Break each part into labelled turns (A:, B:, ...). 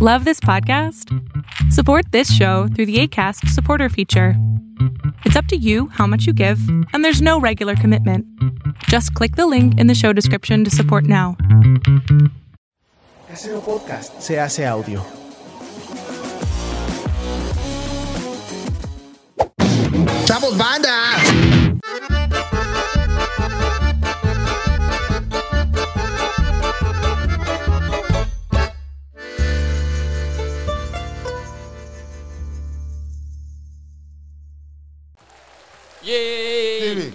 A: Love this podcast? Support this show through the ACAST supporter feature. It's up to you how much you give, and there's no regular commitment. Just click the link in the show description to support now.
B: Casero Podcast se hace audio.
C: ¡Chavos, banda!
D: ¡Yay!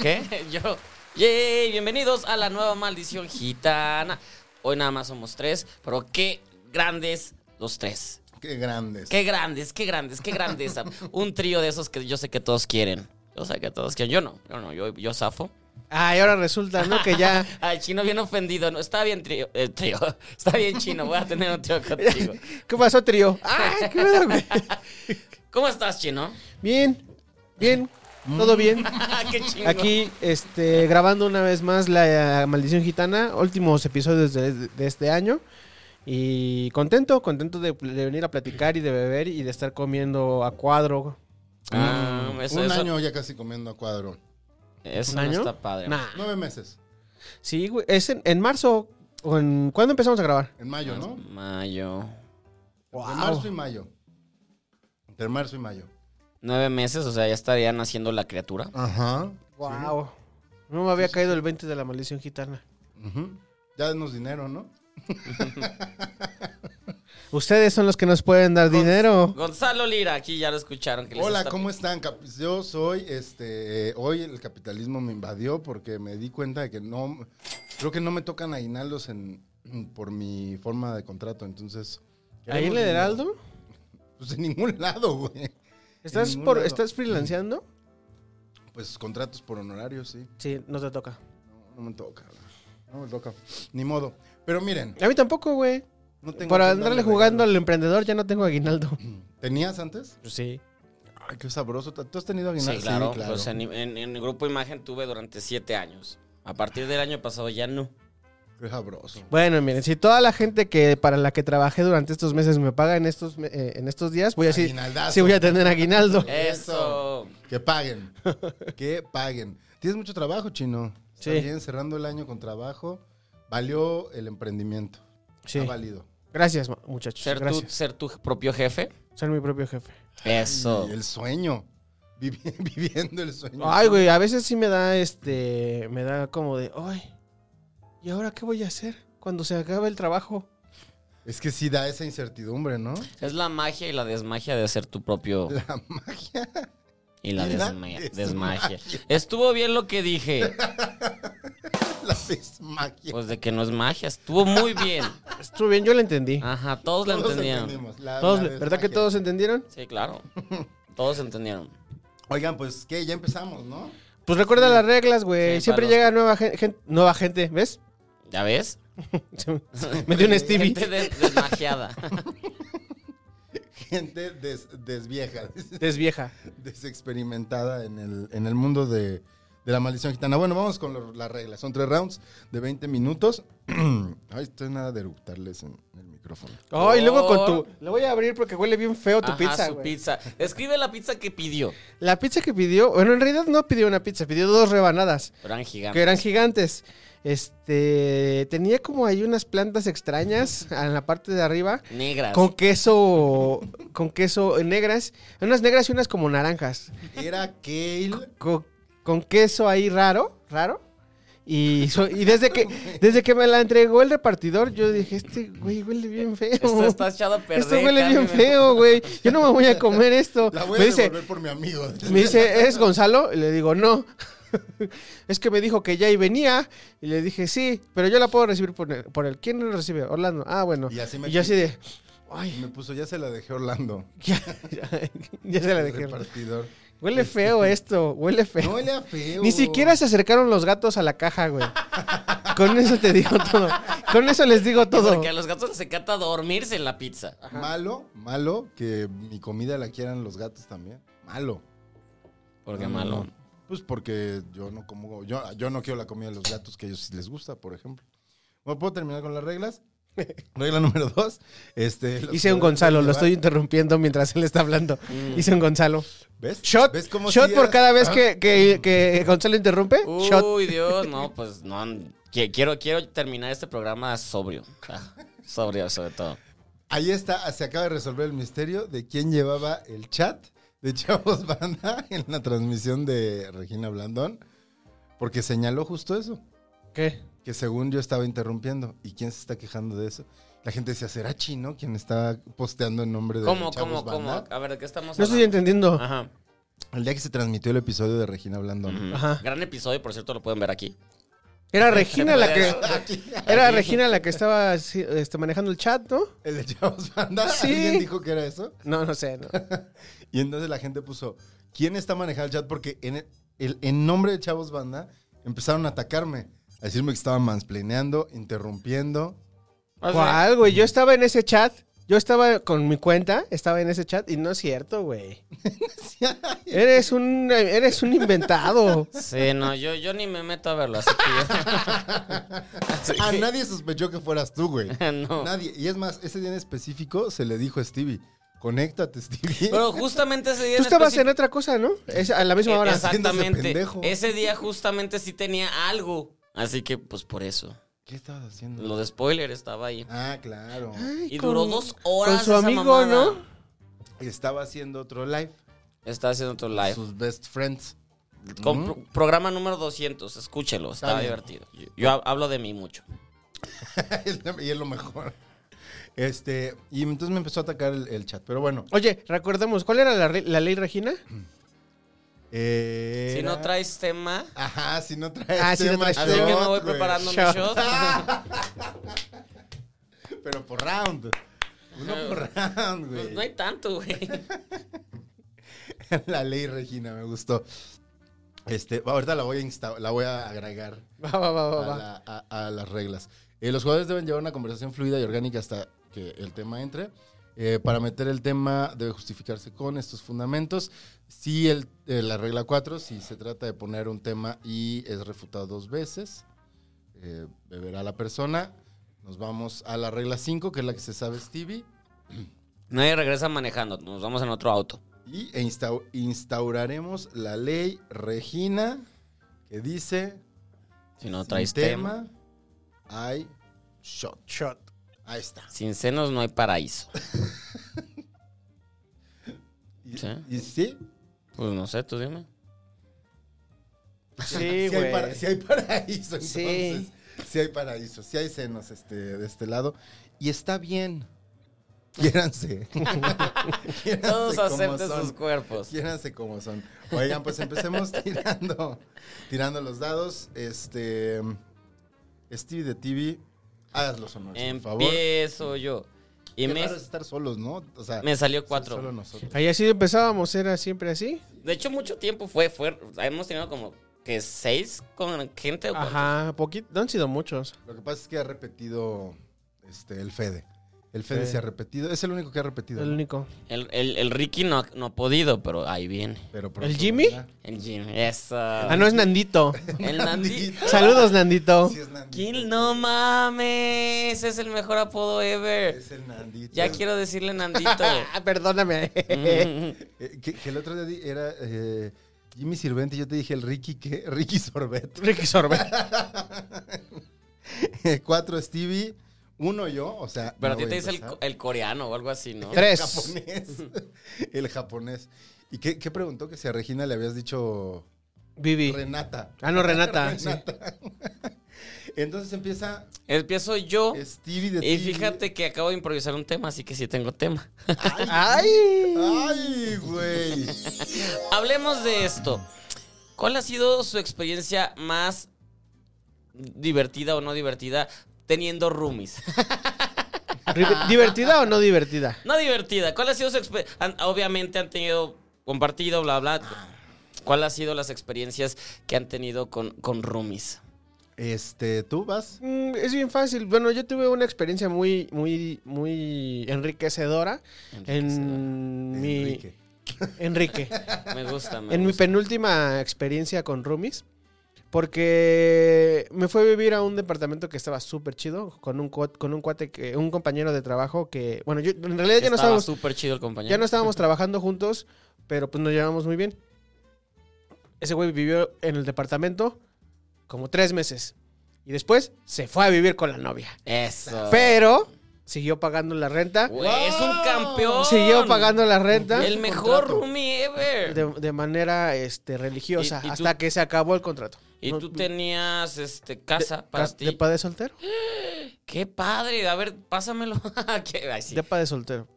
D: ¿Qué? Yo. ¡Yay! Bienvenidos a la nueva maldición gitana. Hoy nada más somos tres, pero qué grandes los tres.
C: Qué grandes.
D: Qué grandes, qué grandes, qué grandes. Un trío de esos que yo sé que todos quieren. Yo sé que todos quieren. Yo no, yo no, yo, yo zafo.
B: Ay, Ah, ahora resulta, ¿no? Que ya.
D: Ay, chino bien ofendido. No, está bien trío, eh, trío. Está bien chino, voy a tener un trío contigo.
B: ¿Qué pasó, trío? ¡Ay, qué pedo, güey!
D: ¿Cómo estás, chino?
B: Bien, bien, todo bien.
D: qué chingón.
B: Aquí, este, grabando una vez más la Maldición Gitana, últimos episodios de, de este año. Y contento, contento de, de venir a platicar y de beber y de estar comiendo a cuadro.
D: Ah, eso,
C: Un
D: eso-
C: año ya casi comiendo a cuadro.
D: eso
B: ¿Un
D: no
B: año?
D: está padre.
B: Nah.
C: Nueve meses.
B: Sí, güey, es en, en marzo. o en- ¿Cuándo empezamos a grabar?
C: En mayo, ¿no?
D: Mayo.
C: Entre marzo y mayo. Entre marzo y mayo.
D: Nueve meses, o sea, ya estaría naciendo la criatura.
C: Ajá.
B: Wow. No me había caído el 20 de la Maldición Gitana.
C: Ujú. Ya denos dinero, ¿no?
B: Ustedes son los que nos pueden dar dinero.
D: Gonzalo Lira, aquí ya lo escucharon. que les
C: Hola,
D: está-
C: ¿cómo están? cap- Yo soy, este, eh, hoy el capitalismo me invadió porque me di cuenta de que no, creo que no me tocan aguinaldos en, por mi forma de contrato, entonces.
B: ¿Ahí en el
C: queremos
B: Heraldo?
C: dinero. Pues en ningún lado, güey.
B: ¿Estás,
C: ningún
B: por,
C: lado.
B: ¿Estás freelanceando?
C: Pues contratos por honorarios, sí.
B: Sí, no te toca.
C: No, no me toca, güey. no me toca. Ni modo. Pero miren,
B: A mí tampoco, güey.
C: no tengo
B: Por
C: a quién
B: andarle
C: darle
B: jugando
C: regalo.
B: al emprendedor ya no tengo aguinaldo.
C: ¿Tenías antes?
B: Sí.
C: Ay, qué sabroso. ¿Tú has tenido
D: Sí,
C: aguinaldo?
D: claro. pues, en, en- en el grupo Imagen tuve durante siete años. A partir del año pasado ya no.
C: Qué sabroso.
B: Bueno, miren, si toda la gente que para la que trabajé durante estos meses me paga en estos, me- eh, en estos días, voy a decir,
C: Aguinaldazo.
B: sí voy a tener aguinaldo.
D: Eso.
C: Que paguen. que paguen. Tienes mucho trabajo, chino. Está
B: Sí.
C: bien, cerrando el año con trabajo. Valió el emprendimiento.
B: Sí.
C: Ha valido.
B: Gracias, ma- muchachos.
D: Ser tu,
B: Gracias.
D: ser tu propio jefe.
B: Ser mi propio jefe.
D: Eso.
C: Y el sueño. Vivi- viviendo el sueño.
B: Ay, güey, a veces sí me da este. Me da como de. Ay, ¿y ahora qué voy a hacer cuando se acabe el trabajo?
C: Es que sí da esa incertidumbre, ¿no?
D: Es la magia y la desmagia de ser tu propio.
C: La magia.
D: Y la,
C: y la
D: desma-
C: desmagia.
D: desmagia. Estuvo bien lo que dije.
C: La magia.
D: Pues de que no es magia. Estuvo muy bien.
B: Estuvo bien, yo lo entendí.
D: Ajá, todos lo entendieron.
C: entendimos. La-
B: Todos-
C: la
B: ¿Verdad que
C: desmagia.
B: todos entendieron?
D: Sí, claro. Todos entendieron.
C: Oigan, pues que ya empezamos, ¿no?
B: Pues recuerda las reglas, güey.
D: Sí,
B: Siempre
D: para los-
B: llega nueva gente, nueva gente, ¿ves?
D: ¿Ya ves?
B: Me dio un Stevie.
D: Gente des- desmagiada.
C: Gente des- desvieja, des-
B: Desvieja.
C: desexperimentada en el, en el mundo de, de la maldición gitana. Bueno, vamos con lo- las reglas. Son tres rounds de 20 minutos. Ay, estoy nada de eructarles en el micrófono.
B: Ay, luego con
D: Por-
B: tu. Le voy a abrir porque huele bien feo tu
D: Ajá,
B: pizza,
D: su
B: güey.
D: pizza. Describe la pizza que pidió.
B: La pizza que pidió. Bueno, en realidad no pidió una pizza, pidió dos rebanadas.
D: Pero eran gigantes.
B: que eran gigantes. Este tenía como ahí unas plantas extrañas en la parte de arriba
D: Negras.
B: con queso con queso negras, unas negras y unas como naranjas.
C: Era Kale.
B: Con, con queso ahí raro, raro. Y, so- y desde que desde que me la entregó el repartidor, yo dije, este güey huele bien feo.
D: Esto está echado a perder.
B: Esto huele bien
D: cámbiame.
B: feo, güey. Yo no me voy a comer esto.
C: La voy a
B: Me dice,
C: devolver por mi amigo.
B: me dice, ¿eres Gonzalo? Y le digo, no. es que me dijo que ya y venía. Y le dije, sí, pero yo la puedo recibir por él. Por él. ¿Quién la recibe? Orlando. Ah, bueno.
C: Y así me-
B: yo así de,
C: Y
B: ay,
C: Me puso, ya se la dejé Orlando.
B: ya, ya- ya se la
C: El
B: dejé.
C: repartidor.
B: Huele feo esto, huele feo.
C: No huele a feo.
B: Ni siquiera se acercaron los gatos a la caja, güey. Con eso te digo todo. Con eso les digo todo.
D: Porque a los gatos les encanta dormirse en la pizza.
C: Malo, malo que mi comida la quieran los gatos también. Malo.
D: Porque
B: Mm.
C: No, no,
D: malo.
C: no. Pues porque yo no como, yo, yo no quiero la comida de los gatos que a ellos sí les gusta, por ejemplo. Bueno, ¿puedo terminar con las reglas? Regla número dos. Este, los
B: Hice un
C: jugadores
B: Gonzalo,
C: pueden
B: lo estoy
C: llevar-
B: interrumpiendo mientras él está hablando. Hice un Gonzalo.
C: ¿Ves?
B: Shot,
C: ¿Ves cómo
B: shot
C: sí
B: por
C: era?
B: cada vez
C: Ah,
B: que, que- que Gonzalo interrumpe.
D: Uh.
B: Shot.
D: Uy, Dios, no, pues no. qui- Quiero, quiero terminar este programa sobrio. o sea, Sobrio, sobre todo.
C: Ahí está, se acaba de resolver el misterio de quién llevaba el chat de Chavos Banda en la transmisión de Regina Blandón, porque señaló justo eso,
B: ¿Qué?
C: que según yo estaba interrumpiendo. ¿Y quién se está quejando de eso? La gente decía, será Chino quien está posteando en nombre de
D: ¿Cómo,
C: Chavos
D: cómo, cómo?
C: Banda?
D: A ver, ¿de qué estamos
B: No estoy
D: hablando?
B: entendiendo.
D: Ajá.
C: El día que se transmitió el episodio de Regina Blandón.
D: Ujú.
B: Ajá.
D: Gran episodio, por cierto, lo pueden ver aquí. Ah.
B: Era Regina la que.
D: Aquí.
B: Era Regina la que estaba así, este, manejando el chat, ¿no?
C: ¿El de Chavos Banda?
B: Sí.
C: ¿Alguien dijo que era eso?
B: No, no sé. no.
C: Y entonces la gente puso, ¿quién está manejando el chat? Porque en, el- el- en nombre de Chavos Banda empezaron a atacarme, a decirme que estaba mansplaneando, interrumpiendo.
D: O sea,
B: ¿Cuál, güey? Yo estaba en ese chat. Yo estaba con mi cuenta, estaba en ese chat y no es cierto, güey. eres un eres un inventado.
D: Sí, no, yo, yo ni me meto a verlo, así que yo-
C: A Ah, nadie sospechó que fueras tú, güey.
D: no.
C: Nadie. Y es más, ese día en específico se le dijo a Stevie, conéctate, Stevie.
D: Pero justamente ese día
B: Tú
D: en
B: estabas en
D: específico-
B: otra cosa, ¿no? Es a la misma
D: Eh,
B: hora.
C: Haciéndose
D: Exactamente.
C: pendejo.
D: Ese día justamente sí tenía algo. Así que, pues por eso.
C: ¿Qué estabas haciendo?
D: Lo de spoiler estaba ahí.
C: Ah, claro.
D: Y duró dos horas.
B: Con su
D: esa
B: amigo,
D: mamada.
B: ¿no?
C: Estaba haciendo otro live.
D: Está haciendo otro live.
C: Sus best friends.
D: Con
C: Ujú.
D: pro- programa número 200. Escúchelo, está,
C: Está bien.
D: divertido. Yo, yo hab- hablo de mí mucho.
C: y es lo mejor. Este, y entonces me empezó a atacar el, el chat. Pero bueno.
B: Oye, recordemos, ¿cuál era la, re- la ley Regina?
C: eh,
D: Si no
C: era-
D: traes tema,
C: Ajá, si no traes.
B: Ah, si no
C: tema,
B: traes
D: así que me voy
C: shot, güey.
D: preparando mi
B: Shot.
D: shot.
C: Pero por round. Uno por round, güey.
D: Pues, no hay tanto, güey.
C: La ley Regina, me gustó. Este, ahorita la voy a, insta- la voy a agregar
B: Va, va, va,
C: a,
B: Oh, va. va.
C: la- a- a las reglas. Eh, los jugadores deben llevar una conversación fluida y orgánica hasta que el tema entre. Eh, para meter el tema debe justificarse con estos fundamentos. Si el, eh, la regla 4, si se trata de poner un tema y es refutado dos veces, eh, beberá la persona. Nos vamos a la regla 5, que es la que se sabe Stevie.
D: Nadie regresa manejando. Nos vamos en otro auto.
C: Y e insta- instauraremos la ley Regina que dice
D: Si no
C: sin
D: traes tema.
C: hay shot.
B: Shot.
C: Ahí está.
D: Sin senos no hay paraíso. Sí.
C: Y sí, y sí,
D: Pues no sé, tú dime.
B: Sí,
C: sí hay,
B: güey.
C: para- sí hay paraíso, entonces.
B: Sí.
C: Sí. hay paraíso, sí hay senos este, de este lado. Y está bien. Quiéranse. Quiéranse
D: Todos
C: como
D: acepten
C: son.
D: sus cuerpos.
C: Quiéranse como son. Oigan, pues empecemos tirando, tirando los dados. Este. Stevie de TV, haz los honores, por favor.
D: Empiezo yo. Y
C: Qué
D: me,
C: raro es estar solos, ¿no? O sea,
D: me salió
C: solo
D: cuatro.
C: nosotros.
B: Ahí así empezábamos, era siempre así.
D: De hecho, mucho tiempo fue, fue. Hemos tenido como que seis con gente. o cuatro.
B: Ajá, poquito. No han sido muchos.
C: Lo que pasa es que ha repetido este, el Fede. El Fede
B: Fede.
C: se ha repetido. Es el único que ha repetido.
B: El
C: ¿no?
B: único.
D: El, el- el Ricky no, no ha podido, pero ahí viene.
C: Pero pronto
B: ¿El Jimmy?
C: vendrá.
D: El Jim, eso.
B: Ah, no, es Nandito.
D: El Nandi.
B: Saludos, Nandito.
C: Sí, es Nandito.
D: Gil, no mames. Es el mejor apodo ever.
C: Es el Nandito.
D: Ya quiero decirle Nandito.
B: Ah, perdóname.
D: Mm.
C: Eh, que, que el otro día di- era eh, Jimmy Sirvente. Yo te dije el Ricky, ¿qué? Ricky Sorbet.
B: Ricky Sorbet.
C: Cuatro Stevie. Uno yo, o sea.
D: Pero a
C: no
D: ti
C: voy
D: te dice el, co-
C: empezar.
D: el coreano o algo así, ¿no?
B: Tres.
C: japonés. El japonés. ¿Y qué, qué preguntó? Que si a Regina le habías dicho
B: Vivi.
C: Renata.
B: Ah, no, Renata. sí.
C: Renata. Entonces empieza
D: Empiezo yo.
C: Stevie de
D: Y
C: TV.
D: fíjate que acabo de improvisar un tema, así que sí tengo tema.
B: ¡Ay!
C: ¡Ay, güey!
D: Hablemos de esto. ¿Cuál ha sido su experiencia más divertida o no divertida teniendo roomies?
B: Ri- Ah. ¿Divertida o no divertida?
D: no divertida. ¿Cuál ha sido su experiencia? Obviamente han tenido compartido, bla, bla. ¿Cuál ha sido las experiencias que han tenido con, con roomies?
C: Este, ¿tú vas?
B: Mm, es bien fácil. Bueno, yo tuve una experiencia muy, muy, muy enriquecedora en mi...
C: Enrique.
B: Enrique.
D: Me gusta, me
B: En mi
D: gusta.
B: penúltima experiencia con roomies, Porque me fue a vivir a un departamento que estaba súper chido, con un, cuat- con un cuate, que, un compañero de trabajo que, bueno, yo, en realidad ya no,
D: Estaba
B: estábamos,
D: súper chido el compañero.
B: ya no estábamos trabajando juntos, pero pues nos llevamos muy bien. Ese güey vivió en el departamento como tres meses. Y después se fue a vivir con la novia.
D: Eso.
B: Pero siguió pagando la renta.
D: Güey, es un campeón.
B: Siguió pagando la renta
D: El mejor roomie ever.
B: de, de manera este, religiosa
D: Y- y tú-
B: hasta que se acabó el contrato.
D: Y
B: No-
D: tú tenías este casa para
B: cas-
D: ti.
B: ¿De padre soltero?
D: Qué padre. A ver, pásamelo. Qué- ay, sí.
B: De padre soltero.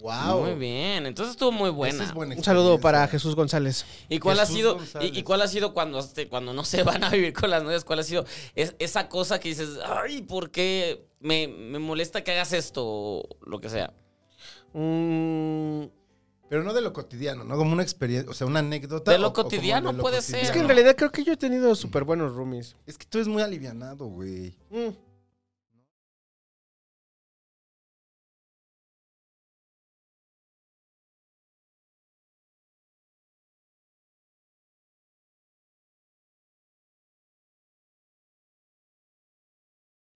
C: ¡Wow!
D: Muy bien. Entonces estuvo muy buena.
B: Un saludo para Jesús González.
D: ¿Y cuál ha
C: Jesús
D: sido
C: González.
D: y, y cuál ha sido cuando este, cuando no se van a vivir con las novias? ¿Cuál ha sido es- esa cosa que dices, "Ay, ¿por qué me, me molesta que hagas esto o lo que sea?"
B: Mm,
C: Pero no de lo cotidiano, ¿no? Como una experiencia, o sea, una anécdota.
D: De lo
C: o- o como
D: cotidiano puede ser.
B: es que en
D: no.
B: realidad creo que yo he tenido súper buenos roomies.
C: Es que tú eres muy alivianado, güey.
B: Mm.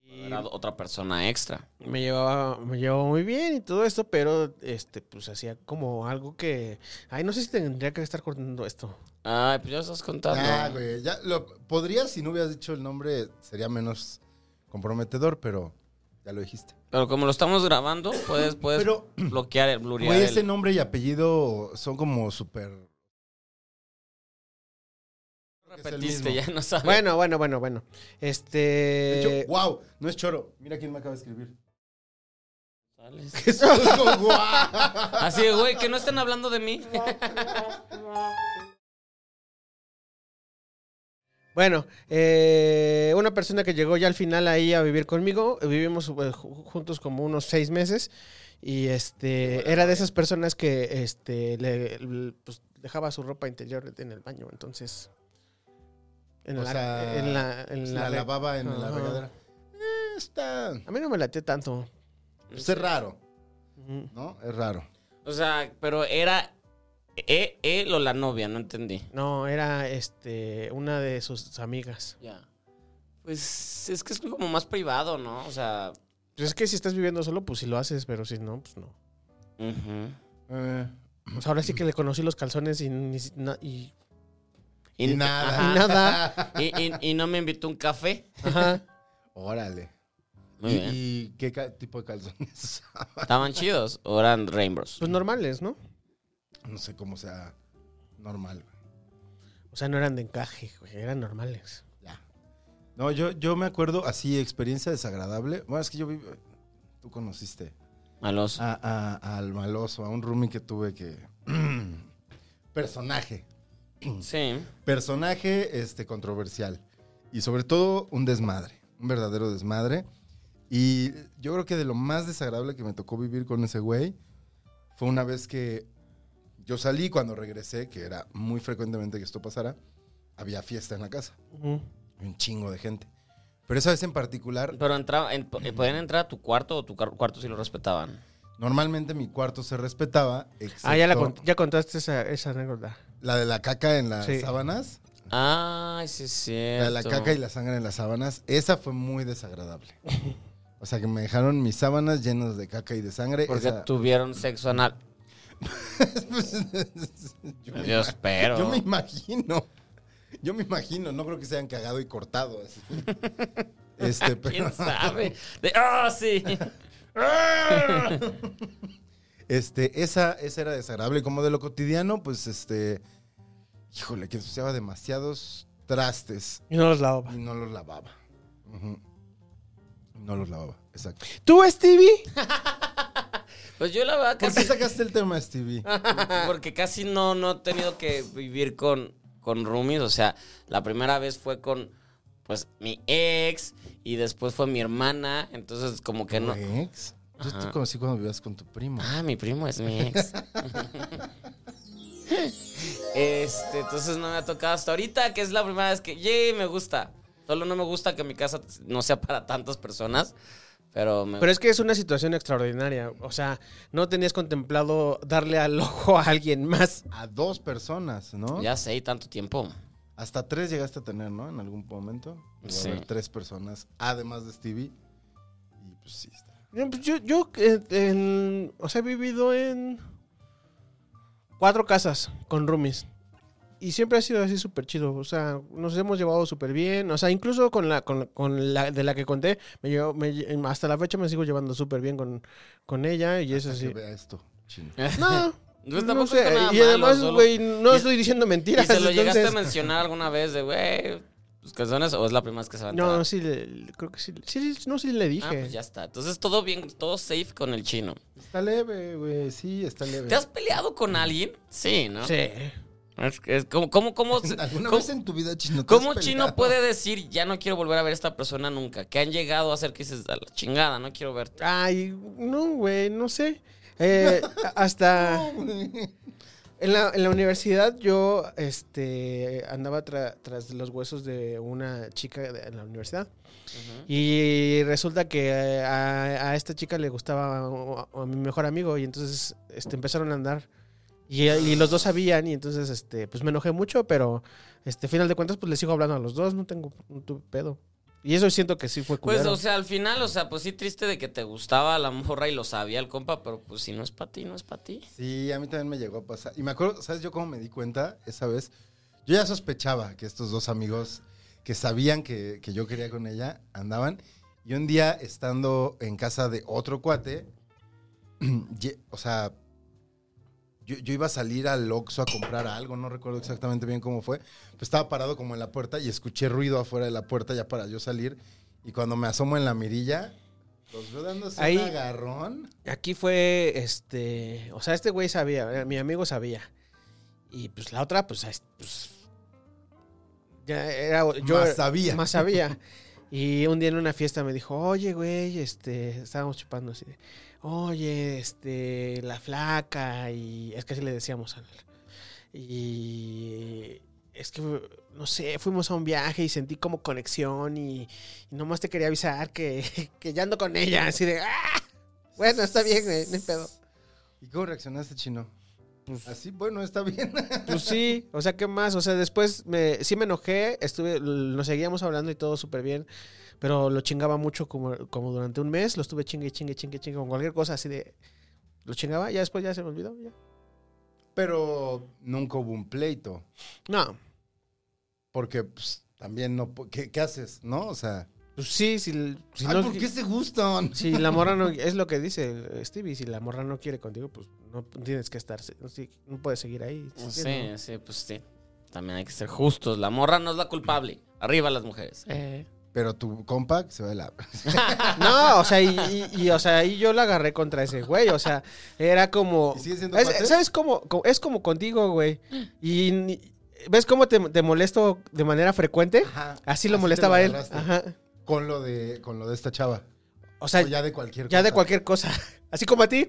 B: Y
D: Era otra persona extra.
B: me llevaba, me llevaba muy bien y todo esto, pero este, pues hacía como algo que. Ay, no sé si tendría que estar cortando esto.
D: Ay, pues ya estás contando.
C: Ah, güey. Ya lo, podría, si no hubieras dicho el nombre, sería menos comprometedor, pero ya lo dijiste.
D: Pero como lo estamos grabando, puedes puedes
C: Pero,
D: bloquear el blurear
C: güey,
D: el-
C: ese nombre y apellido son como súper. es el
D: repetiste,
C: mismo.
D: ya no sabes.
B: Bueno, bueno, bueno, bueno.
C: De
B: Este.
C: hecho, wow, no es choro. Mira quién me acaba de escribir.
D: Sales.
C: Jesús González.
D: Así de, güey, que no estén hablando de mí.
B: Bueno, eh, una persona que llegó ya al final ahí a vivir conmigo, eh, vivimos eh, ju- juntos como unos seis meses y este era de esas personas que este le, l- pues, dejaba su ropa interior en el baño, entonces en,
C: O
B: la,
C: sea,
B: en la- en
C: Pues
B: la
C: la
B: re-
C: lavaba en la
B: Ajá.
C: regadera. Eh, está.
B: A mí no me late tanto. Mm.
C: Pues es raro,
B: Ujú.
C: ¿no? Es raro.
D: O sea, pero era e- él o la novia, no entendí.
B: No, era este una de sus amigas.
D: Ya. Pues es que es como más privado, ¿no? O sea.
B: Pues es que si estás viviendo solo, pues si lo haces, pero si no, pues no.
D: ujú.
C: Eh,
B: O sea, ahora sí que le conocí los calzones y, ni si- na- y-
C: y nada.
B: y nada.
D: Y, y- y no me invitó un café.
B: Ajá.
C: Órale.
D: Muy
C: ¿Y,
D: bien.
C: y qué ca- tipo de calzones? usaba?
D: Estaban chidos. O eran Rainbows.
B: Pues normales, ¿no?
C: no sé cómo sea normal. güey.
B: O sea, no eran de encaje, güey, eran normales.
C: Ya. No, yo, yo me acuerdo así, experiencia desagradable. Bueno, es que yo vivo. Tú conociste
D: Malos.
C: Ah. a- a- al maloso, a un roomie que tuve que. personaje.
D: Sí.
C: personaje este, controversial y sobre todo un desmadre, un verdadero desmadre. Y yo creo que de lo más desagradable que me tocó vivir con ese güey fue una vez que yo salí cuando regresé, que era muy frecuentemente que esto pasara, había fiesta en la casa, un chingo de gente. Pero esa vez en particular,
D: Pero entraba, en- eh, podían entrar a tu cuarto o tu car- cuarto si lo respetaban.
C: normalmente mi cuarto se respetaba, excepto
B: Ah, ya, la cont- ya contaste esa, esa anécdota.
C: la de la caca en las
B: Sí.
C: sábanas,
D: Ay, sí, sí.
C: La de la caca y la sangre en las sábanas, esa fue muy desagradable. O sea, que me dejaron mis sábanas llenas de caca y de sangre.
D: Porque
C: esa-
D: tuvieron sexo anal.
C: yo, me,
D: Yo espero.
C: yo me imagino. Yo me imagino, no creo que se hayan cagado y cortado así. Este, pero-
D: ¿Quién sabe? De- ¡Ah, sí!
C: Ah. Este, esa, esa era desagradable. Como de lo cotidiano, pues este. Híjole, que ensuciaba demasiados trastes
B: Y no los lavaba.
C: y no los lavaba. Ujú. No los lavaba, exacto.
B: ¿Tú, Stevie?
D: Pues yo la verdad
C: ¿Por qué
D: casi...
C: sacaste el tema, Stevie?
D: Porque casi no, no he tenido que vivir con, con roomies. O sea, la primera vez fue con pues mi ex y después fue mi hermana. Entonces, como que no.
C: ¿Tu ex? Yo te
D: Ajá.
C: conocí cuando vivías con tu primo.
D: Ah, mi primo es mi ex. este, entonces no me ha tocado hasta ahorita, que es la primera vez que. ¡Yay! Me gusta. Solo no me gusta que mi casa no sea para tantas personas. Pero me
B: Pero es que es una situación extraordinaria. O sea, no tenías contemplado darle al ojo a alguien más.
C: A dos personas, ¿no?
D: Ya sé, y tanto tiempo.
C: Hasta tres llegaste a tener, ¿no? En algún momento. Llegó a
D: Sí.
C: haber tres personas, además de Stevie. Y pues sí, está.
B: Yo, pues, yo, yo, eh, en- o sea, he vivido en cuatro casas con roomies. Y siempre ha sido así súper chido. O sea, nos hemos llevado súper bien. O sea, incluso con la, con, con la de la que conté, me llevo- me lle- hasta la fecha me sigo llevando súper bien con, con ella. Y eso
C: Hasta que
B: Pues sí.
C: vea esto, chino.
B: No,
D: Pues
B: no
D: tampoco
B: sé.
D: está nada
B: Y
D: malo,
B: además,
D: solo-
B: güey, no
D: y-
B: estoy diciendo
D: ¿Y
B: mentiras.
D: se lo llegaste a
B: entonces-
D: mencionar alguna vez de, güey, tus canciones? ¿O es la primera vez que se va a enterar?
B: No, sí, le- creo que sí. sí, no, sí le dije.
D: Ah, pues ya está. Entonces todo bien, todo safe con el chino.
C: Está leve, güey. Sí, está leve.
D: ¿Te has peleado con alguien? Sí, ¿no?
B: Sí.
D: Es, es como, ¿Cómo, cómo, se-
C: ¿Alguna
D: cómo-
C: vez en tu vida, chino? te has
D: cómo
C: peleado?
D: chino puede decir, ya no quiero volver a ver a esta persona nunca? Que han llegado a hacer que dices, a la chingada, no quiero verte.
B: Ay, no, güey, no sé. Eh, a- hasta en la, en la universidad yo este, andaba tra- tras los huesos de una chica de- en la universidad. Y resulta que eh, a, a esta chica le gustaba a, a mi mejor amigo y entonces este, empezaron a andar. Y, y los dos sabían y entonces este, pues me enojé mucho, pero este final de cuentas pues les sigo hablando a los dos, no tengo no tuve pedo. Y eso siento que sí fue
D: Pues,
B: culero.
D: o sea, al final, o sea, pues sí triste de que te gustaba la morra y lo sabía el compa, pero pues si no es para ti, no es para ti.
C: Sí, a mí también me llegó a pasar. Y me acuerdo, ¿sabes yo cómo me di cuenta esa vez? Yo ya sospechaba que estos dos amigos que sabían que, que yo quería con ella andaban. Y un día, estando en casa de otro cuate, ye- o sea, yo, yo iba a salir al Oxxo a comprar algo, no recuerdo exactamente bien cómo fue. Pues estaba parado como en la puerta y escuché ruido afuera de la puerta ya para yo salir. Y cuando me asomo en la mirilla, los veo dándose
B: Ahí-
C: un agarrón.
B: Aquí fue, este, o sea, este güey sabía, eh, mi amigo sabía. Y pues la otra, pues, es- pues, ya era, yo
C: Más sabía.
B: Más sabía. Y un día en una fiesta me dijo, oye, güey, este, estábamos chupando así. de, Oye, este, la flaca y es que así le decíamos a él. Y es que, no sé, fuimos a un viaje y sentí como conexión y, y nomás te quería avisar que, que ya ando con ella, así de, "Ah". Bueno, está bien, güey, no hay pedo.
C: ¿Y cómo reaccionaste, chino? Así, bueno, está bien.
B: Pues sí, o sea, ¿qué más? O sea, después me, sí me enojé, estuve, nos seguíamos hablando y todo súper bien, pero lo chingaba mucho como, como durante un mes, lo estuve chingue, chingue, chingue, chingue, con cualquier cosa así de... Lo chingaba, ya después ya se me olvidó. ya.
C: Pero nunca hubo un pleito.
B: No,
C: Porque pues, también no. po- ¿qué, qué haces? ¿No? O sea.
B: pues sí, si, si
C: ay,
B: no...
C: ¿Por qué se gustan?
B: Si la morra no... Es lo que dice Stevie, si la morra no quiere contigo, pues no tienes que estar... sí, no puedes seguir ahí.
D: Sí,
B: ¿sí?
D: sí,
B: No.
D: pues sí. También hay que ser justos. La morra no es la culpable. Arriba las mujeres. ¿eh?
C: Pero tu compa que se va de la.
B: No, o sea, y, y- y, o sea, ahí yo la agarré contra ese güey, o sea, era como...
C: ¿Y sigue siendo
B: Es-
C: cuates?
B: ¿Sabes cómo? Co- Es como contigo, güey. Y ni- ¿ves cómo te, te molesto de manera frecuente?
C: Ajá.
B: Así lo
C: te
B: molestaba él.
C: agarraste.
B: Ajá.
C: Con lo de con lo de esta chava.
B: O sea,
C: o
B: ya,
C: ya de cualquier
B: de cualquier cosa. Así como a ti.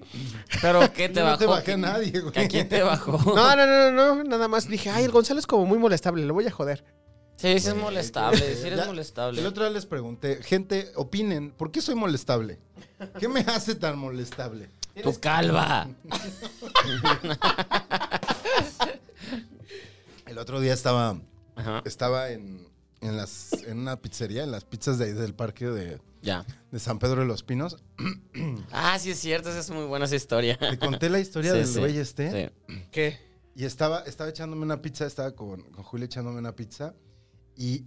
D: ¿Pero qué te
C: no
D: bajó?
C: te bajé a nadie, güey.
D: ¿A quién te bajó?
B: No, no, no, no, no, Nada más dije, ay, el Gonzalo es como muy molestable, lo voy a joder.
D: Sí, sí es molestable, sí eres
C: Ya,
D: molestable.
C: El otro día les pregunté, gente, opinen, ¿por qué soy molestable? ¿Qué me hace tan molestable?
D: Tu calva.
C: El otro día estaba
D: Ajá.
C: estaba en, en las, en una pizzería, en las pizzas de ahí del parque de,
D: Ya.
C: de San Pedro de los Pinos.
D: Ah, sí es cierto, esa es muy buena esa historia.
C: Te conté la historia
D: Sí,
C: del
D: sí,
C: güey este.
D: sí.
B: ¿Qué?
C: Y estaba, estaba echándome una pizza, estaba con, con Julio echándome una pizza. Y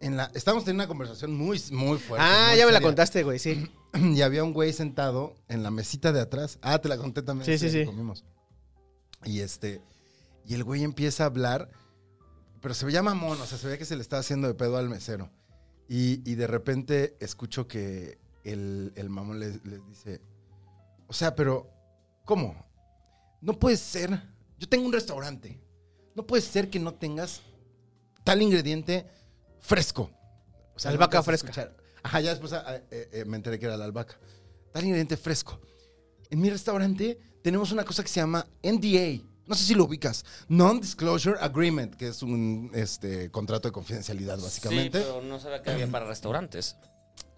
C: en la, estábamos teniendo una conversación muy, muy fuerte.
B: ah,
C: muy
B: ya me la
C: seria.
B: contaste, güey, sí.
C: y había un güey sentado en la mesita de atrás. Ah, te la conté también.
B: Sí, sí, sí.
C: Comimos. Y este, y el güey empieza a hablar, pero se veía mamón, o sea, se veía que se le estaba haciendo de pedo al mesero. Y, y de repente escucho que el, el mamón les, les dice, o sea, pero, ¿cómo? No puede ser, yo tengo un restaurante, no puede ser que no tengas tal ingrediente fresco. O no
B: Albahaca
C: alcanzo a
B: fresca.
C: escuchar. Ajá, ya después ah, eh, eh, me enteré que era la albahaca. Tal ingrediente fresco. En mi restaurante tenemos una cosa que se llama NDA. No sé si lo ubicas. Non-Disclosure Agreement, que es un este, contrato de confidencialidad,
D: Sí,
C: básicamente.
D: pero no sabía que había para restaurantes.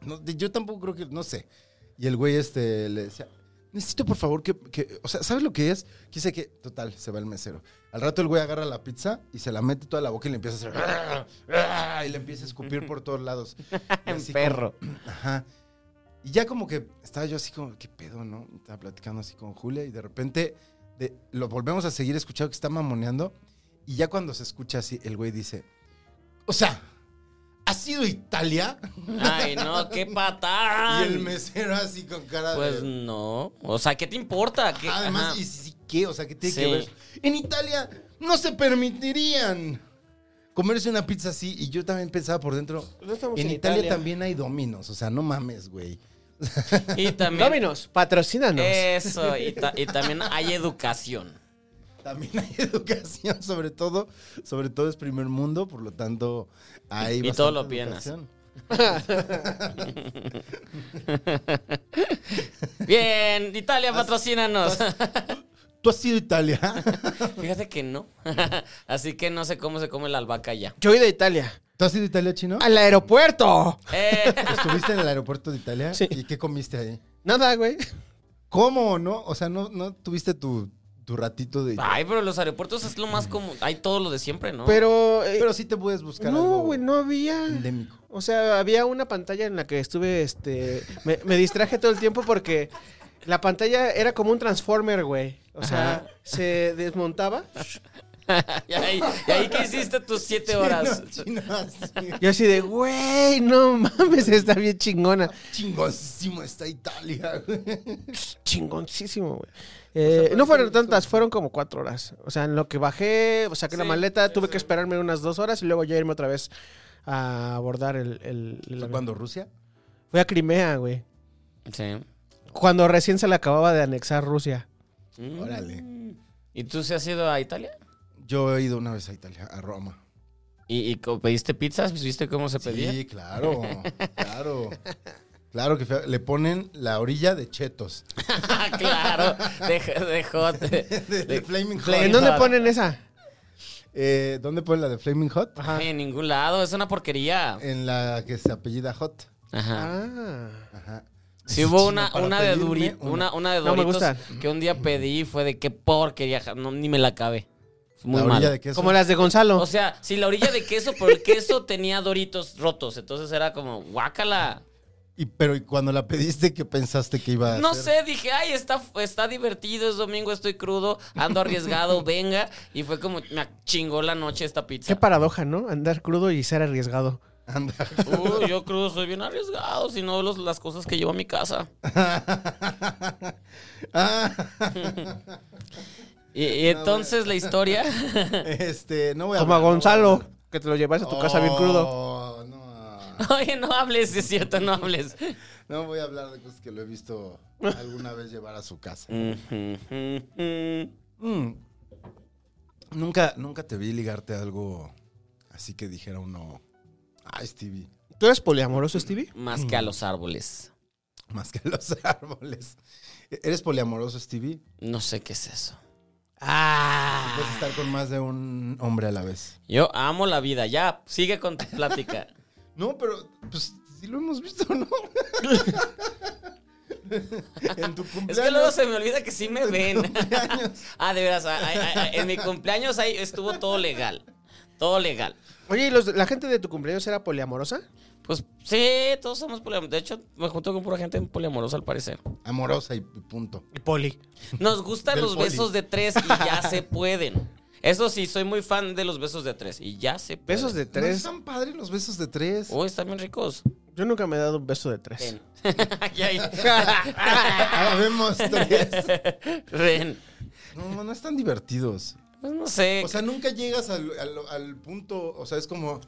C: No, de- yo tampoco creo que, no sé. Y el güey este le decía, necesito por favor que, que- o sea, ¿sabes lo que es? Quise que, total, se va el mesero. Al rato el güey agarra la pizza y se la mete toda la boca y le empieza a hacer, y le empieza a escupir por todos lados. Y
D: En
C: así como-
D: perro.
C: Ajá. Y ya como que estaba yo así como, ¿qué pedo, no? Estaba platicando así con Julia y de repente de- lo volvemos a seguir escuchando que está mamoneando. Y ya cuando se escucha así, el güey dice, o sea, ¿ha sido Italia?
D: Ay, no, qué patada.
C: Y el mesero así con cara
D: Pues
C: de... "Ah,
D: no. O sea, ¿qué te importa? ¿Qué-
C: Además,
D: ajá.
C: ¿y si- si qué? O sea, ¿qué tiene
D: Sí.
C: que ver? En Italia no se permitirían comerse una pizza así. Y yo también pensaba por dentro,
B: No estamos
C: en Italia, también hay dominos. O sea, no mames, güey.
D: y también.
B: Dominos, patrocínanos.
C: Eh.
D: Eso, y, ta- y también hay educación.
C: También hay educación, sobre todo, sobre todo es primer mundo, por lo tanto hay
D: Y- y todo lo
C: bastante
D: piden
C: educación.
D: Bien, Italia, patrocínanos.
C: ¿Tú has sido Italia?
D: Fíjate que no. Así que no sé cómo se come la albahaca ya.
B: Yo he ido a Italia.
C: ¿Tú has sido Italia chino?
B: ¡Al aeropuerto!
D: Eh,
C: ¿Estuviste en el aeropuerto de Italia?
B: Sí.
C: ¿Y qué comiste ahí?
B: Nada, güey.
C: ¿Cómo no? O sea, no, no tuviste tu, tu ratito de
D: ay, pero los aeropuertos es lo más común. Hay todo lo de siempre, ¿no?
B: Pero. eh,
C: Pero sí te puedes buscar
B: no,
C: algo
B: güey, no había.
C: endémico.
B: O sea, había una pantalla en la que estuve, este, me, me distraje todo el tiempo porque la pantalla era como un transformer, güey. O sea,
D: Ajá.
B: se desmontaba.
D: ¿Y ahí, y ahí que hiciste tus siete horas?
C: Chino, chino, así.
B: Yo así de, güey, no mames, está bien chingona.
C: Chingosísimo está Italia, güey.
B: Chingoncísimo, güey. Eh, no fueron tantas, fueron como cuatro horas. O sea, en lo que bajé, saqué la
D: Sí,
B: maleta, tuve que esperarme unas dos horas y luego ya irme otra vez a abordar el... el- el
C: ¿Fue
B: avión.
C: cuando Rusia?
B: Fui a Crimea, güey.
D: Sí.
B: Cuando recién se le acababa de anexar Rusia.
D: Mm.
C: Órale.
D: ¿Y tú se has ido a Italia?
C: Yo he ido una vez a Italia, a Roma.
D: ¿Y, y co- pediste pizzas? ¿Pues ¿Viste cómo se pedía?
C: Sí, claro, claro. Claro que fue- le ponen la orilla de chetos.
D: Ah, claro. De, de hot.
C: De, de Flaming Hot.
D: Flaming
B: ¿En dónde
D: Hot.
B: ponen esa?
C: Eh, ¿Dónde ponen la de Flaming Hot?
B: Ajá.
D: Ay, en ningún lado. Es una porquería.
C: En la que se apellida Hot.
D: Ajá.
B: Ah.
C: Ajá.
D: Sí hubo
C: Chino,
D: una,
C: para
D: una de
C: pedirme
D: Doritos, una, una de
B: No me
D: Doritos
B: gustan.
D: que un día pedí y fue de qué porquería, ja- no, ni me la acabé. Fue Muy
C: la orilla
D: mal.
C: de queso.
B: Como las de Gonzalo.
D: O sea, Oh, sí, la orilla de queso, pero el queso tenía Doritos rotos, entonces era como, guácala.
C: Y, pero ¿y cuando la pediste, ¿qué pensaste que iba a
D: No
C: hacer?
D: sé, dije, ay, está, está divertido, es domingo, estoy crudo, ando arriesgado, venga. Y fue como, me chingó la noche esta
B: Qué
D: pizza.
B: paradoja, ¿no? Andar crudo y ser arriesgado.
C: Anda.
D: Uy, yo crudo soy bien arriesgado, si no los- las cosas que llevo a mi casa.
C: Ah,
D: Y, y entonces la historia...
C: este, no voy a
B: Como a
C: hablar, no voy
B: Gonzalo,
C: hablar.
B: que te lo llevas a tu casa bien crudo.
C: Oh, no.
D: Oye, no hables, es cierto, no hables.
C: No voy a hablar de cosas que lo he visto alguna vez llevar a su casa. Mm. Nunca, nunca te vi ligarte a algo así que dijera uno, ay Stevie,
B: ¿Tú eres poliamoroso, Stevie?
D: Más que a los árboles.
C: más que los árboles. E- ¿Eres poliamoroso, Stevie?
D: No sé qué es eso.
C: Puedes
B: Ah.
C: estar con más de un hombre a la vez.
D: Yo amo la vida. Ya, sigue con tu plática.
C: No, pero pues sí lo hemos visto, ¿no? en tu
D: Es
C: cumpleaños.
D: que luego se me olvida que sí me ven.
C: cumpleaños.
D: ah, de veras. ah, ah, ah, en mi cumpleaños ahí estuvo todo legal. Todo legal.
B: Oye, ¿y los, la gente de tu cumpleaños era poliamorosa?
D: Pues sí, todos somos poliamorosos. De hecho, me junto con pura gente poliamorosa al parecer.
C: Amorosa y y punto.
B: Poli.
D: Nos gustan
C: Del
D: los
C: poli.
D: besos de tres y ya se pueden. Eso sí, soy muy fan de los besos de tres y ya se pueden.
B: Besos de
C: ¿No
B: tres.
C: están padres los besos de tres?
D: Uy, están bien ricos.
B: Yo nunca me he dado un beso de tres.
D: Ven. Aquí hay-
C: Habemos Ah, tres.
D: Ven.
C: No, no están divertidos.
D: Pues no sé.
C: O sea, nunca llegas al, al- al punto, o sea, es como...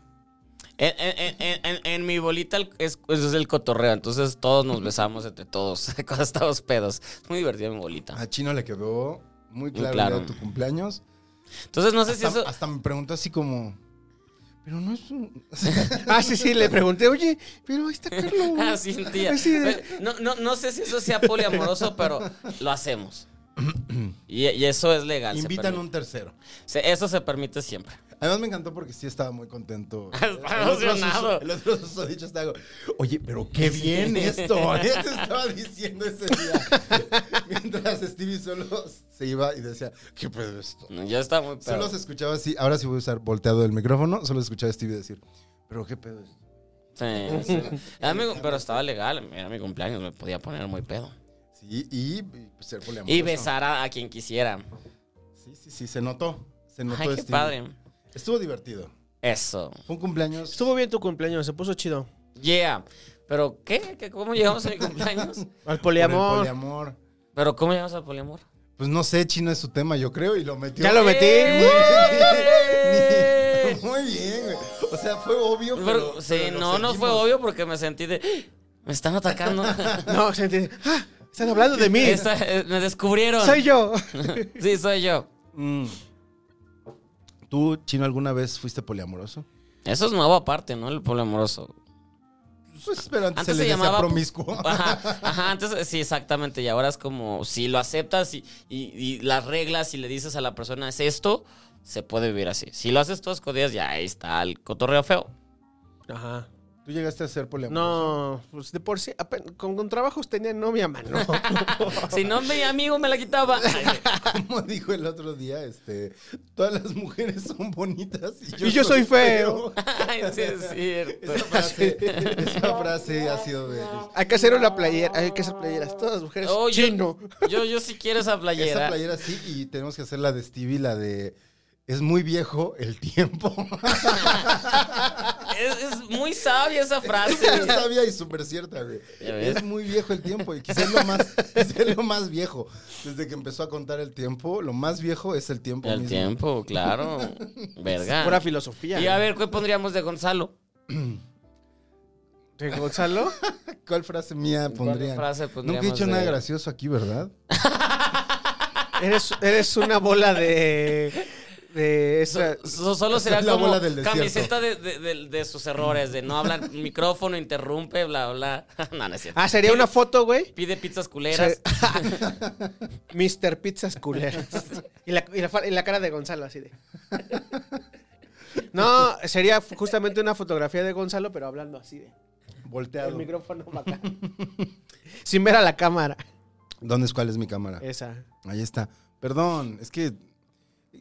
D: En, en- en- en- en mi bolita el- es, pues, es el cotorreo, entonces todos nos besamos entre todos cuando estamos pedos. Es muy divertido mi bolita.
C: A "Ah, Chino le quedó muy
D: Ah. Muy
C: claro,
D: claro.
C: el día de tu cumpleaños.
D: Entonces no sé si
C: Hasta,
D: eso...
C: hasta me preguntó así como... Pero no es un...
B: Ah, sí, sí, le pregunté, oye, pero ahí está Carlos.
D: Ah, sí, tía.
B: Así de-
D: Pero No, no, no sé si eso sea poliamoroso, pero lo hacemos. Y, y eso es legal. se
C: Invitan
D: permite.
C: un tercero.
D: Se- eso se permite siempre.
C: Además me encantó porque sí estaba muy contento.
D: Estaba
C: El otro
D: emocionado.
C: sus- El otro susodicho está como, oye, pero qué bien esto. ¿eh? Te estaba diciendo ese día. Mientras Stevie solo se iba y decía, qué pedo es esto.
D: Ya está muy pedo.
C: Solo se escuchaba así, ahora sí voy a usar volteado el micrófono, solo escuchaba a Stevie decir, pero qué pedo es esto.
D: Sí, sí. A mí- pero estaba legal, era mi cumpleaños, me podía poner muy pedo.
C: Sí, y, pues, y ser poliamoroso.
D: Y besar a, a quien quisiera.
C: Sí, sí, sí, se notó. Se notó
D: Ay, qué
C: Stevie.
D: padre.
C: Estuvo divertido.
D: Eso.
C: Fue un cumpleaños.
B: Estuvo bien tu cumpleaños, se puso chido.
D: Yeah. ¿Pero qué? ¿Qué- ¿Cómo llegamos a mi cumpleaños?
B: Al
C: por el
B: poliamor.
C: poliamor.
D: ¿Pero cómo llegamos al poliamor?
C: Pues no sé, chino es su tema, yo creo, y lo metió.
B: Ya lo metí.
D: ¡Eh!
C: Muy bien, güey. O sea, fue obvio, pero.
D: Pero, sí,
C: pero lo
D: no, no fue
C: seguimos.
D: obvio porque me sentí de... "Ah, Me están atacando.
B: No, se entiende. ¡Ah! Están hablando de mí.
D: Esta- eh, me descubrieron.
B: Soy yo.
D: Sí, soy yo.
C: Mm. ¿Tú, chino, alguna vez fuiste poliamoroso?
D: Eso es nuevo aparte, ¿no? El poliamoroso.
C: Pues, pero antes,
D: Antes
C: se
D: se
C: le decía
D: llamaba-
C: promiscuo.
D: Ajá, ajá, antes sí, exactamente. Y ahora es como, si lo aceptas y, y- y las reglas y le dices a la persona es esto, se puede vivir así. Si lo haces todos días, ya ahí está el cotorreo feo.
B: Ajá.
C: ¿Tú llegaste a ser poliamoroso?
B: No, pues de por sí, apen- con, con trabajos tenía novia, mano.
D: Si no, mi amigo me la quitaba.
C: Como dijo el otro día, este, todas las mujeres son bonitas y yo,
B: Y yo soy feo.
D: Ay, sí, es cierto.
C: Esa frase, esa frase ha sido de...
B: Hay que hacer una playera, hay que hacer playeras. Todas las mujeres
D: Oh, yo-
B: chino.
D: Yo, yo sí quiero esa playera.
C: Ah, Esa playera sí, y tenemos que hacer la de Stevie, la de... Es muy viejo el tiempo.
D: Es, es muy sabia esa
C: Yo
D: frase.
C: sabía y súper cierta, güey.
D: Ya ves.
C: Es muy viejo el tiempo y quizás lo más, quizás lo más viejo. Desde que empezó a contar el tiempo, lo más viejo es el tiempo
D: El
C: mismo.
D: tiempo, claro.
B: Pura
D: Verga.
B: filosofía.
D: Ah. Y a ver, ¿qué pondríamos de Gonzalo?
B: ¿De Gonzalo?
C: ¿Cuál frase mía
D: ¿Cuál
C: pondrían?
D: frase
C: Nunca he
D: pondríamos
C: dicho nada
D: de-
C: gracioso aquí, ¿verdad?
B: Eres, eres una bola de. de esa.
D: So- so- solo
C: esa
D: será
C: es la
D: como
C: bola del desierto.
D: camiseta de, de- de- de sus errores, de no hablar micrófono, interrumpe, bla, bla. No, no es cierto.
B: Ah, sería una foto, güey.
D: Pide pizzas culeras.
B: Mr. Pizzas Culeras. Y la, y la fa- y la cara de Gonzalo, así de. No, sería justamente una fotografía de Gonzalo, pero hablando así de. El
C: Volteado.
B: micrófono para acá. Sin ver a la cámara.
C: ¿Dónde es cuál es mi cámara?
D: Eh.
B: Esa.
C: Ahí está. Perdón, es que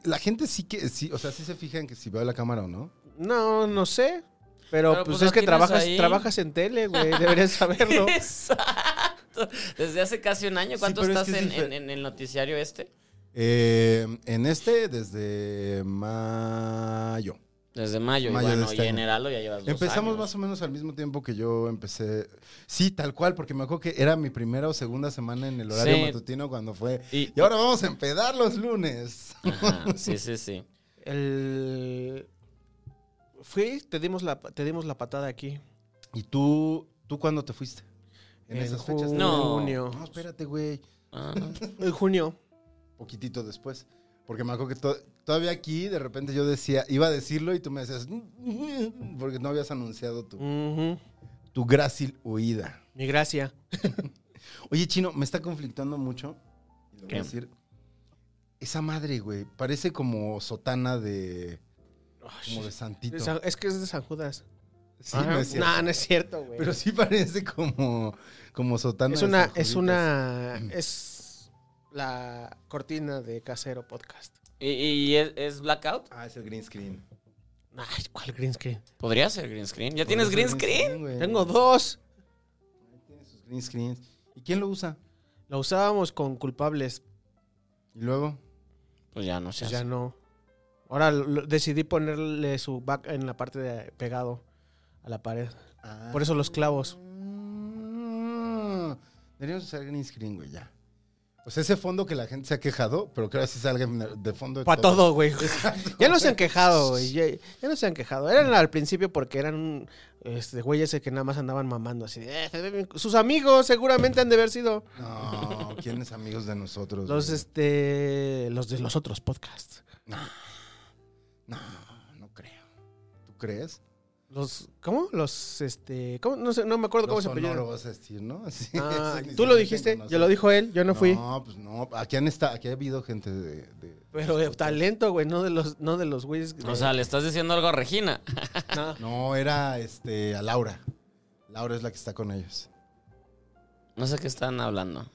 C: la gente sí que, sí, o sea, sí se fijan que si veo la cámara o no.
B: No, no sé. Pero,
D: Pero,
B: pues,
D: pues,
B: es
D: lo
B: que
D: tienes
B: trabajas,
D: ahí.
B: trabajas en tele, güey. Deberías saberlo.
D: Exacto. Desde hace casi un año,
C: Sí,
D: ¿cuánto
C: pero es
D: estás
C: que es
D: en,
C: difer-
D: en- en el noticiario este?
C: Eh, en este, desde mayo.
D: Desde mayo.
C: Mayo
D: y
C: de
D: bueno,
C: este
D: y en
C: año.
D: Heraldo ya llevas dos
C: Empezamos
D: años.
C: más o menos al mismo tiempo que yo empecé. Sí, tal cual, porque me acuerdo que era mi primera o segunda semana en el horario
D: Sí.
C: matutino cuando fue.
D: Y-
C: Y ahora vamos a empedar los lunes.
D: Ajá, sí, sí, sí.
B: El. Fui, te dimos la, te dimos la patada aquí.
C: ¿Y tú, tú cuándo te fuiste? En
B: En
C: esas fechas.
D: No.
B: junio.
C: No, espérate, güey.
D: Ah.
B: En junio.
C: Poquitito después. Porque me acuerdo que to- todavía aquí, de repente yo decía, iba a decirlo y tú me decías, "Mm, porque no habías anunciado tu,
B: Ujú.
C: tu grácil huida.
B: Mi gracia.
C: Oye, Chino, me está conflictando mucho. y lo voy a
D: ¿Qué?
C: decir. Esa madre, güey, parece como sotana de. Como de santito.
B: De San- es que es de San Judas.
C: Sí,
B: Ajá.
C: no es cierto.
B: Nah, no es cierto, güey.
C: Pero sí parece como, como sotana
B: es
C: de
B: una,
C: San
B: es
C: Juditas. Mm.
B: una, es la cortina de Casero Podcast.
D: ¿Y, y es, es blackout?
C: Ah, es el green screen.
B: Ay, ¿cuál green screen?
D: Podría ser green screen. ¿Ya tienes green screen?
C: güey.
B: Tengo dos.
C: Tiene sus green screens. ¿Y quién lo usa?
B: Lo usábamos con culpables,
C: Y luego.
D: Pues ya no sé.
B: pues ya no. Ahora lo- lo- decidí ponerle su back en la parte de pegado a la pared. Por eso los clavos.
C: Ah, Deberíamos usar green screen, güey, ya. O sea, ese fondo que la gente se ha quejado, pero que ahora sí salga de fondo. de
B: Para todo, güey.
C: Exacto.
B: Ya no se han quejado, güey. Ya, ya no se han quejado. Eran al principio porque eran este, güeyes que nada más andaban mamando así. de, "Eh, se ve bien". Sus amigos seguramente han de haber sido
C: No, ¿quiénes amigos de nosotros?
B: los,
C: güey?
B: este, los de los otros podcasts.
C: No, no creo. ¿Tú crees?
B: Los, ¿cómo? Los, este, ¿cómo? No sé, no me acuerdo cómo se
C: lo
B: apellidan.
C: vas a decir, ¿no? Sí,
B: Ah,
C: esos ni
B: tú
C: se
B: lo
C: meten
B: dijiste,
C: con
B: yo
C: nosotros.
B: lo dijo él, yo no fui.
C: No, pues no. Aquí han, esta- aquí ha habido gente de. de-
B: Pero de talento, güey, no de los, no de los güeyes.
D: O sea, le estás diciendo algo a Regina.
B: No.
C: No, era este, a Laura. Laura es la que está con ellos.
D: No sé qué están hablando.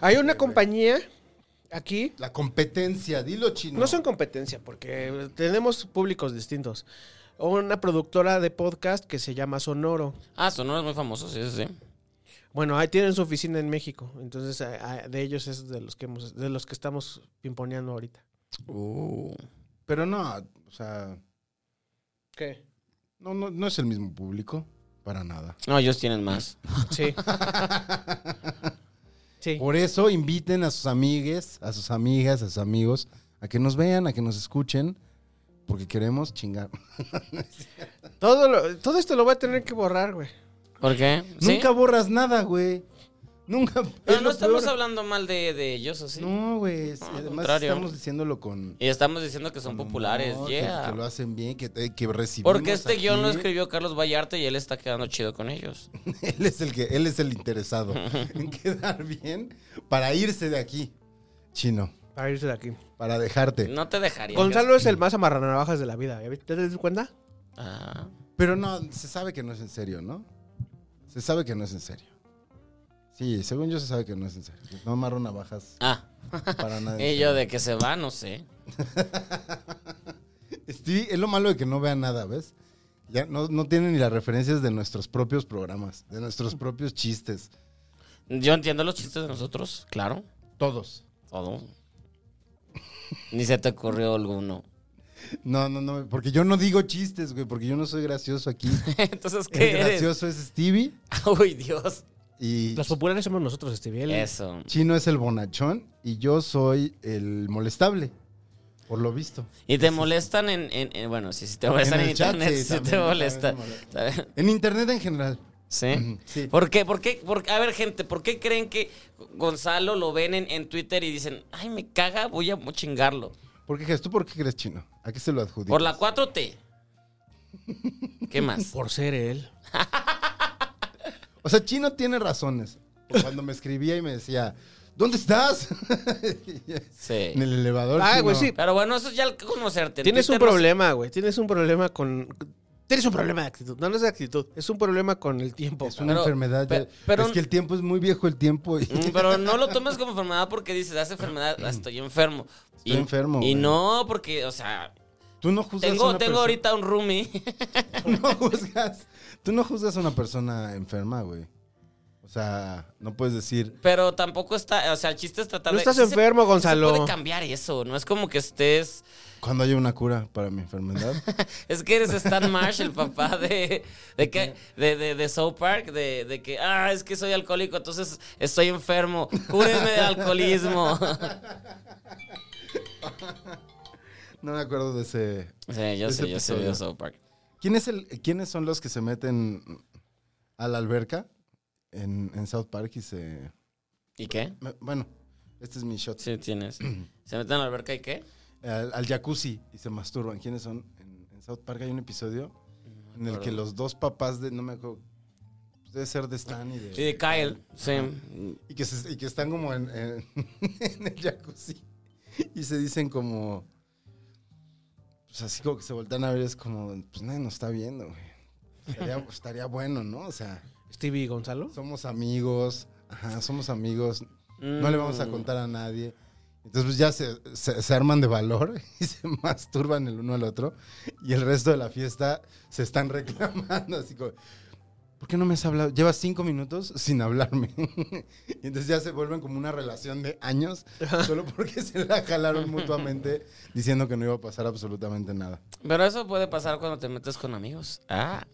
B: Hay una compañía aquí.
C: La competencia, dilo chino.
B: No son competencia, porque tenemos públicos distintos. Una productora de podcast que se llama Sonoro.
D: Ah, Sonora es muy famoso, sí, sí, sí.
B: Bueno, ahí tienen su oficina en México. Entonces, a- a- de ellos es de los que hemos, de los que estamos pimponeando ahorita.
C: Uh. Pero no, o sea,
B: ¿Qué?
C: no, no, no es el mismo público. Para nada.
D: No, ellos tienen más.
B: Sí. sí.
C: Por eso inviten a sus amigues, a sus amigas, a sus amigos, a que nos vean, a que nos escuchen, porque queremos chingar.
B: Todo, lo- todo esto lo voy a tener que borrar, güey.
D: ¿Por qué? ¿Sí?
C: Nunca borras nada, güey. Nunca.
D: Pero
C: es
D: no
C: lo
D: estamos
C: peor.
D: hablando mal de, de ellos, ¿o sí?
C: No, güey. es- además
D: contrario.
C: estamos diciéndolo con.
D: Y estamos diciendo que son
C: con humor,
D: populares,
C: que-
D: yeah.
C: Que, lo hacen bien, que, eh, que recibimos.
D: Porque este
C: aquí.
D: guión lo escribió Carlos Vallarta y él está quedando chido con ellos.
C: Él es el que, él es el interesado en quedar bien para irse de aquí, chino,
B: Para irse de aquí.
C: para dejarte.
D: No te dejaría.
B: Gonzalo es el más amarranavajas de la vida. ¿ya viste? ¿Te das cuenta?
D: Ah.
C: Pero no, se sabe que no es en serio, ¿no? Se sabe que no es en serio. Sí, según yo se sabe que no es en serio. No amarro navajas
D: ah.
C: para nada. en
D: Y yo
C: serio.
D: de que se va, no sé.
C: Stevie, es lo malo de que no vea nada, ¿ves? Ya no, no tiene ni las referencias de nuestros propios programas, de nuestros propios chistes.
D: Yo entiendo los chistes de nosotros, claro.
C: Todos.
D: Todo. Ni se te ocurrió alguno.
C: No, no, no, porque yo no digo chistes, güey, porque yo no soy gracioso aquí.
D: Entonces,
C: El
D: ¿qué eres?
C: gracioso es Stevie
D: Uy, Dios.
C: y
B: Los populares somos nosotros, Stevie. Él-
D: Eso.
C: Chino es el bonachón y yo soy el molestable, por lo visto.
D: Y te molestan en, en- en- bueno, sí, sí te molestan
C: En
D: en,
C: el chat,
D: internet,
C: sí,
D: sí,
C: también,
D: te
C: también
D: molesta.
C: me molesta.
D: ¿Sabes?
C: En internet en general.
D: ¿Sí?
C: Sí.
D: ¿Por qué? ¿Por qué? Por- a ver, gente, ¿por qué creen que Gonzalo lo ven en, en Twitter y dicen, ay, me caga, voy a chingarlo?
C: ¿Por qué crees? ¿Tú por qué crees chino? ¿A qué se lo adjudicas?
D: Por la 4T. ¿Qué más?
B: Por ser él.
C: O sea, chino tiene razones. Pues Cuando me escribía y me decía, ¿dónde estás?
D: Eh. Sí.
C: en el elevador.
B: Ah,
C: chino.
B: güey, sí.
D: Pero bueno, eso es ya al conocerte. En
B: Tienes un
D: Twitter no sé-
B: problema, güey. Tienes un problema con. Tienes un problema de actitud. No, no es de actitud. Es un problema con el tiempo.
C: Es una
D: Pero-
C: enfermedad.
D: pe-
C: ya-
D: pero-
C: es que el tiempo es muy viejo el tiempo. y-
D: Mm, Pero no lo tomes como enfermedad porque dices, haz enfermedad, ah, estoy enfermo.
C: Estoy enfermo,
D: Y
C: güey.
D: no, porque, o sea,
C: Tú no juzgas a
D: tengo,
C: una
D: tengo
C: persona-
D: ahorita un roomie.
C: Tú no juzgas. Tú no juzgas a una persona enferma, güey. O sea, no puedes decir.
D: Pero tampoco está, o sea, el chiste es tratar
B: No
D: de...
B: estás
D: sí se-
B: enfermo,
D: sí
B: Gonzalo.
D: Se puede cambiar eso, no es como que estés...
C: ¿Cuándo haya una cura para mi enfermedad?
D: Es que eres Stan Marsh, el papá de... De, que, de, de, de South Park, de, de que, ah, es que soy alcohólico, entonces estoy enfermo. Cúrenme de alcoholismo.
C: No me acuerdo de ese.
D: Sí, yo
C: Ese
D: sé, yo sé,
C: episodio.
D: de South Park.
C: ¿Quién es el, ¿Quiénes son los que se meten a la alberca en, en South Park y se.
D: ¿Y qué?
C: me- Bueno, este es mi shot.
D: Sí, tienes. ¿Se meten a la alberca y qué?
C: Al, al jacuzzi y se masturban. ¿Quiénes son? En, en South Park hay un episodio
D: Mm,
C: en el que los dos papás de. No me acuerdo. Debe ser de Stan y de.
D: Y de Kyle, sí.
C: Y que, se- y que están como en, en- en el jacuzzi. Y se dicen como. Pues así como que se voltean a ver, es como, pues nadie nos está viendo, güey. Estaría, estaría bueno, ¿no? O sea,
B: Stevie Gonzalo.
C: somos amigos, ajá, somos amigos, no le vamos a
D: Mm.
C: contar a nadie. Entonces pues, ya se, se- se arman de valor y se masturban el uno al otro. Y el resto de la fiesta se están reclamando, así como, ¿por qué no me has hablado? Llevas cinco minutos sin hablarme. y entonces ya se vuelven como una relación de años, solo porque se la jalaron mutuamente diciendo que no iba a pasar absolutamente nada.
D: Mm. Pero eso puede pasar cuando te metes con amigos. Ah.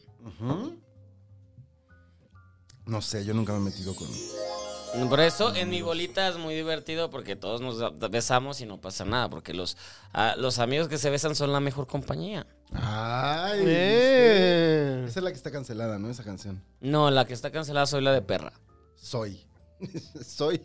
C: No sé, yo nunca me he metido con...
D: Por eso en mi bolita es muy divertido porque todos nos besamos y no pasa nada. Porque los, ah, los amigos que se besan son la mejor compañía.
C: ¡Ay!
B: Eh.
C: Esa es la que está cancelada, ¿no? Esa canción.
D: No, la que está cancelada soy la de perra.
C: Soy. Soy.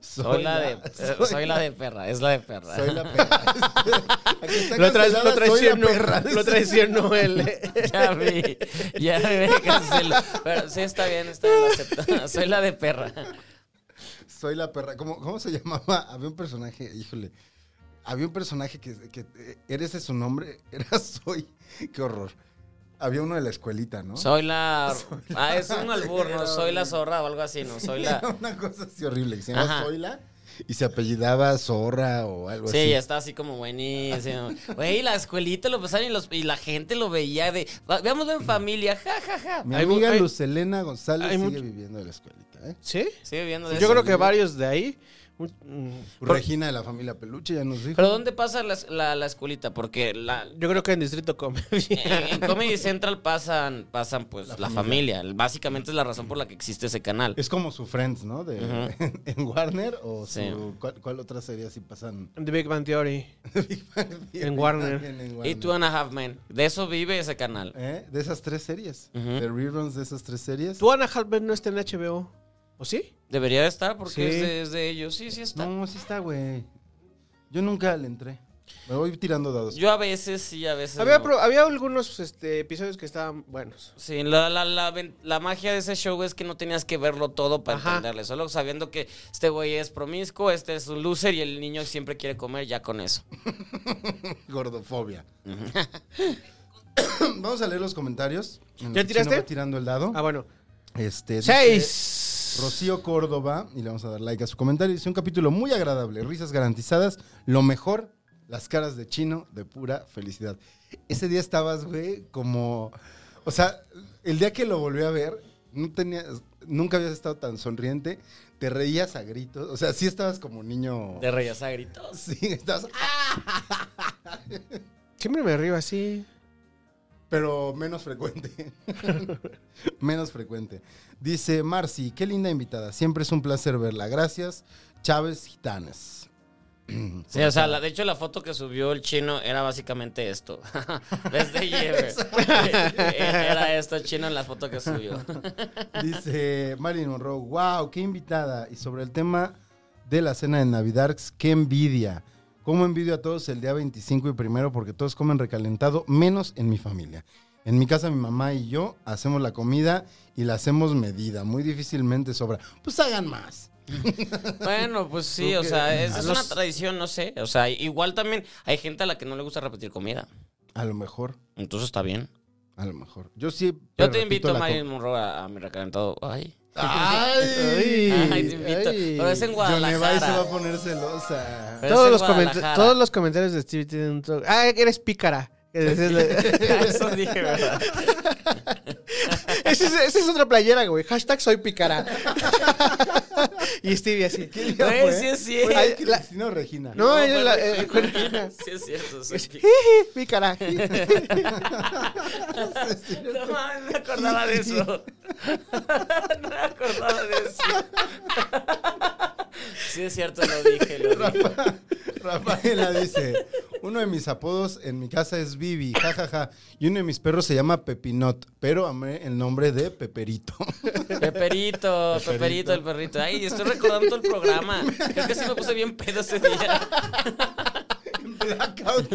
D: Soy la de, eh, soy la de perra, es la de perra.
C: Soy la perra. Aquí está
B: Lo traes, lo
C: cancelada,
B: traes
C: soy la
B: siendo-
C: perra.
B: lo traes siendo eh. el-
D: Ya vi, ya me canceló. Pero sí, está bien, está bien, lo acepto. Soy la de perra.
C: Soy la perra. ¿Cómo, cómo se llamaba? Había un personaje, híjole. Había un personaje que, que eh, ¿era ese su nombre? Era Soy. Qué horror. Había uno de la escuelita, ¿no?
D: Soy la... Ah, es un albur, ¿no?
C: perra,
D: Soy la
C: güey.
D: zorra o algo así, ¿no? Soy la...
C: Era una cosa así horrible que se llamaba
D: Ajá.
C: Zoila y se apellidaba Zorra o algo
D: Sí,
C: así.
D: ya está así como buenísimo. Güey, la escuelita lo pasaron y, los, y la gente lo veía de... "Va- Veámoslo en familia, ja, ja, ja.
C: Mi
B: Hay mu-
C: amiga
B: hay-
C: Lucelena González
B: hay
C: sigue
B: mucho-
C: viviendo en la escuelita, ¿eh?
B: ¿Sí?
D: Sigue viendo de
B: Yo
D: eso.
B: creo que varios de ahí. mm,
C: Regina de la familia Peluche ya nos dijo.
D: ¿Pero dónde pasa la, la- la escuelita? Porque la...
B: Yo creo que en Distrito Comedia.
D: En, en Comedy Central pasan, pasan pues la,
C: La
D: familia. Básicamente es la razón por la que existe ese canal.
C: Es como su Friends, ¿no? De,
D: Ujú.
C: en Warner o su,
D: Sí.
C: ¿cuál, cuál otra serie así pasan?
B: The Big Bang Theory.
C: Big Bang Theory
B: En Warner.
C: también en
D: Y
C: Warner.
D: Two and a Half Men. De eso vive ese canal.
C: ¿Eh? De esas tres series.
D: Ujú.
C: De reruns de esas tres series.
B: ¿Tú, Ana Halbert, no está en HBO? ¿O sí?
D: Debería de estar porque
B: Sí.
D: es, de, es de ellos. Sí, sí está.
C: No, sí está, güey. Yo nunca le entré. Me voy tirando dados.
D: Yo a veces sí, a veces
B: Había,
D: no.
B: pro- había algunos este, episodios que estaban buenos.
D: Sí, la, la, la, ven- la magia de ese show es que no tenías que verlo todo para
B: Ajá.
D: entenderle. Solo sabiendo que este güey es promiscuo, este es un loser y el niño siempre quiere comer ya con eso.
C: Gordofobia. Vamos a leer los comentarios. En lo
B: ¿Ya
C: que
B: tiraste?
C: Chino va tirando el dado.
B: Ah, bueno.
C: Este, dice
B: ¡Seis!
C: Rocío Córdoba, y le vamos a dar like a su comentario. Dice un capítulo muy agradable, risas garantizadas, lo mejor, las caras de chino de pura felicidad. Ese día estabas, güey, como. O sea, el día que lo volví a ver, no tenías, nunca habías estado tan sonriente, te reías a gritos. O sea, sí estabas como niño.
D: De reyes a gritos.
C: Sí, estabas. "Ah",
B: Siempre me río así.
C: Pero menos frecuente. menos frecuente. Dice Marci, qué linda invitada. Siempre es un placer verla. Gracias, Chávez Gitanes.
D: Sí, o sea, la- de hecho la foto que subió el chino era básicamente esto. Desde Yever. era esto chino en la foto que subió.
C: Dice Marilyn Monroe, wow, qué invitada. Y sobre el tema de la cena de Navidad, qué envidia. Cómo envidio a todos el día 25 y primero porque todos comen recalentado, menos en mi familia. En mi casa mi mamá y yo hacemos la comida y la hacemos medida. Muy difícilmente sobra. Pues hagan más.
D: Bueno, pues sí, o
C: que-
D: sea, es,
C: a
D: es
C: los-
D: una tradición, no sé. O sea, igual también hay gente a la que no le gusta repetir comida.
C: A lo mejor,
D: Entonces está bien.
C: a lo mejor. Yo sí.
D: Yo
C: repito
D: te invito,
C: la
D: Marilyn
C: co-
D: Monroe, a, a mi recalentado. Ay.
C: Ay,
D: Ay, te invito. Pero es en
C: Yonevay se va a
D: Guadalajara.
C: poner celosa.
D: Pero es
B: Todos
D: en
B: los, coment-
D: Guadalajara.
B: todos los comentarios de Stevie tienen un toque. Ah, eres pícara. Esa
D: Eso dije, ¿verdad?
B: es, esa es otra playera, güey. Hashtag soy pícara. y Stevie así.
C: ¿Qué día
D: Güey,
C: fue?
B: eh?"
D: sí es
C: ¿Fue
D: cierto.
C: de Cristina o Regina?
B: No,
D: pues, No,
B: es
D: fue
B: la-
D: Regina.
B: eh, fue Regina.
D: Sí es cierto. soy
B: Es-
D: pic-
B: Pues, pícara.
D: No mames, me acordaba de eso. No me acordaba de eso. Sí es cierto, lo dije, lo dije.
C: Rafa- Rafaela dice, uno de mis apodos en mi casa es Bibi, jajaja, y uno de mis perros se llama Pepinot, pero amé el nombre de Peperito.
D: Peperito,
C: Peperito.
D: Peperito, el perrito. Ay, estoy recordando todo el programa. Creo que sí me puse bien pedo ese día.
C: En Blackout.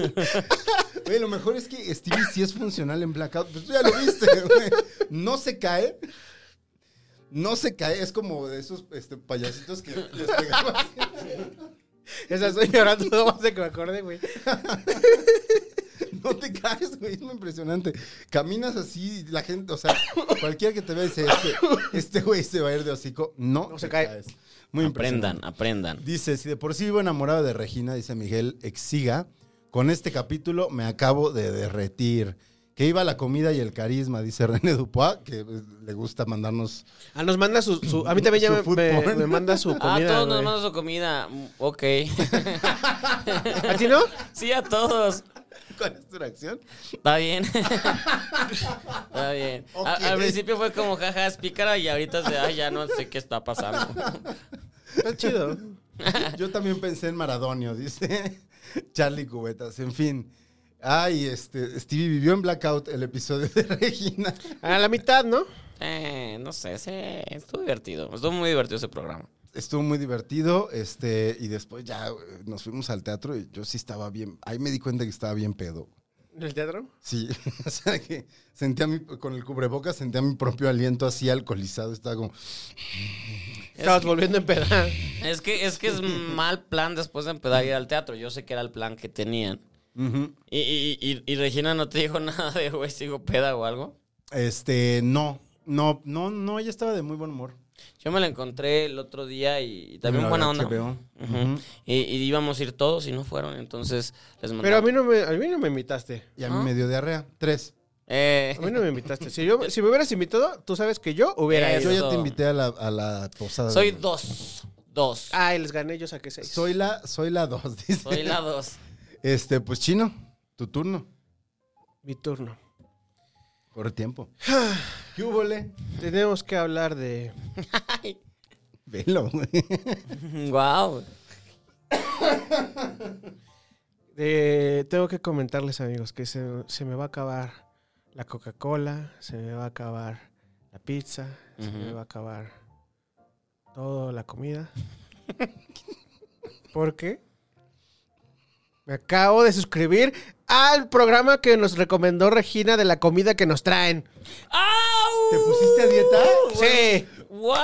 C: Güey, lo mejor es que Stevie sí es funcional en Blackout, pues tú ya lo viste, güey. No se cae. No se cae, es como de esos este, payasitos que les pegaban.
B: Esa estoy llorando todo más de que me acordé, güey.
C: No te caes, güey, es muy impresionante. Caminas así, la gente, o sea, cualquiera que te vea dice, este, este güey se va a ir de hocico. No,
B: No se
C: te
B: cae.
C: caes. Muy impresionante.
D: Aprendan, aprendan.
C: Dice, si de por sí vivo enamorado de Regina, dice Miguel Exiga, con este capítulo me acabo de derretir. Que iba la comida y el carisma, dice René Dupois, que pues, le gusta mandarnos
B: Ah, nos manda su. su- a mí también ya
C: Su
B: me,
C: food
B: me-
C: porn.
B: me manda su
D: Ah,
B: comida.
D: todos nos
B: güey.
D: mandan su comida. Mm, Ok.
B: ¿A ti no?
D: Sí, a todos.
C: cuál es tu reacción.
D: Está bien. Está bien. A-
C: Ok.
D: al principio fue como jaja, es pícara y ahorita es de, ay, ya no sé qué está pasando.
B: Está chido.
C: Yo también pensé en Maradonio, dice Charlie Cubetas. En fin. Ay, este, Stevie vivió en Blackout el episodio de Regina.
B: A la mitad, ¿no?
D: Eh, no sé, sí, estuvo divertido. Estuvo muy divertido ese programa.
C: estuvo muy divertido. Este, y después ya eh, nos fuimos al teatro y yo sí estaba bien. Ahí me di cuenta que estaba bien pedo.
B: ¿En el teatro?
C: Sí, o sea que sentía mi, con el cubrebocas sentía mi propio aliento así alcoholizado. Estaba como,
B: Estabas volviendo a empedar.
D: Es que, es que es mal plan después de empezar a ir al teatro. Yo sé que era el plan que tenían.
C: ujú.
D: Y, y- y- y Regina no te dijo nada de, güey, sigo peda o algo.
C: este, no, no, no, no, ella estaba de muy buen humor.
D: Yo me la encontré el otro día y también
C: La
D: buena
C: verdad
D: onda.
C: que veo.
D: Ujú. y, y íbamos a ir todos y no fueron, entonces les mandé.
B: Pero a mí, no me, a mí no me invitaste.
C: Y a mí
D: ¿Ah?
C: me dio diarrea. Tres.
D: Eh,
B: A mí no me invitaste. Si, yo, si me hubieras invitado, tú sabes que yo hubiera
D: Eso.
C: Yo
B: ido.
C: ya te invité a la, a la posada.
D: soy dos. Dos.
B: Ay, Ah, les gané, yo saqué seis.
C: Soy la, soy la dos, dice.
D: Soy la dos.
C: Este, pues chino, tu turno.
B: Mi turno.
C: Corre tiempo. ¿Qué hubo, le?
B: Tenemos que hablar de...
C: Velo, güey.
D: wow.
B: de- tengo que comentarles, amigos, que se, se me va a acabar la Coca-Cola, se me va a acabar la pizza, se me
D: Ujú.
B: va a acabar toda la comida. Porque me acabo de suscribir al programa que nos recomendó Regina de la comida que nos traen.
D: ¡Au!
C: ¿Te pusiste a dieta?
B: Sí,
D: ¡Wow!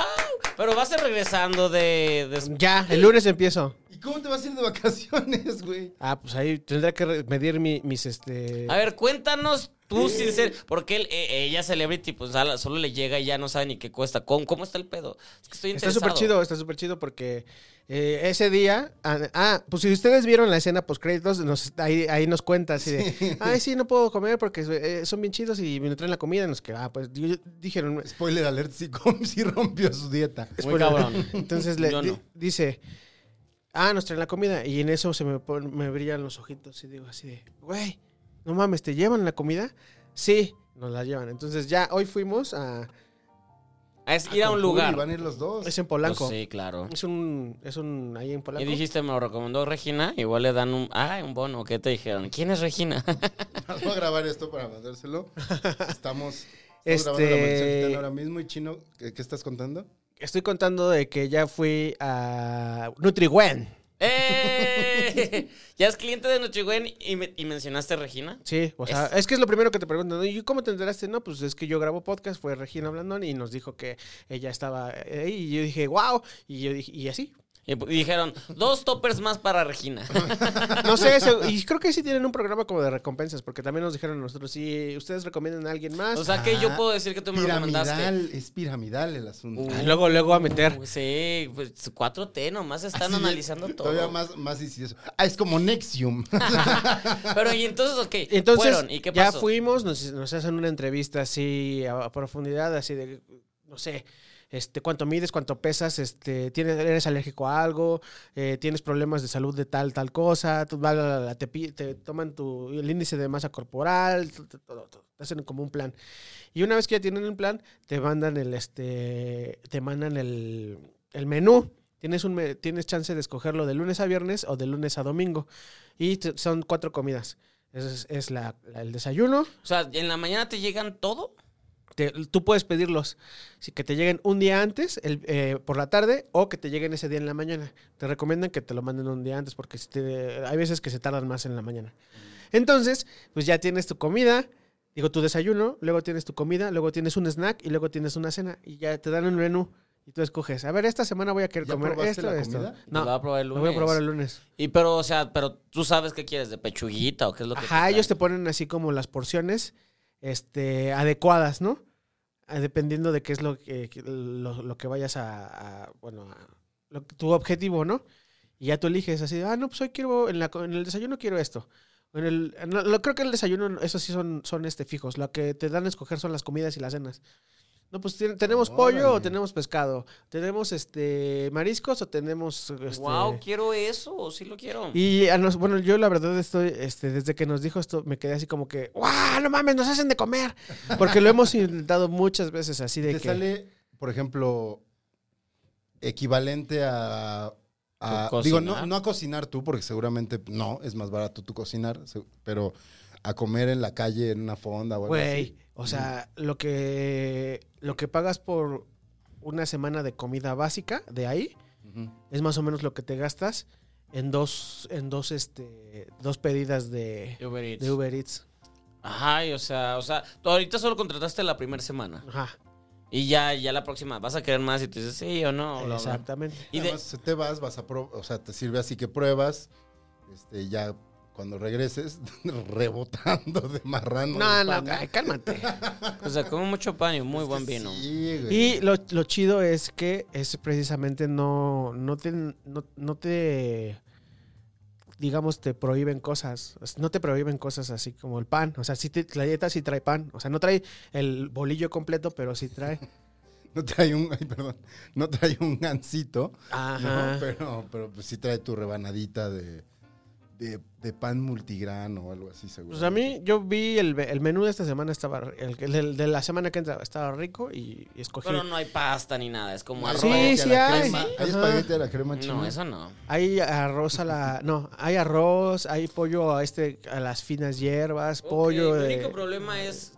D: Pero vas a ir regresando de. de-
B: ya, el lunes empiezo.
C: ¿Y cómo te vas a ir de vacaciones, güey?
B: Ah, pues ahí tendré que re- medir mi- mis este.
D: A ver, cuéntanos tú, sincero. Porque él, eh, ella es celebrity, pues a la- solo le llega y ya no sabe ni qué cuesta. ¿Cómo, cómo está el pedo? Es que estoy
B: Está
D: interesado.
B: súper chido, está súper chido porque eh, ese día. Ah, ah, pues si ustedes vieron la escena post créditos, nos, ahí, ahí nos cuenta así de. Ay, sí, no puedo comer porque eh, son bien chidos y me traen la comida. Y nos que, ah, pues di- dijeron.
C: Spoiler alert, sí, com- sí rompió su dieta.
D: Muy cabrón.
B: Entonces le
D: Yo
B: di-
D: no.
B: dice. Ah, nos traen la comida. Y en eso se me, pon- me brillan los ojitos y digo así de. Güey, no mames, ¿te llevan la comida? Sí, nos la llevan. Entonces ya hoy fuimos a.
D: Ah, Es ir a un
C: Con Puri
D: lugar.
C: Van a ir los dos.
B: Es en Polanco.
D: Pues sí, claro.
B: Es un. Es un. Ahí en
D: Y
B: Polanco.
D: dijiste, me lo recomendó Regina, igual le dan un... Ah, un bono, ¿qué te dijeron? ¿Quién es Regina?
C: Voy a grabar esto para mandárselo. Estamos, estamos
B: Este-
C: grabando la maldición gitana ahora mismo. Y chino, ¿qué, qué estás contando?
B: Estoy contando de que ya fui a NutriWen.
D: ¡Eh! ya es cliente de Nochigüen y, me- y mencionaste a Regina.
B: Sí, o sea, es... que es lo primero que te preguntan. ¿no? ¿Y cómo te enteraste? No, pues es que yo grabo podcast, fue Regina Blandón y nos dijo que ella estaba ahí y yo dije, wow, y yo dije, y así.
D: Y pu- y dijeron, dos toppers más para Regina.
B: No sé, se- y creo que sí tienen un programa como de recompensas, porque también nos dijeron a nosotros, si ustedes recomiendan a alguien más,
D: o sea que yo
C: Ah,
D: puedo decir que tú me lo recomendaste.
C: Piramidal, es piramidal el asunto.
D: Uh,
B: ah, luego, luego a meter.
D: Sí, pues 4T nomás están
C: Así de-
D: analizando todo.
C: Todavía más, más insidioso. Ah, es como Nexium.
D: Pero y entonces, ok,
B: Entonces,
D: fueron, ¿y qué
B: ya
D: pasó?
B: fuimos, nos, nos hacen una entrevista así a, a profundidad, así de, no sé, este, cuánto mides, cuánto pesas, este, tienes, eres alérgico a algo, eh, tienes problemas de salud de tal, tal cosa, tú, bla, bla, bla, bla, te, pi- te toman tu, el índice de masa corporal, t- t- todo, todo, te hacen como un plan. Y una vez que ya tienen el plan, te mandan el, este, te mandan el, el menú. Tienes, un, me- tienes chance de escogerlo de lunes a viernes o de lunes a domingo. Y t- son cuatro comidas. Es, es la, la- el desayuno.
D: O sea, ¿en la mañana te llegan todo?
B: Te- tú puedes pedirlos si que te lleguen un día antes, el, eh, por la tarde, o que te lleguen ese día en la mañana. Te recomiendan que te lo manden un día antes porque si te- hay veces que se tardan más en la mañana. Entonces, pues ya tienes tu comida, digo tu desayuno, luego tienes tu comida, luego tienes un snack y luego tienes una cena y ya te dan un menú y tú escoges. A ver, esta semana voy a querer
C: ¿Ya
B: comer
C: probaste
B: esto,
C: la
B: esto.
C: comida?
D: Lo voy
B: No,
D: a probar el
B: lo
D: lunes.
B: voy a probar el lunes.
D: Y pero, o sea, pero tú sabes qué quieres, de pechuguita o qué es lo que
B: Ajá,
D: traen?
B: ellos te ponen así como las porciones este, adecuadas, ¿no? Ah, Dependiendo de qué es lo que, que- lo, lo que vayas a, a- bueno, a- lo que- tu objetivo, ¿no? Y ya tú eliges así, ah, no, pues hoy quiero, en, la co- en el desayuno quiero esto. En el, no, lo- creo que en el desayuno, esos sí son, son este, fijos. Lo que te dan a escoger son las comidas y las cenas. No, pues tiene- tenemos pollo o
C: Órale.
B: tenemos pescado. Tenemos este mariscos o tenemos... Este,
D: Wow, quiero eso, sí lo quiero.
B: y a nos, bueno, yo la verdad estoy, este, desde que nos dijo esto, me quedé así como que, ¡guau! No mames, nos hacen de comer. Porque lo hemos intentado muchas veces así de
C: Te
B: que.
C: sale, por ejemplo, equivalente a. a-
D: ¿Cocinar?
C: digo, no, no a cocinar tú, porque seguramente no, es más barato tú cocinar, se- pero a comer en la calle, en una fonda o algo
B: Güey,
C: así.
B: o sea, lo que lo que pagas por una semana de comida básica de ahí
C: Ujú.
B: es más o menos lo que te gastas en dos, en dos, este, dos pedidas de,
D: Uber Eats.
B: de Uber Eats.
D: Ajá, y o sea, o sea, tú ahorita solo contrataste la primera semana.
B: Ajá,
D: Y ya, ya la próxima, vas a querer más y tú dices sí o no. bla, bla.
B: exactamente.
D: Y de-
C: Además, se te vas, vas a pro- o sea, te sirve así que pruebas, este, ya cuando regreses, rebotando de marrano.
B: No,
C: de
B: no,
C: pan.
B: ay, cálmate.
D: o sea, como mucho pan y muy
C: Es que
D: buen vino.
C: Sí, güey.
B: Y lo, lo chido es que es precisamente no, no te, no, no te, digamos, te prohíben cosas. Es- No te prohíben cosas así como el pan. O sea, sí te, la dieta sí trae pan. O sea, no trae el bolillo completo, pero sí trae.
C: No trae un, ay, perdón, no trae un gansito,
B: Ajá.
C: ¿no? pero, pero pues, sí trae tu rebanadita de, de, de pan multigrano o algo así, seguro.
B: Pues a mí, yo vi el, el menú de esta semana, estaba ri- el, el- el de la semana que entra estaba rico y, y escogí.
D: Pero no hay pasta ni nada, es como arroz.
B: Sí, sí hay.
C: Hay
B: Ajá.
C: espagueti a la crema china.
D: No, eso no.
B: Hay arroz a la. No, hay arroz, hay pollo a, este, a las finas hierbas, pollo. eh.
D: Ok, mi
B: de-
D: único problema es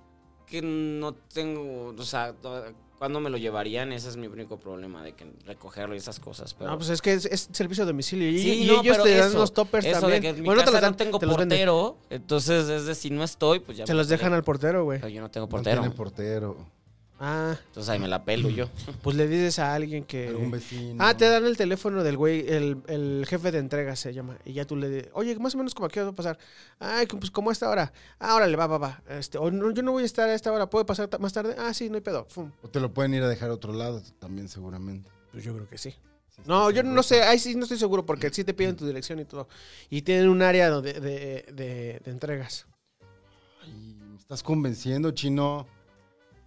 D: que no tengo, o sea, to- ¿cuándo me lo llevarían? Ese es mi único problema, de que recogerlo y esas cosas. Pero...
B: No, pues es que es, es servicio a domicilio. Y,
D: Sí,
B: y
D: no,
B: ellos
D: pero
B: te dan
D: eso,
B: los toppers
D: eso
B: también.
D: De que en mi
B: Bueno, te
D: casa
B: los dan,
D: no tengo
B: te los venden.
D: portero, entonces es de si no estoy, pues ya.
B: Se
D: me
B: los
D: podría-
B: dejan al portero, güey.
D: Pero yo no tengo
C: No
D: portero.
C: tiene portero.
B: Ah,
D: Entonces ahí me la pelo yo.
B: pues le dices a alguien
C: Algún
B: que.
C: vecino.
B: Eh. Ah, te dan el teléfono del güey, el, el jefe de entrega se llama. Y ya tú le dices, oye, más o menos como a qué hora va a pasar. Ay, que, pues como a esta hora. Ah, órale, va, va, va. Este, o no, yo no voy a estar a esta hora, ¿puedo pasar ta- más tarde? Ah, sí, no hay pedo. Fum.
C: O te lo pueden ir a dejar a otro lado también, seguramente.
B: Pues yo creo que sí.
C: Si
B: No,
C: estás
B: yo
C: en
B: no
C: Huesca.
B: sé, ahí sí no estoy seguro porque sí te piden tu dirección y todo. Y tienen un área donde- de- de- de entregas.
C: Ay, me estás convenciendo, chino.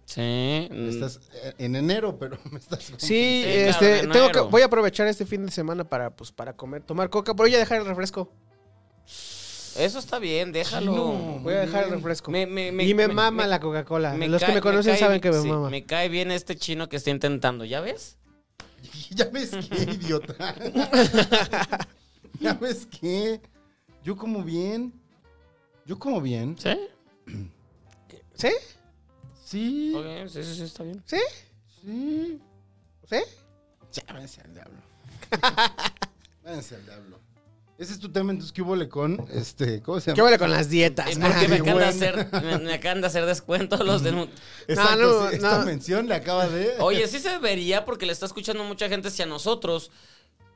D: Sí. mm,
C: Estás eh, en enero, pero me estás
B: Sí,
D: Sí, claro,
B: este,
D: en
B: tengo que,
D: enero.
B: voy a aprovechar este fin de semana para, pues, para comer, tomar coca, pero voy a dejar el refresco.
D: Eso está bien, déjalo.
C: Chino.
B: Voy a
C: Muy
B: dejar el
C: bien.
B: refresco.
D: Mm, Me- me- me-
B: y me,
D: me-
B: mama
D: me-
B: la Coca-Cola.
D: Me
B: Los
D: cae-
B: que me conocen
D: cae-
B: saben que me
D: sí,
B: mama.
D: Me cae bien este chino que está intentando, ¿ya ves?
C: Ya ves qué, idiota. ya ves qué. Yo como bien. Yo como bien.
D: Sí.
B: ¿Sí?
C: Sí.
D: Ok, sí, sí, sí, está bien.
B: ¿Sí?
C: Sí.
B: ¿Sí?
D: Eh,
C: Ya, váyanse al diablo. váyanse al diablo. Ese es tu tema, entonces, ¿qué hubo le con? Este, ¿cómo se
B: ¿Qué
C: llama?
B: huele con las dietas?
D: Eh, porque me
B: Ay,
D: acaban, de
B: Ah, bueno.
D: hacer, me, me acaban de hacer descuento los del...
C: Exacto,
B: no,
C: sí, esta
B: no.
C: mención le acaba de...
D: Oye, sí se vería porque le está escuchando mucha gente si a nosotros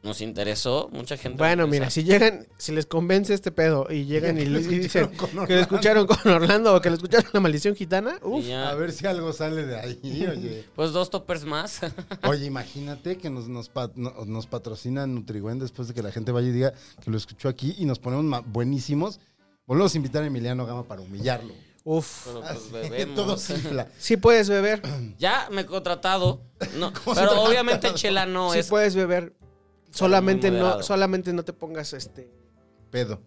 D: nos interesó, mucha gente...
B: Bueno,
D: nos
B: mira,
D: interesa.
B: si llegan, si les convence este pedo y llegan y,
C: que lo
B: le- y dicen
C: escucharon con
B: que lo escucharon con Orlando o que lo escucharon la maldición gitana,
D: Y
B: uf,
D: ya,
C: A ver si algo sale de ahí, oye.
D: Pues dos toppers más.
C: Oye, imagínate que nos, nos, pat- no- nos patrocina Nutrigüen después de que la gente vaya y diga que lo escuchó aquí y nos ponemos ma- buenísimos. Volvemos a invitar a Emiliano Gama para humillarlo.
B: uf.
D: Pero pues
C: Que
D: bebemos.
C: todo simple.
B: Ah, Sí puedes beber,
D: Ya me he contratado. No, pero
C: contratado?
D: obviamente Chela no
B: sí
D: es.
B: puedes beber. Solamente no,
D: moderado.
B: solamente no te pongas este
C: Pedo.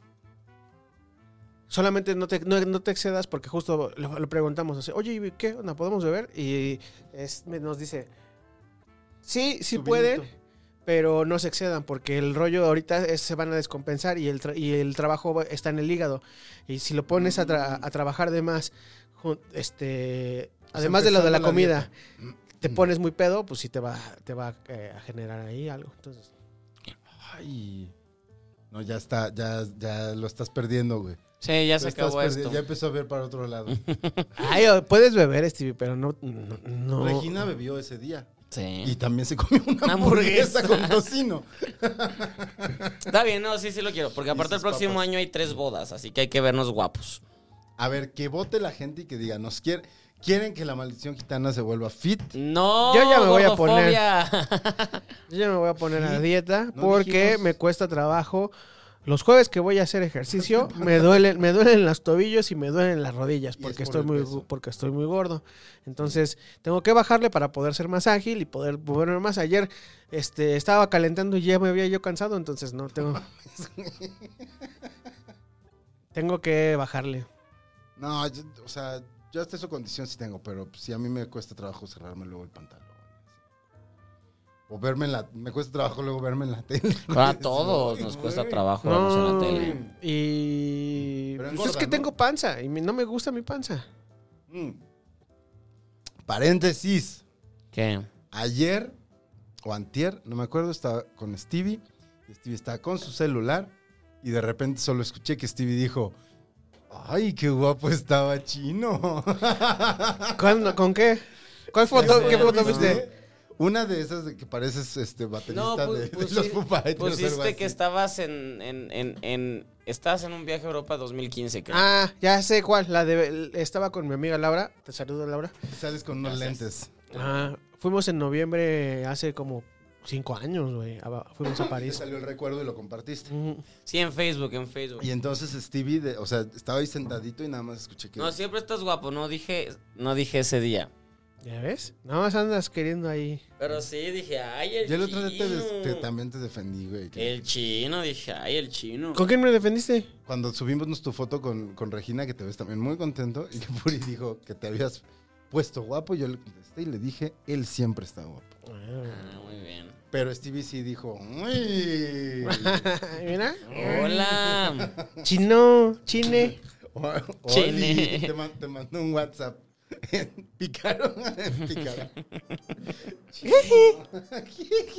B: Solamente no te, no, no te excedas porque justo lo, lo preguntamos. así, Oye, ¿y ¿qué onda? ¿Podemos beber? Y es- me- nos dice, sí, sí
C: Tu
B: pueden,
C: vinito.
B: pero no se excedan porque el rollo ahorita es- se van a descompensar y el, tra- y el trabajo va- está en el hígado. Y si lo pones a, tra-
C: Mm.
B: a trabajar de más, jun- este, además de lo de la
C: empezando la Mm.
B: comida, te pones muy pedo, pues sí te va, te va eh, a generar ahí algo. Entonces,
C: Ay. No, ya está, ya, ya lo estás perdiendo, güey.
D: Sí, ya
C: Lo
D: se
C: estás
D: acabó
C: perdiendo,
D: esto.
C: Ya empezó a ver para otro lado.
B: ay, oh, puedes beber, Stevie, pero no... no, no-
C: Regina bebió ese día. Y
D: Sí.
C: también se comió una
D: Una hamburguesa.
C: hamburguesa con tocino.
D: Está bien, no, sí, sí lo quiero. Porque aparte el
C: sus
D: próximo
C: papas.
D: año hay tres bodas, así que hay que vernos guapos.
C: A ver, que vote la gente y que diga, nos quiere, quieren que la maldición gitana se vuelva fit.
D: No,
B: Yo ya me voy a
D: gordofobia.
B: Yo ya me voy a poner a
C: Sí,
B: dieta
C: no
B: porque
C: dijimos.
B: me cuesta trabajo. Los jueves que voy a hacer ejercicio me duelen, me duelen los tobillos y me duelen las rodillas
C: Y es
B: porque
C: por
B: estoy
C: el
B: muy
C: peso.
B: porque estoy muy gordo. Entonces, tengo que bajarle para poder ser más ágil y poder moverme más. Ayer este estaba calentando y ya me había yo cansado, entonces no tengo Tengo que bajarle.
C: No, yo- o sea, yo hasta esa condición sí tengo, pero pues, sí a mí me cuesta trabajo cerrarme luego el pantalón. O verme en la... Me cuesta trabajo luego verme en la tele.
D: A todos nos cuesta trabajo vernos en la tele.
B: Y
C: Pero
B: pues es
C: engorda,
B: que
C: ¿no?
B: tengo panza y mi- no me gusta mi panza.
C: Mm. Paréntesis.
D: ¿Qué?
C: Ayer o antier, no me acuerdo, estaba con Stevie. y Stevie estaba con su celular y de repente solo escuché que Stevie dijo, ay, qué guapo estaba chino.
B: ¿Cuándo- ¿Con qué? ¿Cuál foto, ¿Qué foto viste?
C: Una de esas de que pareces este baterista
D: No, pues,
C: de, de los Foo Fighters o algo
D: pusiste
C: así.
D: que estabas en, en, en, en- Estabas en un viaje a Europa 2015, creo.
B: Ah, ya sé cuál. La de estaba con mi amiga Laura. Te saludo, Laura.
C: Sales con unos lentes.
B: Ah, fuimos en noviembre hace como cinco años, güey. a Ba- Fuimos a
C: Te
B: París.
C: salió el recuerdo y lo compartiste.
B: Ujú.
D: Sí, en Facebook, en Facebook.
C: Y entonces Stevie, de- o sea, estaba ahí sentadito y nada más escuché que...
D: No, siempre estás guapo, no dije, no dije ese día.
B: ¿Ya ves? Nada más andas queriendo ahí.
D: Pero sí, dije, ay, el
C: Yo el otro
D: chino.
C: día te des- te- también te defendí, güey. que
D: El chino, dije, ay, el chino.
B: ¿Con quién me defendiste?
C: Cuando subimos tu foto con, con Regina, que te ves también muy contento, y que Puri dijo que te habías puesto guapo, yo le contesté y le dije, él siempre está guapo.
D: Ah, muy bien.
C: Pero Stevie sí dijo, uy.
B: Ay, Mira.
D: Hola.
B: Chino, chine.
C: O-
D: Chine.
C: Oli, Te, man- te mandó un WhatsApp. Picaro. Picaro.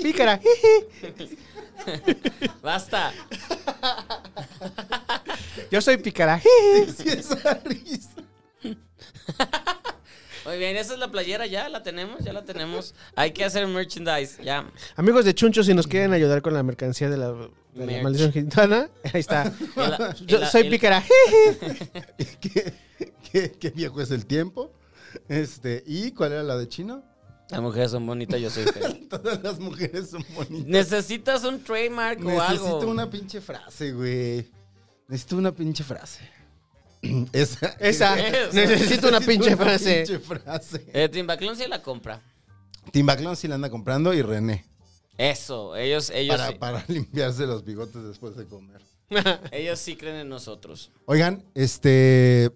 B: Pícara.
D: Basta.
B: Yo soy pícara.
C: Sí, esa risa.
D: Muy bien, esa es la playera, ya la tenemos, ya la tenemos. Hay que hacer merchandise, ya.
B: Amigos de Chuncho, si nos quieren ayudar con la mercancía de la, de la
D: Merch.
B: maldición gitana, ahí está.
D: Y la- y
B: Yo
D: la-
B: soy
D: y-
B: pícara.
C: ¿Qué, qué, qué viejo es el tiempo? Este, ¿Y cuál era la de chino?
D: Las mujeres son bonitas, yo soy feo.
C: Todas las mujeres son bonitas.
D: Necesitas un trademark o algo.
C: Necesito una pinche frase, güey. Necesito una pinche frase. Esa.
B: Esa.
D: Es.
B: Necesito una pinche frase.
C: pinche frase.
D: Eh, Timbaclón sí la compra.
C: Timbaclón sí la anda comprando y René.
D: Eso, ellos, ellos,
C: Para,
D: sí,
C: para limpiarse los bigotes después de comer.
D: ellos sí creen en nosotros.
C: Oigan, este.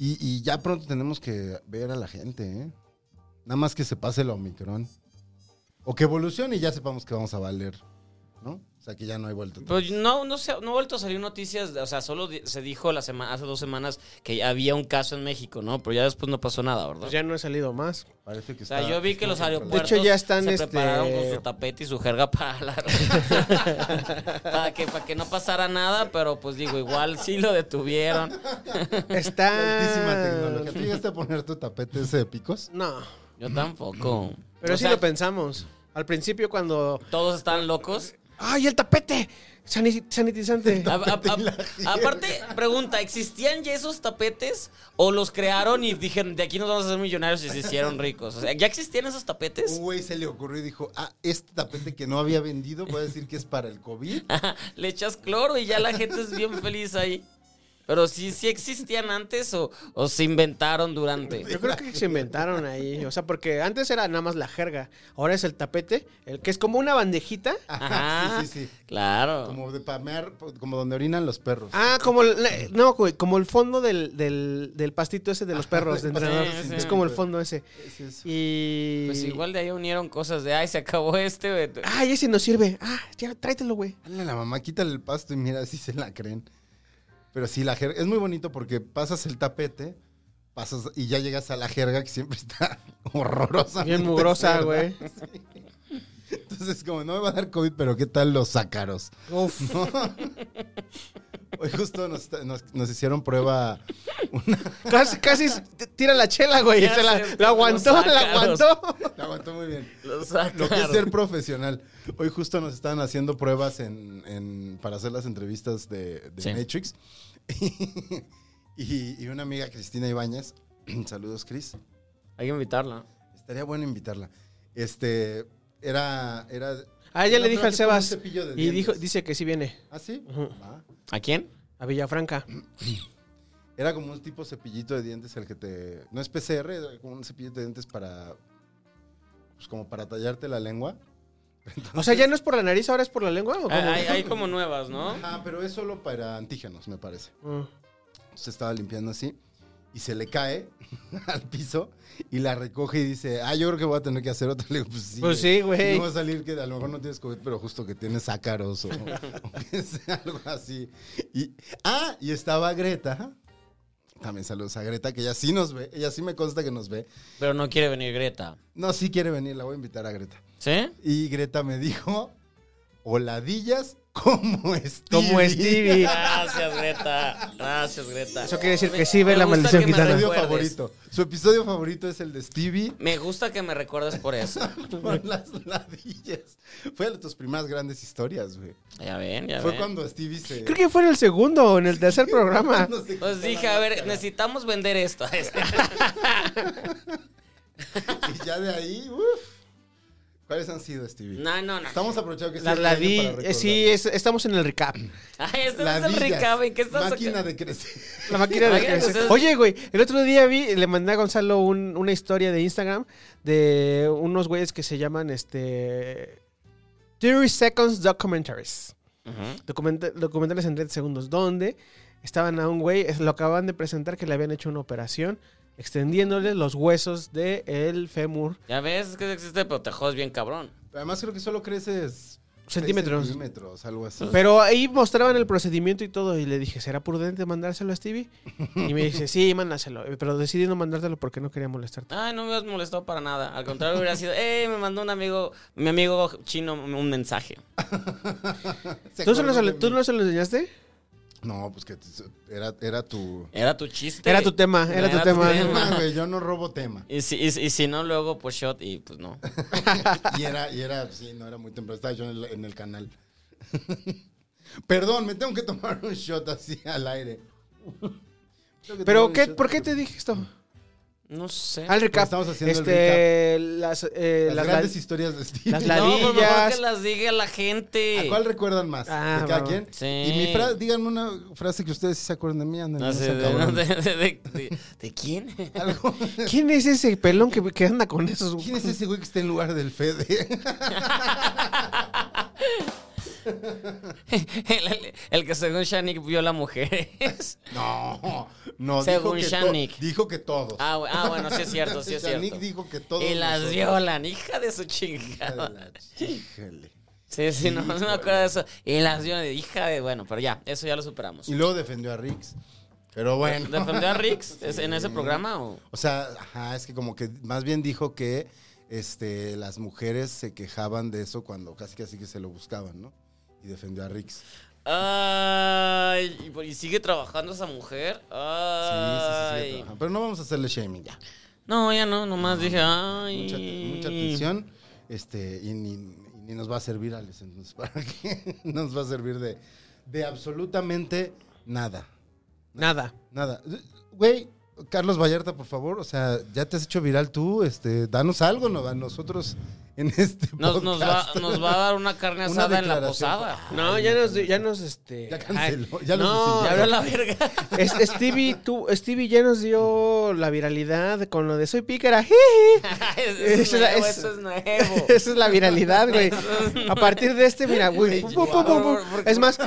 C: Y, y ya pronto tenemos que ver a la gente, ¿eh? Nada más que se pase la Omicron. O que evolucione y ya sepamos que vamos a valer, ¿no? O sea, que ya no hay vuelta. atrás.
D: Pues no, no se, no ha vuelto a salir noticias, o sea, solo di- se dijo la semana, hace dos semanas que ya había un caso en México, ¿no? Pero ya después no pasó nada, ¿verdad?
B: Pues ya no he salido más.
C: Parece que
D: o sea, yo vi que los aeropuertos
B: De hecho, ya están,
D: se
B: este-
D: prepararon con su tapete y su jerga para la... para, que, para que no pasara nada, pero pues digo, igual sí lo detuvieron.
B: Ah,
C: Altísima
B: Está.
C: tecnología. ¿Tú llegaste a poner tu tapete ese de picos?
B: No.
D: Yo tampoco.
B: Pero
D: O
B: sí
D: sea,
B: lo pensamos. Al principio, cuando.
D: Todos están locos.
B: ¡Ay, el tapete! Sani- sanitizante.
D: A- a- a- aparte, pregunta, ¿existían ya esos tapetes o los crearon y dijeron, de aquí nos vamos a hacer millonarios y se hicieron ricos? O sea, ¿ya existían esos
C: Un
D: tapetes?
C: güey se le ocurrió y dijo, ah, este tapete que no había vendido, voy a decir que es para el COVID.
D: Le echas cloro y ya la gente es bien feliz ahí. Pero sí, sí existían antes o, o se inventaron durante.
B: Yo creo que se inventaron ahí. O sea, porque antes era nada más la jerga. Ahora es el tapete, el que es como una bandejita.
C: Ah.
B: Ah.
D: Ajá,
C: sí, sí, sí.
D: Claro.
C: Como de pamear, pues, como donde orinan los perros.
B: Ah, como el, la- no, güey, como el fondo del, del, del pastito ese de los perros de
C: del
B: entrenador.
D: pastito, sí,
B: Es
D: sí.
B: como el fondo ese.
C: Es eso.
B: Y.
D: Pues igual de ahí unieron cosas de, ay, se acabó este. güey".
B: Ay, ese no sirve. Ah, ya, tráetelo, güey.
C: Dale a la mamá, quítale el pasto y mira si se la creen. Pero sí, la jerga, es muy bonito porque pasas el tapete, pasas y ya llegas a la jerga que siempre está horrorosa.
B: Bien mugrosa, güey.
C: Entonces, como no me va a dar COVID, pero ¿qué tal los zácaros?
B: Uf.
C: Hoy justo nos, nos- nos hicieron prueba.
B: Casi, casi t- tira la chela, güey.
D: Ya
B: Se la,
D: sé,
B: la aguantó,
D: los
B: la
D: ácaros.
B: aguantó.
C: La aguantó muy bien.
D: Los
C: Lo que es
D: sacaron.
C: ser profesional. Hoy justo nos estaban haciendo pruebas en, en- para hacer las entrevistas de, de
D: Sí.
C: Matrix. y, y una amiga, Cristina Ibáñez. Saludos, Cris.
D: Hay que invitarla.
C: Estaría bueno invitarla. Este, era... era
B: Ah, ya
C: No,
B: le dije al
C: creo que fue un
B: Sebas.
C: cepillo de
B: Y dijo,
C: dientes.
B: dice que sí viene
C: ¿Ah, sí?
B: Ujú.
C: Va.
D: ¿A quién?
B: a Villafranca.
C: Era como un tipo cepillito de dientes el que te... No es PCR, era como un cepillito de dientes para... Pues como para tallarte la lengua.
B: O sea, ya no es por la nariz, ahora es por la lengua. ¿o cómo?
D: Ah, Hay, hay como nuevas, ¿no?
C: Ah, pero es solo para antígenos, me parece.
B: Ah.
C: se estaba limpiando así y se le cae al piso y la recoge y dice, ah, yo creo que voy a tener que hacer otra. Le digo, pues sí.
B: Pues sí, güey.
C: No va a salir que a lo mejor no tienes COVID, pero justo que tienes ácaros o, o que sea algo así. Y, ah, y estaba Greta. También saludos a Greta, que ella sí nos ve. Ella sí me consta que nos ve.
D: Pero no quiere venir Greta.
C: No, sí quiere venir, la voy a invitar a Greta.
D: ¿Sí?
C: Y Greta me dijo, oladillas como Stevie.
B: Como Stevie.
D: Gracias, Greta. Gracias, Greta.
B: Eso quiere decir que sí ve
D: Me
B: la
D: gusta
B: maldición
D: que me
C: Su
B: gitana.
D: recuerdes.
C: episodio favorito. Su episodio favorito es el de Stevie
D: Me gusta que me recuerdes por eso.
C: con las ladillas. Fue de tus primas grandes historias, güey.
D: Ya ven, ya
C: Fue
D: ven.
C: cuando Stevie se...
B: Creo que fue en el segundo o en el tercer programa.
C: cuando se
D: Pues
C: quitó
D: dije,
C: la
D: a ver,
C: máscara.
D: necesitamos vender esto. este
C: Y ya de ahí, uff. ¿Cuáles han sido, Stevie?
D: no, no, no.
C: Estamos aprovechando que es
B: Las
C: el año para
B: ladí. eh,
C: recordar.
B: Sí, es- estamos en el recap.
D: Ay, este no es el
C: Ladillas,
D: recabe. ¿Qué estás
C: Máquina
D: sacando?
C: de crecer.
B: La máquina de
D: Oigan,
B: crecer.
D: ustedes-
B: Oye, güey, el otro día vi, le mandé a Gonzalo un- una historia de Instagram de unos güeyes que se llaman este 30 Seconds Documentaries.
D: Ujú.
B: Documenta- documentales en 30 segundos, donde estaban a un güey, es- lo acaban de presentar que le habían hecho una operación extendiéndole los huesos del el fémur
D: Ya ves es que existe, pero te jodes bien cabrón.
C: Además creo que solo creces... seis
B: centímetros.
C: Centímetros, algo así.
B: Pero ahí mostraban el procedimiento y todo. Y le dije, ¿será prudente mandárselo a Stevie? Y me dice, sí, mándaselo. Pero decidí no mandárselo porque no quería molestarte.
D: Ay, no me has molestado para nada. Al contrario, hubiera sido, eh, me mandó un amigo, mi amigo chino, un mensaje.
C: Se
B: ¿Tú, se lo-
C: acordó de
B: tú
C: mí.
B: no se lo enseñaste?
C: No, pues que t- era, era tu...
D: Era tu chiste.
B: Era tu tema, era, tu
D: Era tu
B: tema.
D: tema.
C: tema, güey, yo no robo tema.
D: Y si, y, si- y si no, luego, pues shot, y pues no.
C: Y era, y era, sí, no era muy temprano, estaba yo en el, en el canal. Perdón, me tengo que tomar un shot así al aire. Tengo que tomar
B: Pero,
C: un
B: ¿qué,
C: shot.
B: ¿por qué te dije esto?
D: No sé.
B: Al recap.
C: estamos haciendo el
B: este, Las, eh,
C: Las,
B: las
C: grandes
B: la-
C: historias de Steve.
B: las
D: no, por favor,
B: ladillas.
D: que las diga la gente.
C: ¿A cuál recuerdan más?
B: Ah,
C: ¿De cada
B: bueno.
C: quien?
D: Sí.
C: Y mi frase, díganme una frase que ustedes sí se acuerdan de mí. Anden,
D: No sé, de, no, de- de- de- de- ¿de quién?
C: Algo.
B: ¿Quién es ese pelón que, que anda con esos?
C: ¿Quién es ese güey que está en lugar del Fede?
D: El, el- el que según Shanik vio la mujer.
C: no, no.
D: Según
C: dijo que to-
D: Shanik.
C: Dijo que todos.
D: Ah, bu- ah, bueno, sí es cierto, sí es
C: Shanik
D: cierto.
C: dijo que todos.
D: y las
C: nosotros.
D: violan, hija de su
C: Hija de
D: chingada.
C: la- Híjole.
D: Sí, sí, no, no me acuerdo de eso. Y las violan, hija de, bueno, pero ya, eso ya lo superamos.
C: Y luego defendió a Rix. Pero bueno.
D: ¿Defendió a Rix ¿Es- en ese programa o...?
C: O sea, ajá, es que como que más bien dijo que este, las mujeres se quejaban de eso cuando casi que así que se lo buscaban, ¿no? Y defendió a Rix.
D: Ay, y por- y sigue trabajando esa mujer.
C: Sí, sí, sí, sí,
D: Ay.
C: trabajan. Pero no vamos a hacerle shaming ya.
D: no, ya no, nomás dije, ay.
C: Mucha, mucha atención. Este, y ni, y ni nos va a servir, Alex. Entonces, ¿para qué? No nos va a servir de, de absolutamente nada.
B: Nada.
C: Nada. Güey, Carlos Vallarta, por favor, o sea, ya te has hecho viral tú, este, danos algo ¿no? a nosotros en este
D: Nos,
C: podcast.
D: nos va, nos va a dar una carne
C: Una
D: asada en la
C: declaración.
D: posada.
B: No, ya nos, ya nos, este.
C: Ya canceló, ya
B: ay,
C: los
B: no,
D: Ya
C: desintegró.
D: habló la verga.
B: Es- Stevie, tú, Stevie ya nos dio la viralidad con lo de soy pícara. jiji.
D: eso, es
B: Eso era-
D: nuevo,
B: eso-
D: eso es nuevo.
B: Esa es la viralidad, güey. A partir de este, mira, güey. pum, pum, pum, pum, pum. Es más,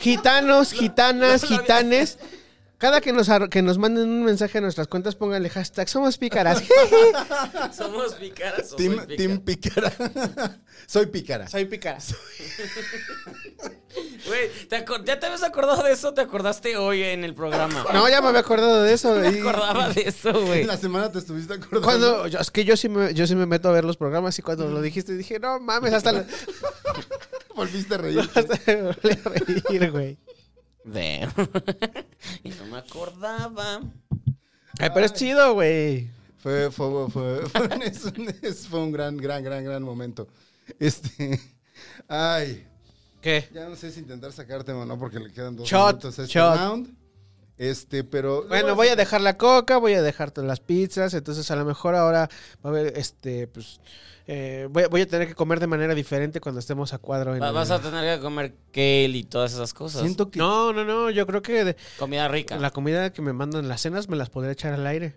B: gitanos, gitanas, gitanes. Cada que nos, ar- que nos manden un mensaje a nuestras cuentas, pónganle hashtag somos pícaras. jiji.
D: Somos picaras. o
C: Team,
D: soy pícara.
C: team pícara. Soy pícara.
B: soy pícara.
D: Güey, ¿te acor- ¿ya te habías acordado de eso? ¿Te acordaste hoy en el programa?
B: No, ya me había acordado de eso.
D: me
B: y-
D: acordaba de eso, güey.
C: En la semana te estuviste acordando.
B: Cuando, yo- es que yo sí, me, yo sí me meto a ver los programas y cuando lo dijiste dije, no mames, hasta, la-
C: Volviste a reír.
B: hasta me volví a reír, güey.
D: De. y no me acordaba.
B: Ay, pero es chido, güey.
C: Fue, fue, fue, fue, un- es un, es- fue un gran, gran, gran, gran momento. Este. Ay.
B: ¿Qué?
C: Ya no sé si intentar sacarte o no, porque le quedan dos
B: Shot,
C: minutos a este
B: shot.
C: round. Este, pero.
B: Bueno, voy a dejar la coca, voy a dejar todas las pizzas, entonces a lo mejor ahora va a haber, este, pues, eh, voy, voy a tener que comer de manera diferente cuando estemos a cuadro. En
D: Va-
B: el-
D: Vas a tener que comer kale y todas esas cosas.
C: Siento que.
B: No, no, no, yo creo que de-
D: Comida rica.
B: la comida que me mandan las cenas me las podré echar al aire.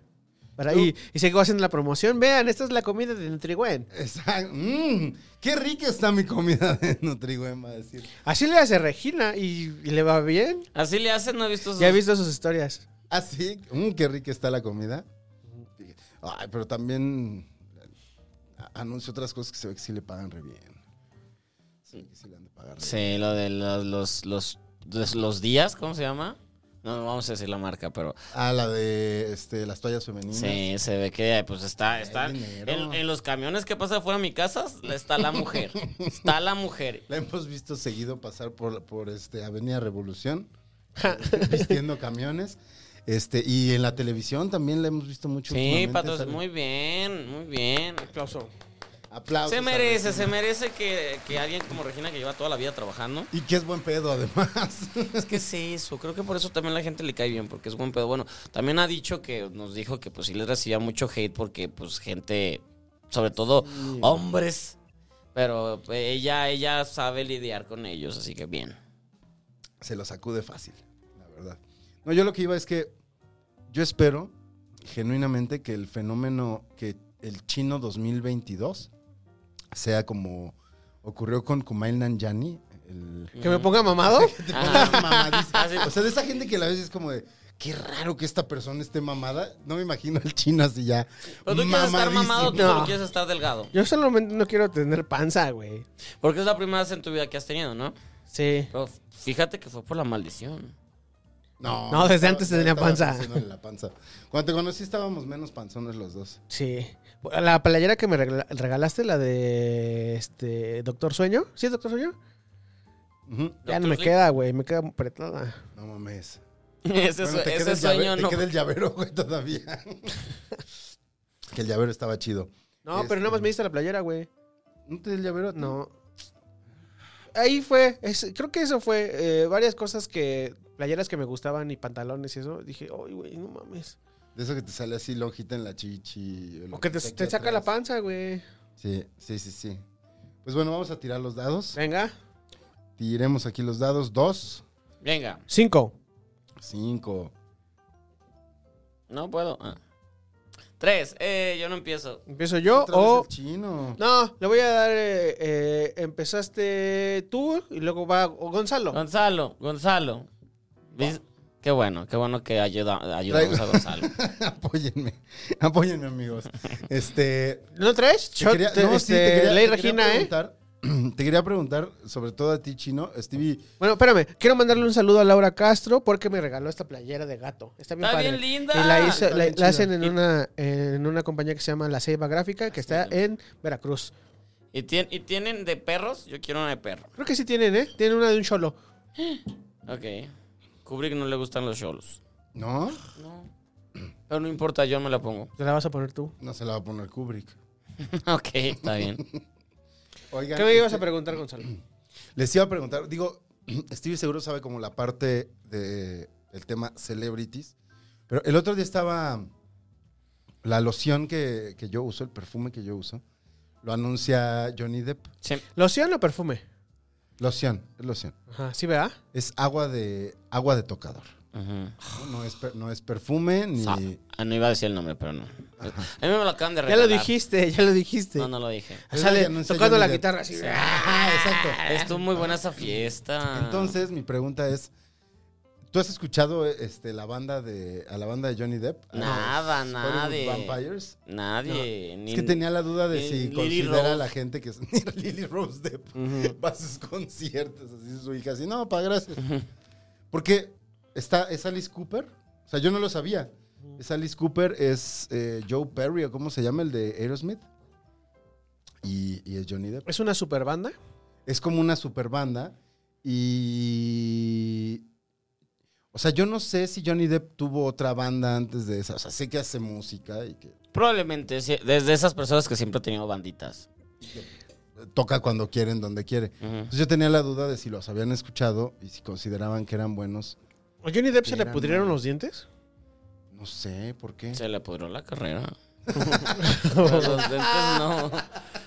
B: Para, y, y sigo haciendo la promoción, vean, esta es la comida de Nutrigüen.
C: Exacto. Mm, qué rica está mi comida de Nutrigüen, va a decir.
B: Así le hace Regina y, y le va bien.
D: Así le hacen, no he visto sus...
B: Ya he visto sus historias.
C: Ah, sí. Mm, qué rica está la comida. Ay, pero también a- anuncia otras cosas que se ve que sí le pagan re bien. Sí, que sí le han de pagar re bien.
D: Sí, lo de los, los, los, los- los días, ¿cómo se llama? No, no vamos a decir la marca, pero
C: Ah, la de este, las toallas femeninas.
D: sí, se ve que pues está, está
C: El
D: en,
C: dinero.
D: en los camiones que pasa fuera de mi casa, está la mujer. Está la mujer.
C: La hemos visto seguido pasar por, por este, Avenida Revolución, vistiendo camiones. Este, y en la televisión también la hemos visto mucho.
D: Sí,
C: últimamente,
D: Patos,
C: sale.
D: muy bien, muy bien.
B: Aplauso.
C: Aplausos.
D: Se
C: a
D: merece,
C: Regina.
D: se merece que, que alguien como Regina, que lleva toda la vida trabajando.
C: Y que es buen pedo, además.
D: Es que es eso, creo que por eso también la gente le cae bien, porque es buen pedo. Bueno, también ha dicho que nos dijo que pues sí les recibía mucho hate porque pues gente, sobre todo hombres, pero pues, ella, ella sabe lidiar con ellos, así que bien.
C: se lo sacude fácil, la verdad. No, yo lo que iba es que yo espero genuinamente que el fenómeno, que el chino 2022 sea como ocurrió con Kumail Nanjiani, el...
B: ¿Que me ponga mamado?
C: Te
D: Ajá.
C: pones mamadísimo.
D: Ah, sí.
C: O sea, de esa gente que a la vez es como de, qué raro que esta persona esté mamada. No me imagino al chino así ya.
D: Pero tú quieres estar
C: mamadísimo.
D: mamado, tú
B: No.
D: solo quieres estar delgado.
B: Yo solamente no quiero tener panza, güey.
D: Porque es la primera vez en tu vida que has tenido, ¿no?
B: Sí.
D: Pero fíjate que fue por la maldición.
C: No,
B: No, desde
C: estaba-
B: antes
C: ya
B: tenía
C: estaba
B: panza.
C: creciéndole la panza. Cuando te conocí estábamos menos panzones los dos.
B: Sí. La playera que me regla- regalaste, la de este Doctor Sueño. ¿Sí es Doctor Sueño?
C: Ujú.
B: Ya
D: Dr.
B: no me
D: Sleep.
B: queda, güey. Me queda apretada.
C: No mames.
D: Ese,
C: Bueno,
D: sue-
C: te queda
D: Este ese
C: el llave-
D: sueño
C: te
D: no.
C: queda el llavero, güey, todavía. que el llavero estaba chido.
B: No,
C: Este-
B: pero nada más me diste la playera, güey.
C: ¿No te dio el llavero?
B: No. Mm. Ahí fue. es- creo que eso fue. eh, varias cosas que. Playeras que me gustaban y pantalones y eso. Dije, ay, güey, no mames.
C: De eso que te sale así lonjita en la chichi.
B: O que te,
C: lonjita
B: te
C: aquí
B: saca la
C: atrás.
B: panza, güey.
C: Sí, sí, sí, sí. Pues bueno, vamos a tirar los dados.
B: Venga.
C: Tiremos aquí los dados. Dos,
D: Venga,
B: Cinco.
C: cinco.
D: no puedo. Ah. Tres, eh, yo no empiezo.
B: ¿Empiezo yo
C: Otra vez
B: o.?
C: el chino.
B: No, le voy a dar. eh, eh, empezaste tú y luego va Gonzalo.
D: Gonzalo, Gonzalo. ¿Vis- Qué bueno, qué bueno que ayuda, ayudamos a Gonzalo.
C: Apóyenme. Apóyenme, amigos. Este.
B: ¿No traes?
C: Te
B: Shot,
C: quería-
B: te-
C: no, sí, te
B: este,
C: quería-
B: Ley
C: te quería
B: Regina, ¿eh?
C: preguntar- Te quería preguntar, sobre todo a ti, chino. Stevie,
B: Bueno, espérame. Quiero mandarle un saludo a Laura Castro porque me regaló esta playera de gato. Está bien
D: Está
B: padre.
D: bien linda.
B: Y la, hizo-
C: Está
B: la-
C: bien
B: la
C: chida.
B: hacen en una, en una compañía que se llama La Ceiba Gráfica, que está en Veracruz.
D: ¿Y, tien- y tienen de perros, yo quiero una de perro.
B: Creo que sí tienen, ¿eh? Tienen una de un cholo.
D: Ok. Kubrick no le gustan los cholos.
C: ¿no?
D: No. Pero no importa, yo me la pongo.
B: Te la vas a poner tú.
C: No se la va a poner Kubrick.
D: ok, está bien.
C: Oigan,
B: ¿Qué me ibas
C: este,
B: a preguntar, Gonzalo?
C: Les iba a preguntar, digo, Stevie seguro sabe como la parte de el tema celebrities, pero el otro día estaba la loción que, que yo uso, el perfume que yo uso, lo anuncia Johnny Depp.
D: Sí.
B: ¿Loción o perfume?
C: Loción, es loción.
B: Ajá, sí, ¿verdad?
C: Es agua de agua de tocador.
D: Ujú.
C: No es, per- no es perfume ni
D: Ah, ah, no iba a decir el nombre, pero no. A mí me lo acaban de
B: Ya lo
D: regalar.
B: dijiste, ya lo dijiste.
D: No, no lo dije.
C: Es lo
B: Sale
C: que anuncia
B: tocando
C: Johnny
B: la
C: Depp.
B: guitarra así.
C: Ah, exacto.
D: Estuvo muy buena esa fiesta.
C: Entonces, mi pregunta es ¿Tú has escuchado este, la banda de, a la banda de Johnny Depp? A los
D: Nada,
C: Hollywood
D: nadie.
C: Vampires.
D: Nadie. ni-
C: Es que tenía la duda de
D: ni
C: si
D: Lily
C: considera
D: Rose.
C: a la gente que es ni Lily Rose Depp va a sus conciertos, así su hija, así, no, pa, gracias. Porque está, es Alice Cooper, o sea, yo no lo sabía. Es Alice Cooper, es eh, Joe Perry, o cómo se llama el de Aerosmith, y, y es Johnny Depp.
B: ¿Es una super banda?
C: Es como una super banda, y... O sea, yo no sé si Johnny Depp tuvo otra banda antes de esa. O sea, sé que hace música y que
D: Probablemente, sí, desde esas personas que siempre han tenido banditas.
C: toca cuando quiere, en donde quiere.
D: Ujú.
C: Entonces yo tenía la duda de si los habían escuchado y si consideraban que eran buenos.
B: ¿A Johnny Depp se le
C: Eran
B: pudrieron
C: malos.
B: los dientes?
C: No sé por qué.
D: Se le pudrió la carrera. Pero los dientes no.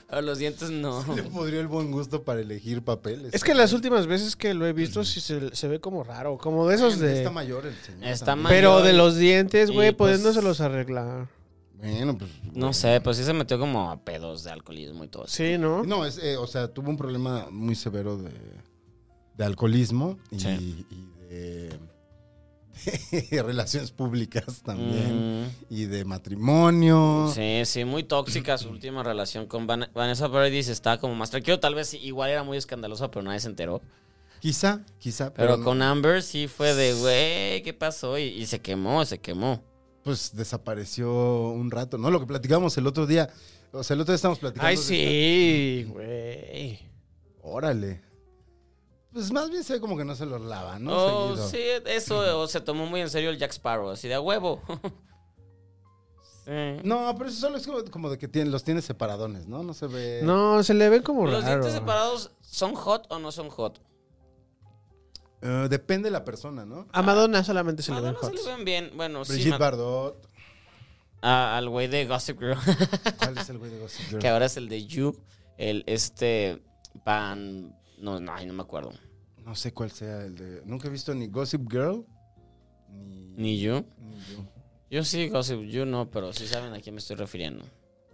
D: Pero los dientes no.
C: Le podría el buen gusto para elegir papeles.
B: Es que las últimas veces que lo he visto sí se, se ve como raro, como de esos de...
C: Está mayor el señor.
D: Está
C: también.
D: mayor.
B: Pero de los dientes,
D: Y,
B: güey,
D: pues,
B: pudiéndoselos arreglar.
C: Bueno, pues.
D: No sé, pues sí se metió como a pedos de alcoholismo y todo eso.
B: Sí, ¿no?
C: No, es, eh, o sea, tuvo un problema muy severo de, de alcoholismo y,
D: Sí.
C: y de, de relaciones públicas también. Y de matrimonio.
D: Mm, Sí, sí, muy tóxica su última relación con Van- Vanessa Paradis. Estaba como más tranquilo. Tal vez igual era muy escandalosa, pero nadie se enteró.
C: Quizá, quizá.
D: Pero,
C: no.
D: con Amber sí fue de, güey, ¿qué pasó? Y, y se quemó, se quemó.
C: pues desapareció un rato, ¿no? Lo que platicamos el otro día. O sea, el otro día estábamos platicando.
B: Ay,
C: de-
B: sí, güey.
C: Órale. Pues más bien se ve como que no se los lava, ¿no?
D: oh,
C: Seguido.
D: sí, eso o se tomó muy en serio el Jack Sparrow, así de a huevo. sí.
C: No, pero eso solo es como, como de que tiene- los tiene separadones, ¿no? No se ve.
B: No, se le ve como
D: ¿Los
B: raro.
D: dientes separados son hot o no son hot?
C: Eh, depende de la persona, ¿no?
B: A Madonna solamente se le
D: Madonna
B: ven
D: se Ah, le
B: hots.
D: ven bien. Bueno, Ah, pues sí.
C: Brigitte
D: ma-
C: Bardot.
D: a- al güey de Gossip Girl,
C: ¿Cuál es el güey de Gossip Girl?
D: que ahora es el de You, el este pan... No, no, ay, no me acuerdo.
C: No sé cuál sea el de. Nunca he visto ni Gossip Girl ni.
D: ¿Ni You?
C: ni yo.
D: Yo sí, Gossip You no, pero sí saben a quién me estoy refiriendo.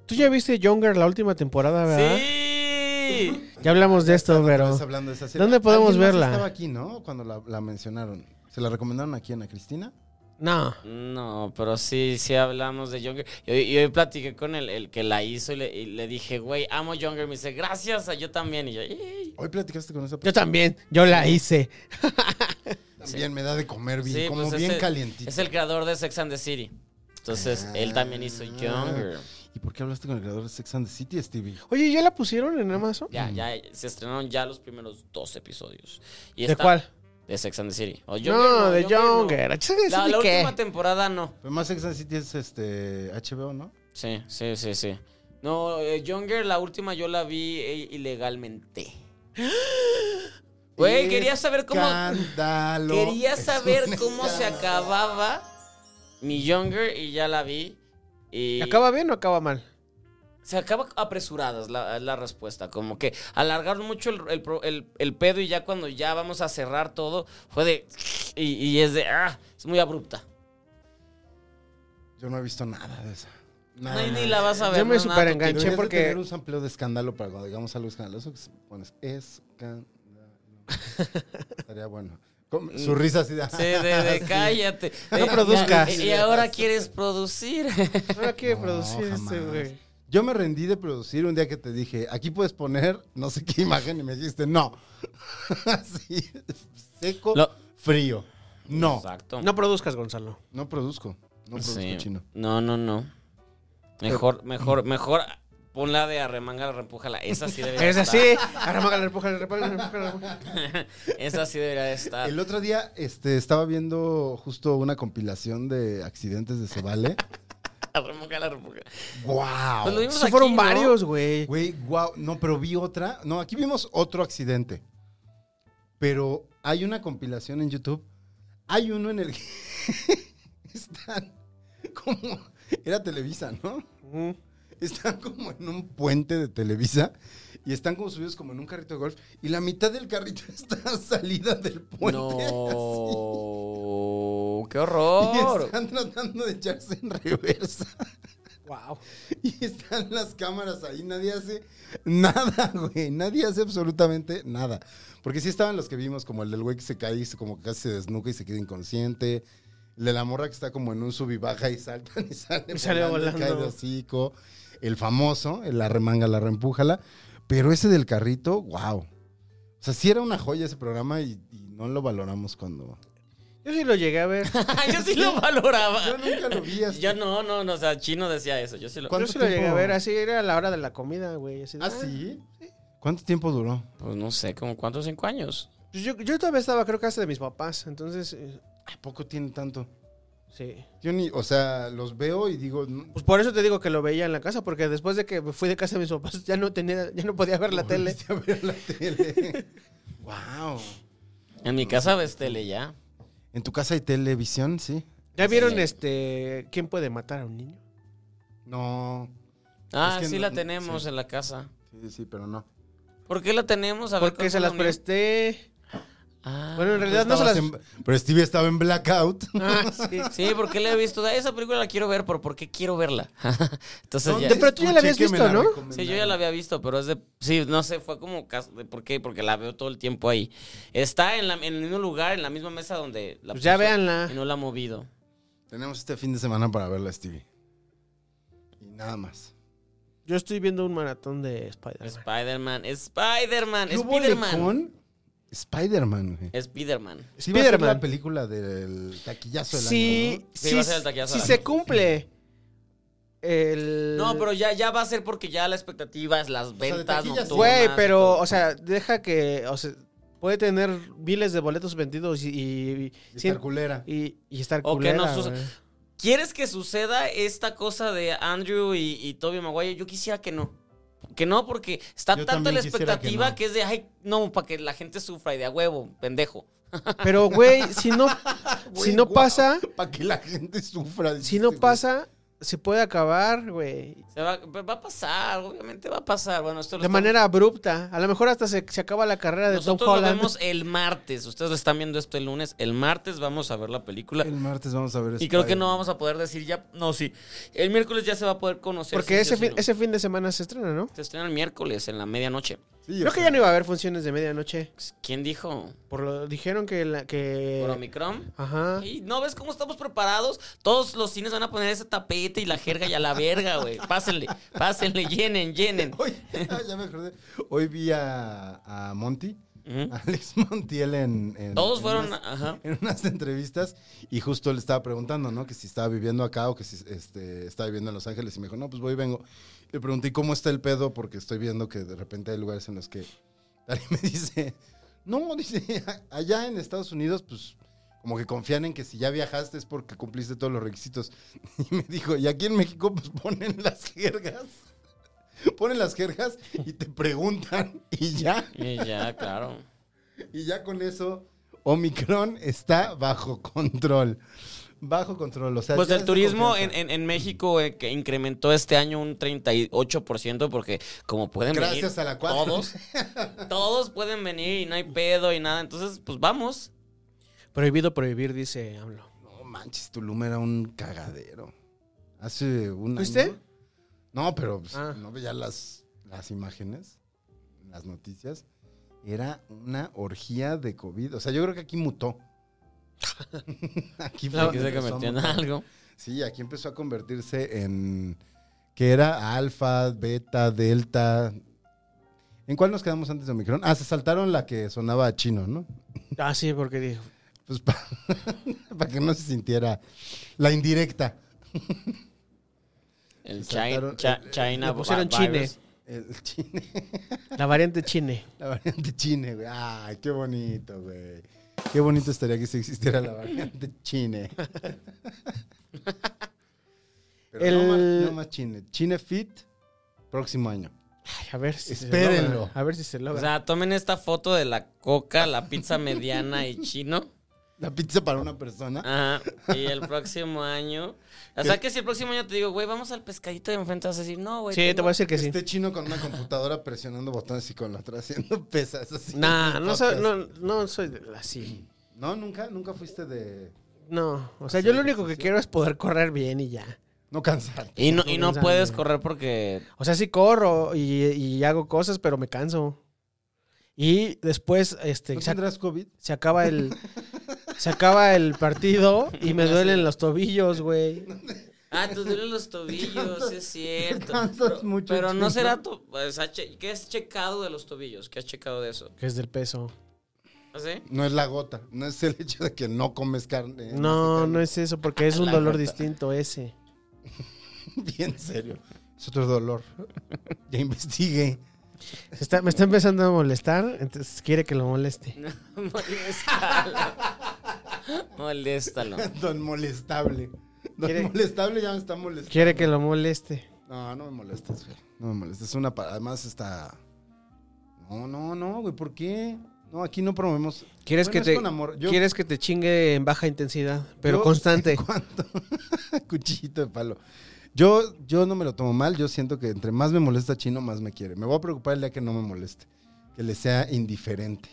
B: Tú ya viste Younger la última temporada, ¿verdad?
D: ¡Sí!
B: Ya hablamos de esto, pero.
C: Estás hablando de esa serie.
B: ¿Dónde podemos
C: Alguien más
B: verla?
C: Estaba aquí, ¿no? Cuando la, la mencionaron. ¿Se la recomendaron a quién? ¿A Cristina?
B: No.
D: No, pero sí, sí hablamos de Younger. Y hoy, y hoy platiqué con el, el que la hizo y le, y le dije, güey, amo Younger. Me dice, gracias, a yo también. Y yo, "Ey".
C: Hoy platicaste con esa
B: Yo
C: persona.
B: también. Yo la hice.
C: También me da de comer bien,
D: Sí,
C: como
D: pues,
C: bien
D: ese-
C: calientito.
D: es el creador de Sex and the City. Entonces, él también
B: Ah.
D: hizo Younger.
C: ¿Y por qué hablaste con el creador de Sex and the City, Stevie?
B: Oye, ¿ya la pusieron en Amazon?
D: Ya, ya, se estrenaron ya los primeros dos episodios. Y
B: ¿De
D: está-
B: cuál?
D: De Sex and the City. O Younger,
B: No, de
D: no.
B: Younger. ¿Eso es
D: La,
B: de
D: la
B: qué?
D: última temporada no.
C: Pero más Sex and the City es este HBO, ¿no?
D: Sí, sí, sí, sí. No, eh, Younger, la última yo la vi eh, ilegalmente. Güey, quería saber cómo.
C: Escándalo.
D: Quería
C: Es
D: saber
C: un
D: cómo se
C: escándalo.
D: acababa mi Younger y ya la vi. Y
B: ¿Acaba bien o acaba mal?
D: Se acaba apresuradas la, la respuesta. Como que alargaron mucho el, el pro- el- el pedo y ya cuando ya vamos a cerrar todo, fue de. Y, y es de. Ah, es muy abrupta.
C: Yo no he visto nada de esa.
D: No, y ni la vas a ver.
B: Yo me
D: no, nada, tu
B: superenganché.
C: Deberías de
B: porque-
C: tener un sampleo de escándalo para cuando digamos algo escandaloso que se pones escándalo. Estaría bueno. Con- Su risa así de...
D: Mm. Sí, de, de cállate.
B: No
D: De-
B: produzcas.
D: Y, y ahora quieres producir.
B: No quiere
C: No,
B: producir este,
C: jamás.
B: güey.
C: Yo me rendí de producir un día que te dije, aquí puedes poner no sé qué imagen y me dijiste, no. Así, seco,
D: Lo-
C: frío. No,
D: Exacto.
B: No produzcas, Gonzalo.
C: no produzco. No produzco
D: Sí.
C: chino.
D: No, no, no. Mejor, mejor, mejor ponla de arremangar, repújala. Esa sí debería
B: Es
D: estar.
B: así. Arremágale, empújale, repújale, repújale.
D: Esa sí debería de estar.
C: El otro día este, estaba viendo justo una compilación de accidentes de Cebale.
D: Arremangala, repújala.
C: ¡Guau!
D: Pues lo vimos
B: Sí, fueron
D: aquí, ¿no?
B: varios, güey.
C: Güey, wow. No, pero vi otra. No, aquí vimos otro accidente. Pero hay una compilación en YouTube. Hay uno en el que están como. Era Televisa, ¿no?
B: Ujú.
C: Están como en un puente de Televisa y están como subidos como en un carrito de golf. Y la mitad del carrito está salida del puente.
D: No. ¡Qué
C: así, y
D: horror!
C: están tratando de echarse en reversa.
B: Wow.
C: Y están las cámaras ahí, nadie hace nada, güey. Nadie hace absolutamente nada. Porque sí estaban los que vimos, como el del güey que se cae y se- como que casi se desnuca y se queda inconsciente. El de la morra que está como en un sub y baja y saltan y sale,
B: Y sale
C: y cae de
B: volando.
C: hocico. El famoso, el arremanga, la reempújala. Pero ese del carrito, wow. O sea, sí era una joya ese programa y, y no lo valoramos cuando...
B: Yo sí lo llegué a ver.
D: Yo sí lo valoraba.
C: Yo nunca lo vi hasta-
D: Yo no, no, no. O sea, Chino decía eso. Yo sí lo.
C: ¿Cuánto
B: Yo sí lo llegué a
C: tiempo?
B: ver. Así era la hora de la comida, güey. Así de,
C: ¿Ah,
B: ah,
C: sí? ¿Cuánto tiempo duró?
D: Pues no sé, como cuántos cinco años.
B: Pues Yo, yo todavía estaba, creo que hasta de mis papás. Entonces, eh,
C: ¿A poco tiene tanto?
B: sí.
C: Yo ni, o sea, los veo y digo, "No,
B: Pues por eso te digo que lo veía en la casa, porque después de que me fui de casa de mis papás ya no tenía, ya no podía ver la tele.
C: volviste a ver la tele. wow.
D: En mi casa ves tele ya.
C: En tu casa hay televisión, sí.
B: ¿Ya vieron
D: Sí.
B: este quién puede matar a un niño?
C: No.
D: Ah,
C: Es que
D: sí
C: no-
D: la
C: no-
D: tenemos
C: sí.
D: en la casa.
C: Sí, sí, pero no.
D: ¿Por qué la tenemos? A ver,
B: Porque se
D: ¿cuál
B: las
D: fue la unión?
B: presté.
D: Ah.
B: Bueno, en realidad no se
C: Estabas
B: las.
C: en- pero Stevie estaba en blackout.
B: Ah, sí.
D: Sí, porque la he visto. Esa película la quiero ver, pero ¿por qué quiero verla? Entonces ya.
C: ¿Dónde
B: Pero tú ya la habías
C: escuché que me
B: visto, ¿no?
C: recomendaron?
D: Sí, yo ya la había visto, pero es de. Sí, no sé, fue como. cas- de ¿Por qué? Porque la veo todo el tiempo ahí. Está en, la, en el mismo lugar, en la misma mesa donde la.
B: Pues ya
D: puso
B: véanla.
D: Y no la ha movido.
C: Tenemos este fin de semana para verla, Stevie. Y nada más.
B: Yo estoy viendo un maratón de Spider-Man.
D: Spider-Man, Spider-Man,
C: ¿Qué hubo,
D: Spider-Man.
C: Lecón? Spider-Man, güey.
D: Spider-Man.
C: Sí va a ser
B: Spider-Man.
C: la película del taquillazo del año,
B: Si,
C: ¿no?
D: Sí,
B: si-
D: va a ser el taquillazo
B: si
D: del
B: se
D: año.
B: cumple el...
D: No, pero ya, ya va a ser porque ya la expectativa es las
C: sea, de
D: ventas
C: taquillas, sí.
D: nocturnas
B: Güey,
D: y
B: pero,
D: todo.
B: o sea, deja que... O sea, puede tener miles de boletos vendidos y... Y,
C: Y
B: cien-
C: estar culera.
B: y- y estar
D: O que no
B: culera,
D: sus-
B: güey.
D: ¿Quieres que suceda esta cosa de Andrew y, y Toby Maguire? Yo quisiera que no. Que no, porque está
C: Yo
D: tanta la
C: también quisiera que
D: expectativa que,
C: no.
D: es de, ay, no, para que la gente sufra y de a huevo, pendejo.
B: Pero, güey, si no, si
C: Güey,
B: no
C: guau,
B: pasa,
C: Para que la gente sufra.
B: si
C: dijiste,
B: no
C: güey.
B: pasa, se puede acabar, güey.
D: Se va, va a pasar, obviamente va a pasar. Bueno, esto lo
B: De
D: estamos-
B: manera abrupta. A lo mejor hasta se, se acaba la carrera de
D: Nosotros
B: Tom
D: lo
B: Holland.
D: vemos el martes. Ustedes lo están viendo esto el lunes. El martes vamos a ver la película.
C: El martes vamos a ver
D: Y creo que no vamos a poder decir ya. No, sí. El miércoles ya se va a poder conocer.
B: Porque
D: sí,
B: ese,
D: sí o
B: fin,
D: sí no.
B: ese fin de semana se estrena, ¿no?
D: Se estrena el miércoles en la medianoche. Pues,
B: Creo que ya no iba a haber funciones de medianoche.
D: ¿Quién dijo?
B: Por lo, dijeron que... La, que
D: ¿Por Omicron?
B: Ajá.
D: Y no ves cómo estamos preparados. Todos los cines van a poner ese tapete y la jerga y a la verga, güey. Pásenle, pásenle, llenen, llenen.
C: Hoy, ya me acordé. Hoy vi a, a Monty,
D: Ujú.
C: Alex Montiel en... en-
D: Todos
C: en
D: fueron,
C: unas-
D: ajá.
C: en unas entrevistas y justo le estaba preguntando, ¿no? Que si estaba viviendo acá o que si este, estaba viviendo en Los Ángeles y me dijo, no, pues voy y vengo. Le pregunté, "¿Y ¿cómo está el pedo? Porque estoy viendo que de repente hay lugares en los que alguien me dice, no, dice, "a- allá en Estados Unidos, pues como que confían en que si ya viajaste es porque cumpliste todos los requisitos. Y me dijo, y aquí en México pues ponen las jergas. Ponen las jergas y te preguntan y ya.
D: Y ya, claro.
C: Y ya con eso, Omicron está bajo control. Bajo control. O sea,
D: Pues
C: ya
D: el
C: es de
D: turismo en,
C: confianza.
D: en- en México eh, que incrementó este año un 38% porque como pueden
C: Gracias
D: venir
C: a la cuatro.
D: todos, todos pueden venir y no hay pedo y nada. Entonces, pues vamos.
B: Prohibido prohibir, dice AMLO.
C: No manches, Tulum era un cagadero. Hace un
B: ¿Fuiste?
C: año. No, pero pues,
B: Ah.
C: no veía las, las imágenes, las noticias. Era una orgía de COVID. O sea, yo creo que aquí mutó. aquí fue
D: Porque
C: que
D: se
C: empezó a
D: convirtió en
C: mutar.
D: algo.
C: Sí, aquí empezó a convertirse en que era alfa, beta, delta. ¿En cuál nos quedamos antes de Omicron? Ah, se saltaron la que sonaba a chino, ¿no?
B: Ah, sí, porque dijo.
C: Pues para que no se sintiera la indirecta.
D: El
C: Se
D: China,
C: saltaron- eh,
D: Cha-
C: le-
D: China
B: le
D: vi-
B: pusieron
D: virus.
C: El chine,
B: La variante chine.
C: la variante chine, güey. Ay, qué bonito, güey. Qué bonito estaría que si existiera la variante chine. Pero no,
B: El-
C: más, no más chine. Chine fit, próximo año.
B: Ay, a ver si se
C: Espérenlo.
B: logra. A ver si se
D: O
B: logra.
D: sea, tomen esta foto de la coca, la pizza mediana y chino.
C: La pizza para una persona.
D: Ajá. Y el próximo año. O sea que si el próximo año te digo, güey, vamos al pescadito de enfrente, vas a decir, no, güey.
B: sí, te
D: tengo-
B: voy a decir que
C: este
B: sí.
C: chino con una computadora presionando botones y con la otra haciendo pesas así.
B: Nah, no soy,
C: Papas.
B: no, no soy de- así.
C: No, nunca, nunca fuiste de
B: No, o sea, yo lo único que quiero es poder correr bien y ya.
C: no cansar.
D: Y no, y no
B: Pensando.
D: puedes correr porque.
B: O sea, sí corro y, y hago cosas, pero me canso. Y después este,
C: ¿No
B: se, ac-
C: tendrás COVID?
B: se acaba el se acaba el partido y me duelen los tobillos, güey.
D: Ah, te duelen los tobillos, es cierto.
C: cansas
D: Pero-
C: mucho,
D: Pero no
C: chino.
D: será tu. o sea, che- ¿Qué has checado de los tobillos? ¿Qué has checado de eso? ¿Ah,
B: Que es del peso.
D: ¿Así?
C: No es la gota, no es el hecho de que no comes carne.
B: No, no es eso, porque es un
D: La
B: dolor
D: neta.
B: distinto ese.
C: Bien serio. Es otro dolor. Ya investigué.
B: Se está- me está empezando a molestar, entonces quiere que lo moleste.
D: Moléstalo. Moléstalo.
C: Don molestable. Don
B: ¿Quiere-
C: molestable ya me está molestando.
B: Quiere que lo moleste.
C: No, no me molestes, güey. No me molestes. Es una pa- Además está. No, no, no, güey. ¿Por qué? No, aquí no promovemos.
B: ¿Quieres,
C: Bueno,
B: que
C: es
B: te,
C: con amor. Yo-
B: ¿Quieres que te chingue en baja intensidad, pero
C: Yo-
B: constante?
C: ¿Cuánto? Cuchillito de palo. Yo, yo no me lo tomo mal. Yo siento que entre más me molesta Chino, más me quiere. Me voy a preocupar el día que no me moleste. Que le sea indiferente.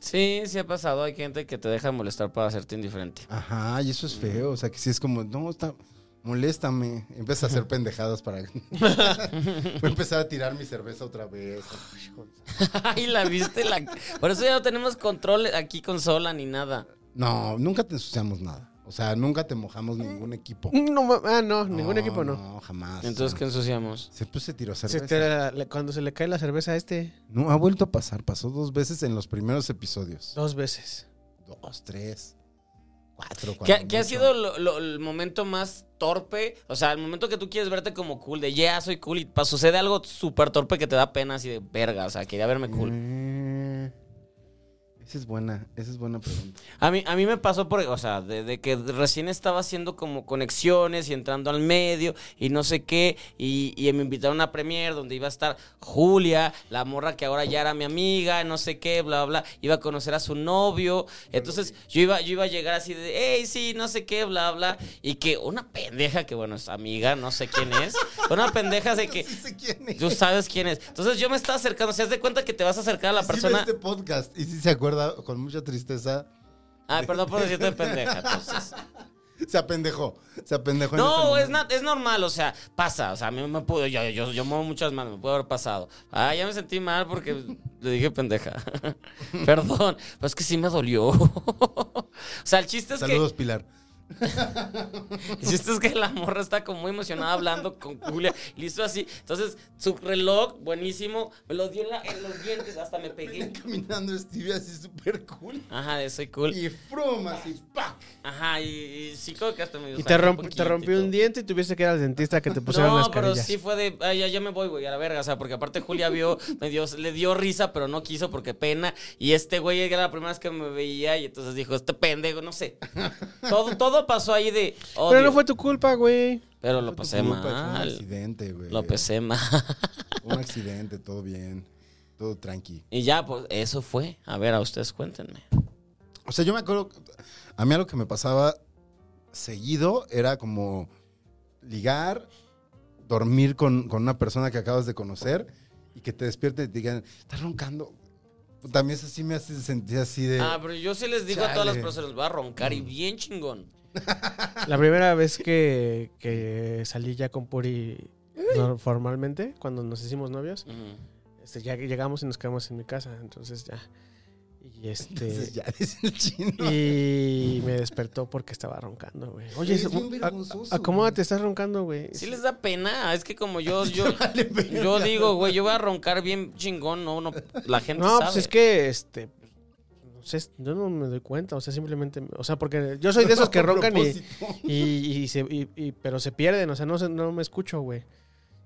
D: Sí, sí ha pasado. Hay gente que te deja molestar para hacerte indiferente.
C: Ajá, y eso es feo. O sea, que si es como, no, está, moléstame. Empieza a hacer pendejadas para. Voy a empezar a tirar mi cerveza otra vez.
D: Ay, la viste. La... Por eso ya no tenemos control aquí con sola ni nada.
C: No, nunca te ensuciamos nada. O sea, nunca te
D: Mm.
C: mojamos ningún equipo.
B: No, ma- ah, no, ningún equipo no.
C: No, jamás.
D: Entonces, ¿qué ensuciamos?
C: Se, pues, se tiró
B: Se
C: cerveza.
B: te- le- cuando se le cae la cerveza a este,
C: No, ha vuelto a pasar. Pasó dos veces en los primeros episodios.
B: dos veces.
C: Dos, tres, cuatro.
D: ¿Qué,
C: cuando
D: qué ha
C: mucho.
D: sido lo- lo- el momento más torpe? O sea, el momento que tú quieres verte como cool, de ya soy cool, y pa- sucede algo súper torpe que te da pena así de verga, o sea, quería verme cool.
C: Eh, Esa es buena, esa es buena pregunta.
D: A mí, a mí me pasó por, o sea, desde que recién estaba haciendo como conexiones y entrando al medio y no sé qué, y, y me invitaron a Premier donde iba a estar Julia, la morra que ahora ya era mi amiga, no sé qué, bla, bla, bla. iba a conocer a su novio, entonces yo iba, yo iba a llegar así de, hey, sí, no sé qué, bla, bla, y que una pendeja, que bueno, es amiga, no sé quién es, una pendeja de que...
C: Sí sé quién es.
D: Tú sabes quién es. Entonces yo me estaba acercando. ¿Se das de cuenta que te vas a acercar a la
C: Sí ve
D: persona?
C: este podcast y sí se acuerda con mucha tristeza.
D: Ay, perdón por decirte pendeja. entonces.
C: Se apendejó, se apendejó. en ese
D: No, es,
C: momento.
D: na- es normal, o sea, pasa. O sea, a mí me pudo, yo, yo, yo muevo muchas manos, me puede haber pasado. Ah, ya me sentí mal porque le dije pendeja. Perdón, pero es que sí me dolió. o sea, el chiste es
C: Saludos, Pilar.
D: que el chiste es que la morra está como muy emocionada hablando con Julia. Listo así. Entonces, su reloj, buenísimo, me lo di en, la- en los dientes, hasta me
C: Venía
D: pegué.
C: caminando Stevie así súper cool.
D: Ajá, de soy cool.
C: Y from así, ¡pac!
D: Ajá, y, y sí creo que hasta me
B: Y te, romp- te rompió un diente y tuviste que ir al dentista que te pusieron las
D: No, pero
B: carillas.
D: sí fue de, ay, ya, ya me voy, güey, a la verga, o sea, porque aparte Julia vio, me dio, le dio risa, pero no quiso porque pena, y este güey era la primera vez que me veía, y entonces dijo, este pendejo, no sé. Todo, todo pasó ahí de, odio,
B: Pero no fue tu culpa, güey.
D: pero lo
C: Fue tu
D: pasé
C: culpa, fue Un
D: mal,
C: accidente, güey.
D: lo pasé mal,
C: Un accidente, todo bien. Todo tranqui.
D: y ya, pues, eso fue, a ver, a ustedes cuéntenme.
C: O sea, yo me acuerdo. A mí algo que me pasaba seguido era como ligar, dormir con, con una persona que acabas de conocer y que te despierte y te digan, estás roncando. También eso sí me hace sentir así de.
D: Ah, pero yo sí les digo a todas las
C: Chale.
D: personas, va a roncar,
B: Mm.
D: y bien chingón.
B: La primera vez que, que salí ya con Puri no- formalmente, cuando nos hicimos novios,
D: Ujú.
B: este, ya llegamos y nos quedamos en mi casa. Entonces ya. Y
C: Entonces
B: este.
C: ya dice el chino.
B: Y me despertó porque estaba roncando, güey. Oye,
C: Eres
B: se-
C: bien
B: a-
C: vergonzoso,
B: acomódate,
C: güey.
B: estás roncando, güey.
D: Sí les da pena, es que como yo, yo,
C: Vale, verga.
D: Yo digo, güey, yo voy a roncar bien chingón, no, no, la gente
B: No,
D: sabe.
B: pues es que este. No sé, yo no me doy cuenta, o sea, simplemente. O sea, porque yo soy de esos que
C: A
B: roncan y.
C: propósito.
B: y, y se- y- y- pero se pierden, o sea, no, se- no me escucho, güey.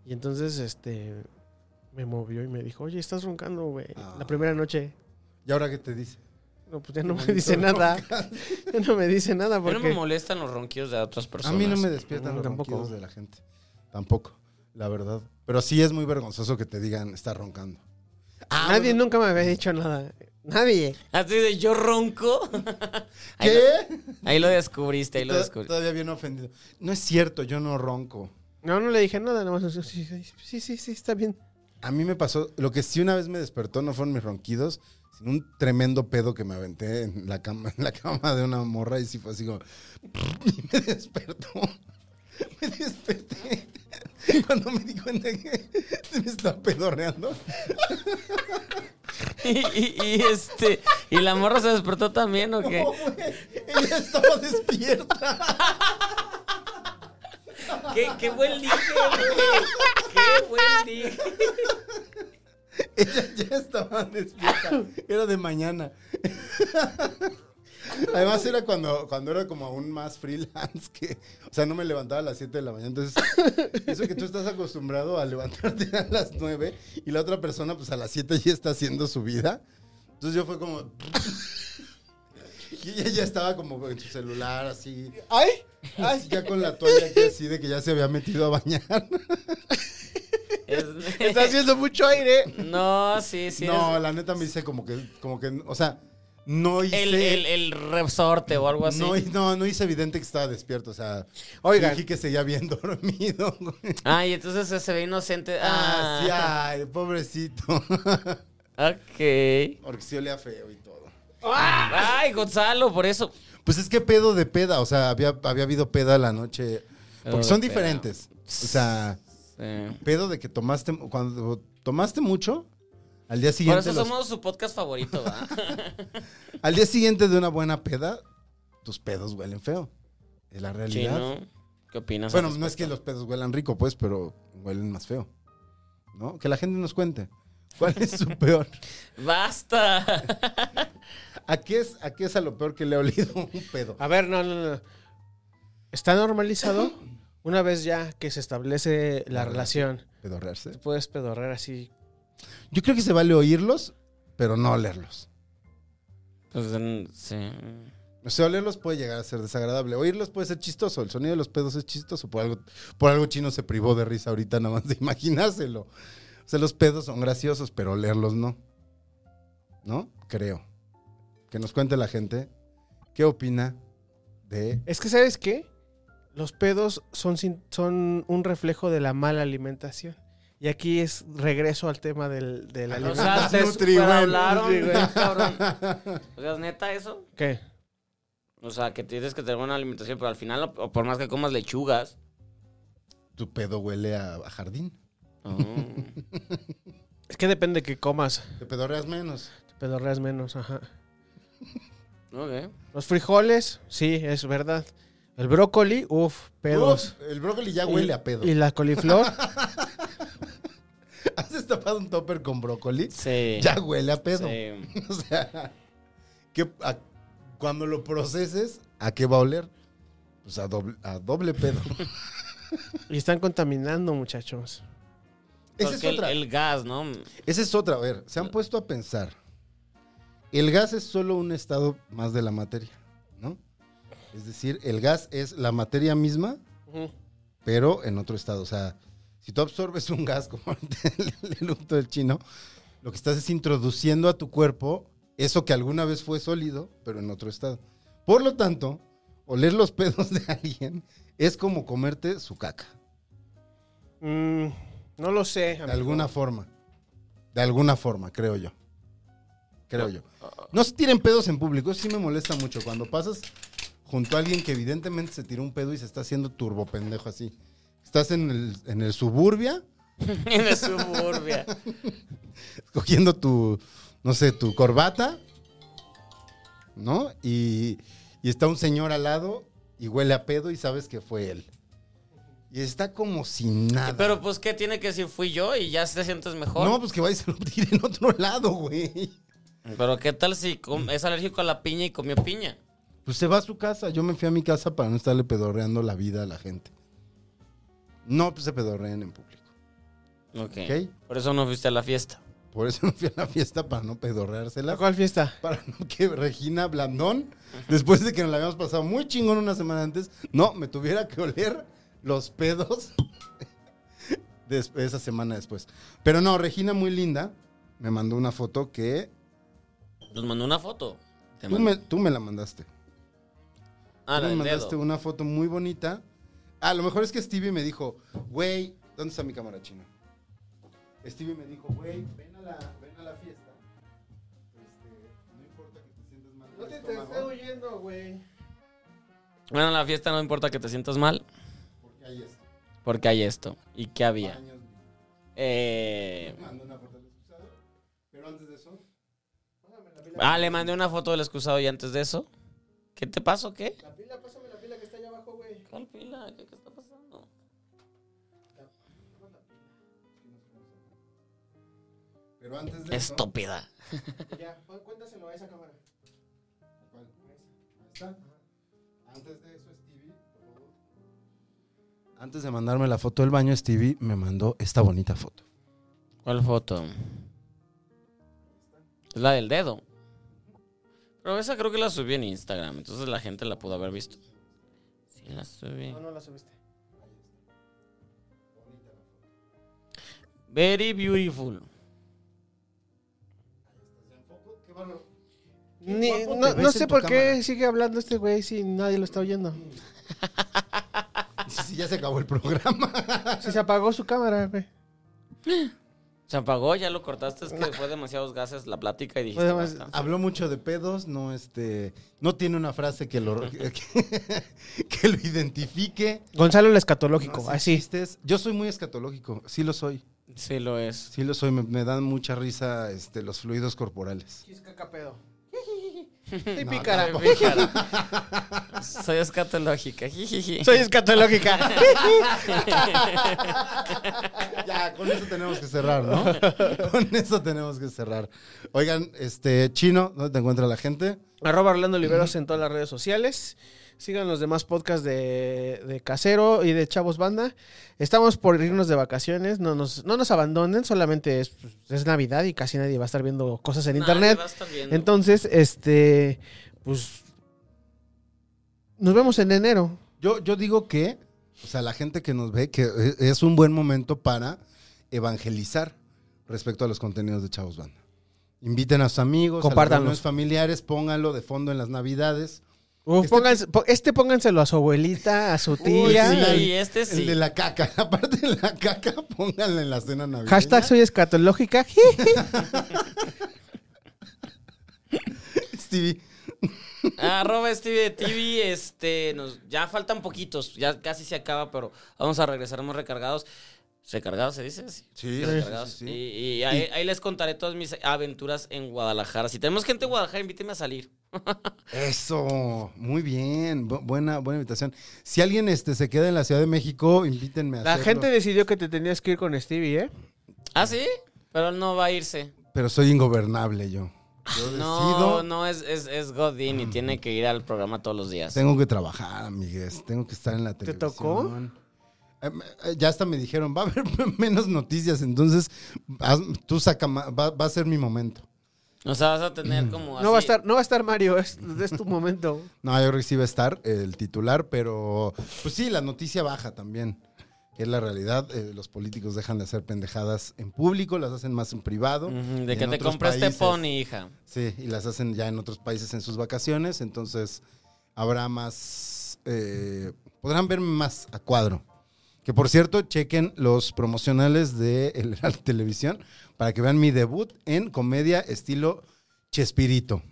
B: Y entonces, este, me movió y me dijo, oye, estás roncando, güey.
C: Ah.
B: La primera noche.
C: ¿Y ahora qué te dice?
B: No, pues ya no me
C: Bonito
B: dice nada. Ya no me dice nada
D: A mí no me
B: porque...
D: molestan los ronquidos de otras
C: A
D: personas.
C: mí no me despiertan
B: Mm,
C: los
B: tampoco.
C: ronquidos de la gente. Tampoco, la verdad. Pero sí es muy vergonzoso que te digan, está roncando.
B: Nadie nunca me había dicho nada. Nadie.
D: Así de, yo ronco. Ahí
C: ¿Qué?
D: lo- Ahí lo descubriste, ahí lo
C: Tod-
D: descubriste.
C: Todavía bien ofendido. No es cierto, yo no ronco.
B: No, no le dije nada, nada más. Sí, sí, sí, sí, sí, está bien.
C: A mí me pasó, lo que sí una vez me despertó no fueron mis ronquidos, sino un tremendo pedo que me aventé en la cama, en la cama de una morra y sí fue así como... Y me despertó. Me desperté. Cuando me di cuenta que se me estaba pedorreando.
D: Y, y- y, este, ¿y la morra se despertó también o qué?
C: No, güey, Ella estaba despierta.
D: ¿Qué, qué buen dije, güey. Qué buen dije.
C: Ella ya estaba despierta. Era de mañana. Además era cuando, cuando era como aún más freelance que, o sea, no me levantaba a las 7 de la mañana. Entonces, eso que tú estás acostumbrado a levantarte a las 9 y la otra persona pues a las 7 ya está haciendo su vida. Entonces yo fue como... Y ella ya estaba como en su celular así.
B: ¡Ay!
C: Así ya con la toalla aquí así de que ya se había metido a bañar.
D: Es-
B: Está haciendo mucho aire.
D: No, sí, sí.
C: no,
D: es-
C: la neta me hice como que, como que, o sea, no hice.
D: el, el, el resorte o algo así.
C: no, hi- no, no hice evidente que estaba despierto, o sea,
B: Oigan.
C: fingí que seguía bien dormido. güey.
D: Ay, entonces se ve inocente.
C: Ah, sí,
D: Ah,
C: ay, pobrecito.
D: ok.
C: Porque sí olía feo y todo.
D: Ay, Gonzalo, por eso.
C: Pues es que pedo de peda, o sea, había, había habido peda la noche.
D: Pedo
C: Porque
D: de
C: son
D: peda.
C: diferentes. O sea,
D: Sí.
C: pedo de que tomaste, cuando tomaste mucho, al día
D: Por
C: siguiente.
D: eso
C: los-
D: somos su podcast favorito, ¿va?
C: Al día siguiente de una buena peda, tus pedos huelen feo. Es la realidad.
D: Chino, ¿qué opinas?
C: Bueno,
D: al
C: no es que
D: respecto?
C: los pedos huelan rico, pues, pero huelen más feo. ¿No? Que la gente nos cuente. ¿Cuál es su peor?
D: ¡Basta!
C: ¿A qué, es, ¿A qué es a lo peor que le ha olido un pedo?
B: A ver, no, no, no. Está normalizado una vez ya que se establece la relación.
C: ¿Pedorrearse?
B: Te puedes pedorrear así.
C: Yo creo que se vale oírlos, pero no olerlos.
D: Pues, mm, sí.
C: O sea, olerlos puede llegar a ser desagradable. Oírlos puede ser chistoso. El sonido de los pedos es chistoso. Por algo, por algo chino se privó de risa ahorita, nada más de imaginárselo. O sea, los pedos son graciosos, pero olerlos no. ¿No? Creo. Que nos cuente la gente qué opina de.
B: Es que, ¿sabes qué? Los pedos son, sin- son un reflejo de la mala alimentación. Y aquí es regreso al tema del, de la
D: O
B: alimentación.
D: sea, se
C: Nutri, güey.
D: superhablaron,
B: Nutri, güey.
D: cabrón. O sea, ¿neta eso?
B: ¿Qué?
D: O sea, que tienes que tener buena alimentación, pero al final, o- o por más que comas lechugas...
C: Tu pedo huele a, a jardín.
D: oh.
B: Es que depende de qué comas.
C: Te pedorreas menos.
B: Te pedorreas menos, ajá.
D: Ok.
B: Los frijoles, sí, es verdad. El brócoli, uff, pedos.
C: Uf, el brócoli ya huele
B: Y-
C: a pedo.
B: Y la coliflor,
C: ¿Has destapado un topper con brócoli?
D: Sí.
C: Ya huele a pedo.
D: Sí.
C: O sea, ¿qué- a- cuando lo proceses, ¿a qué va a oler? Pues a doble, a doble pedo.
B: y están contaminando, muchachos.
C: Esa es
D: Porque el-
C: otra.
D: el gas, ¿no?
C: Esa es otra. A ver, se han puesto a pensar. El gas es solo un estado más de la materia, ¿no? Es decir, el gas es la materia misma, pero en otro estado. O sea, si tú absorbes un gas como el eructo del chino, lo que estás es introduciendo a tu cuerpo eso que alguna vez fue sólido, pero en otro estado. Por lo tanto, oler los pedos de alguien es como comerte su caca,
B: Mm, no lo sé.
C: de
B: amigo.
C: alguna forma. De alguna forma, creo yo. Creo yo. No se tiren pedos en público, eso sí me molesta mucho. Cuando pasas junto a alguien que evidentemente se tiró un pedo y se está haciendo turbo pendejo así. Estás en el, en el suburbia
D: En la suburbia.
C: cogiendo tu, no sé, tu corbata, ¿no? Y, y está un señor al lado y huele a pedo y sabes que fue él. Y está como sin nada.
D: Pero pues, ¿qué tiene que decir? Fui yo y ya te sientes mejor.
C: no, pues que vaya y se lo tire en otro lado, güey.
D: Pero ¿qué tal si com- es alérgico a la piña y comió piña?
C: Pues se va a su casa. Yo me fui a mi casa para no estarle pedorreando la vida a la gente. No, pues se pedorrean en público.
D: Ok.
C: Ok.
D: Por eso no fuiste a la fiesta.
C: Por eso me fui a la fiesta para no pedorreársela.
B: ¿A cuál fiesta?
C: para no que Regina Blandón, después de que nos la habíamos pasado muy chingón una semana antes, no, me tuviera que oler los pedos des- esa semana después. Pero no, Regina muy linda me mandó una foto que
D: Nos mandó una foto. Te
C: tú
D: mandó-
C: me, tú me la mandaste.
D: Ah, la
C: Tú me
D: del
C: mandaste
D: dedo.
C: una foto muy bonita. A lo mejor es que Stevie me dijo, güey, ¿dónde está mi cámara china? Stevie me dijo, güey, ven a la, ven a la fiesta. Este, no importa que te sientas mal. del estómago".
B: huyendo, güey.
D: Bueno, en la fiesta no importa que te sientas mal,
C: Porque ahí está.
D: porque hay esto. ¿Y qué había?
C: Baños,
D: Eh...
C: mandó una foto al excusado, Pero antes de eso,
D: Ah, le mandé una foto del excusado y antes de eso. ¿Qué te pasó? ¿Qué?
B: La pila, pásame la pila que está allá abajo, güey.
D: ¿Cuál pila? ¿Qué, qué está pasando?
C: pero antes de eso.
D: Estúpida.
B: Ya, cuéntaselo a esa cámara.
C: ¿Cuál? Ahí está. Antes de eso, Stevie, por favor. Antes de mandarme la foto del baño, Stevie me mandó esta bonita foto.
D: ¿Cuál foto? Es la del dedo. Pero esa creo que la subí en Instagram, entonces la gente la pudo haber visto. Sí, la subí.
B: No, no la subiste.
D: Very beautiful.
B: Ni-
C: guapo te
B: no
C: ves
B: no
C: en
B: sé
C: tu
B: por
C: cámara.
B: qué sigue hablando este güey si nadie lo está oyendo.
C: Sí, sí, ya se acabó el programa.
B: Si se apagó su cámara, güey.
D: Se apagó, ya lo cortaste, es que fue demasiados gases la plática y dijiste
B: Fue demasi-
D: basta.
C: Habló mucho de pedos, no este, no tiene una frase que lo que, que lo identifique.
B: Gonzalo el
C: No
B: escatológico,
C: hace
B: así.
C: chistes. Yo soy muy escatológico, sí lo soy.
D: Sí lo es.
C: Sí lo soy, me, me dan mucha risa este, los fluidos corporales.
B: Chiscacapedo. Y
C: No,
B: pícara.
D: Fíjate. Soy escatológica. jijiji.
B: Soy escatológica.
C: Ya, con eso tenemos que cerrar, ¿no? Con eso tenemos que cerrar. Oigan, este, Chino, ¿dónde te encuentra la gente?
B: Arroba Orlando Oliveros en todas las redes sociales. Sigan los demás podcasts de, de Casero y de Chavos Banda. Estamos por irnos de vacaciones. No nos, no nos abandonen. Solamente es, es Navidad y casi nadie va a estar viendo cosas en
D: Nadie
B: internet.
D: va a estar viendo.
B: Entonces, este, pues, nos vemos en enero.
C: Yo, yo digo que, o sea, la gente que nos ve, que e- es un buen momento para evangelizar respecto a los contenidos de Chavos Banda. Inviten a sus amigos, a
B: Compártanlos.
C: los reuniones familiares, pónganlo de fondo en las navidades.
B: Uf,
C: Este-
B: pónganse- po- este pónganselo a su abuelita, a su
D: Uy,
B: tía.
D: sí,
C: el-
D: este sí.
C: El de la caca, la parte de la caca, pónganla en la cena navideña.
B: Hashtag soy escatológica.
C: Stevie.
D: Arroba Stevie de TV, este, nos, ya faltan poquitos, ya casi se acaba, pero vamos a regresar más recargados. ¿Recargados se dice? Sí,
C: Sí,
D: recargados. Y, y ahí, ahí les contaré todas mis aventuras en Guadalajara. Si tenemos gente en Guadalajara, invíteme a salir.
C: Eso, muy bien, bu- buena, buena invitación. Si alguien este, se queda en la Ciudad de México, invítenme a
B: La
C: hacerlo.
B: gente decidió que te tenías que ir con Stevie, ¿eh?
D: ¿Ah, sí? Pero él no va a irse.
C: Pero soy ingobernable yo. Yo
D: No,
C: decido,
D: no, es, es, es Godín y tiene que ir al programa todos los días.
C: tengo que trabajar, amigues, tengo que estar en la
B: ¿Te
C: televisión.
B: tocó?
C: Eh, eh, Ya hasta me dijeron, va a haber menos noticias, entonces haz- tú saca, ma- va, va a ser mi momento.
D: O sea, vas a tener como así.
B: No va, a estar, no va a estar Mario, es, es tu momento.
C: No, yo creo que sí va a estar eh, el titular, pero pues sí, la noticia baja también. Es la realidad, eh, los políticos dejan de hacer pendejadas en público, las hacen más en privado.
D: Ujú,
C: y
D: De que
C: en
D: te
C: otros
D: compré este
C: países.
D: pony, hija.
C: Sí, y las hacen ya en otros países en sus vacaciones, entonces habrá más, eh, podrán verme más a cuadro. Que por cierto, chequen los promocionales de El Heraldo Televisión para que vean mi debut en comedia estilo Chespirito.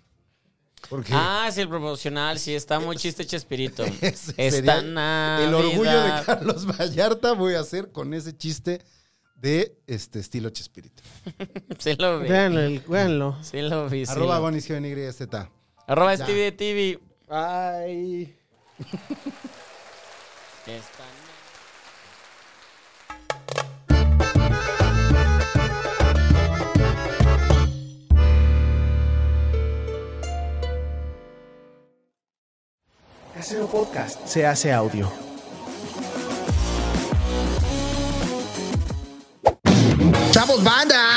C: Porque
D: Ah, sí, el proporcional, sí, está muy chiste Chespirito.
C: ese
D: Está
C: sería
D: Navidad.
C: el orgullo de Carlos Vallarta voy a hacer con ese chiste de este estilo Chespirito.
D: Sí lo vi.
B: Véanlo, el- véanlo.
D: Sí lo vi, sí
C: Arroba
D: lo-
C: Bonis, GNYZ.
D: Arroba
C: Ya.
D: Stevie de TV.
B: Ay.
D: Está
B: Casero Podcast se hace audio.
C: ¡Chavos, banda!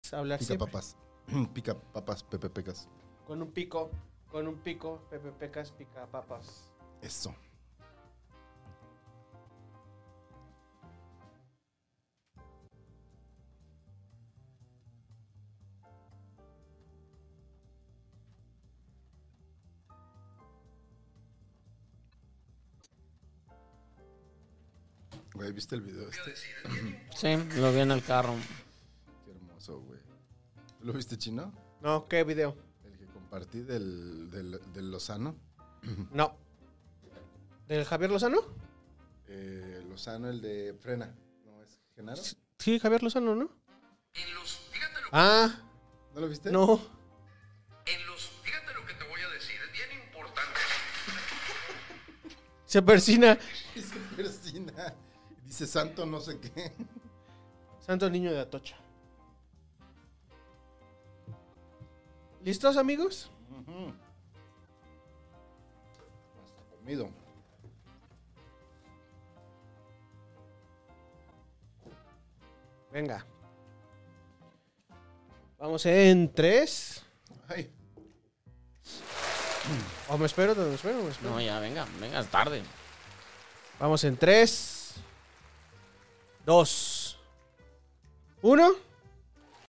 B: pues, Hablar
C: Pica
B: siempre.
C: papas. Pica papas, Pepe Pecas.
B: Con un pico, con un pico, Pepe Pecas pica papas.
C: Eso. Güey, ¿viste el video este?
D: Sí, lo vi en el carro.
C: Qué hermoso, güey. ¿Tú ¿Lo viste chino?
B: No, ¿qué video?
C: El que compartí del, del, del Lozano.
B: No. ¿Del Javier Lozano?
C: Eh, Lozano, el de Frena. ¿No es Genaro?
B: Sí, Javier Lozano, ¿no? Ah,
C: ¿No lo viste?
B: no.
E: En los, fíjate lo que te voy a decir, es bien importante.
B: Se persina.
C: Dice Persina. Dice Santo no sé qué.
B: Santo Niño de Atocha. ¿Listos, amigos?
C: Hasta comido.
B: Venga. Vamos en tres.
C: Ay.
B: O me espero, o me espero, o me espero.
D: No, ya, venga, venga, es tarde.
B: Vamos en tres. Dos. Uno.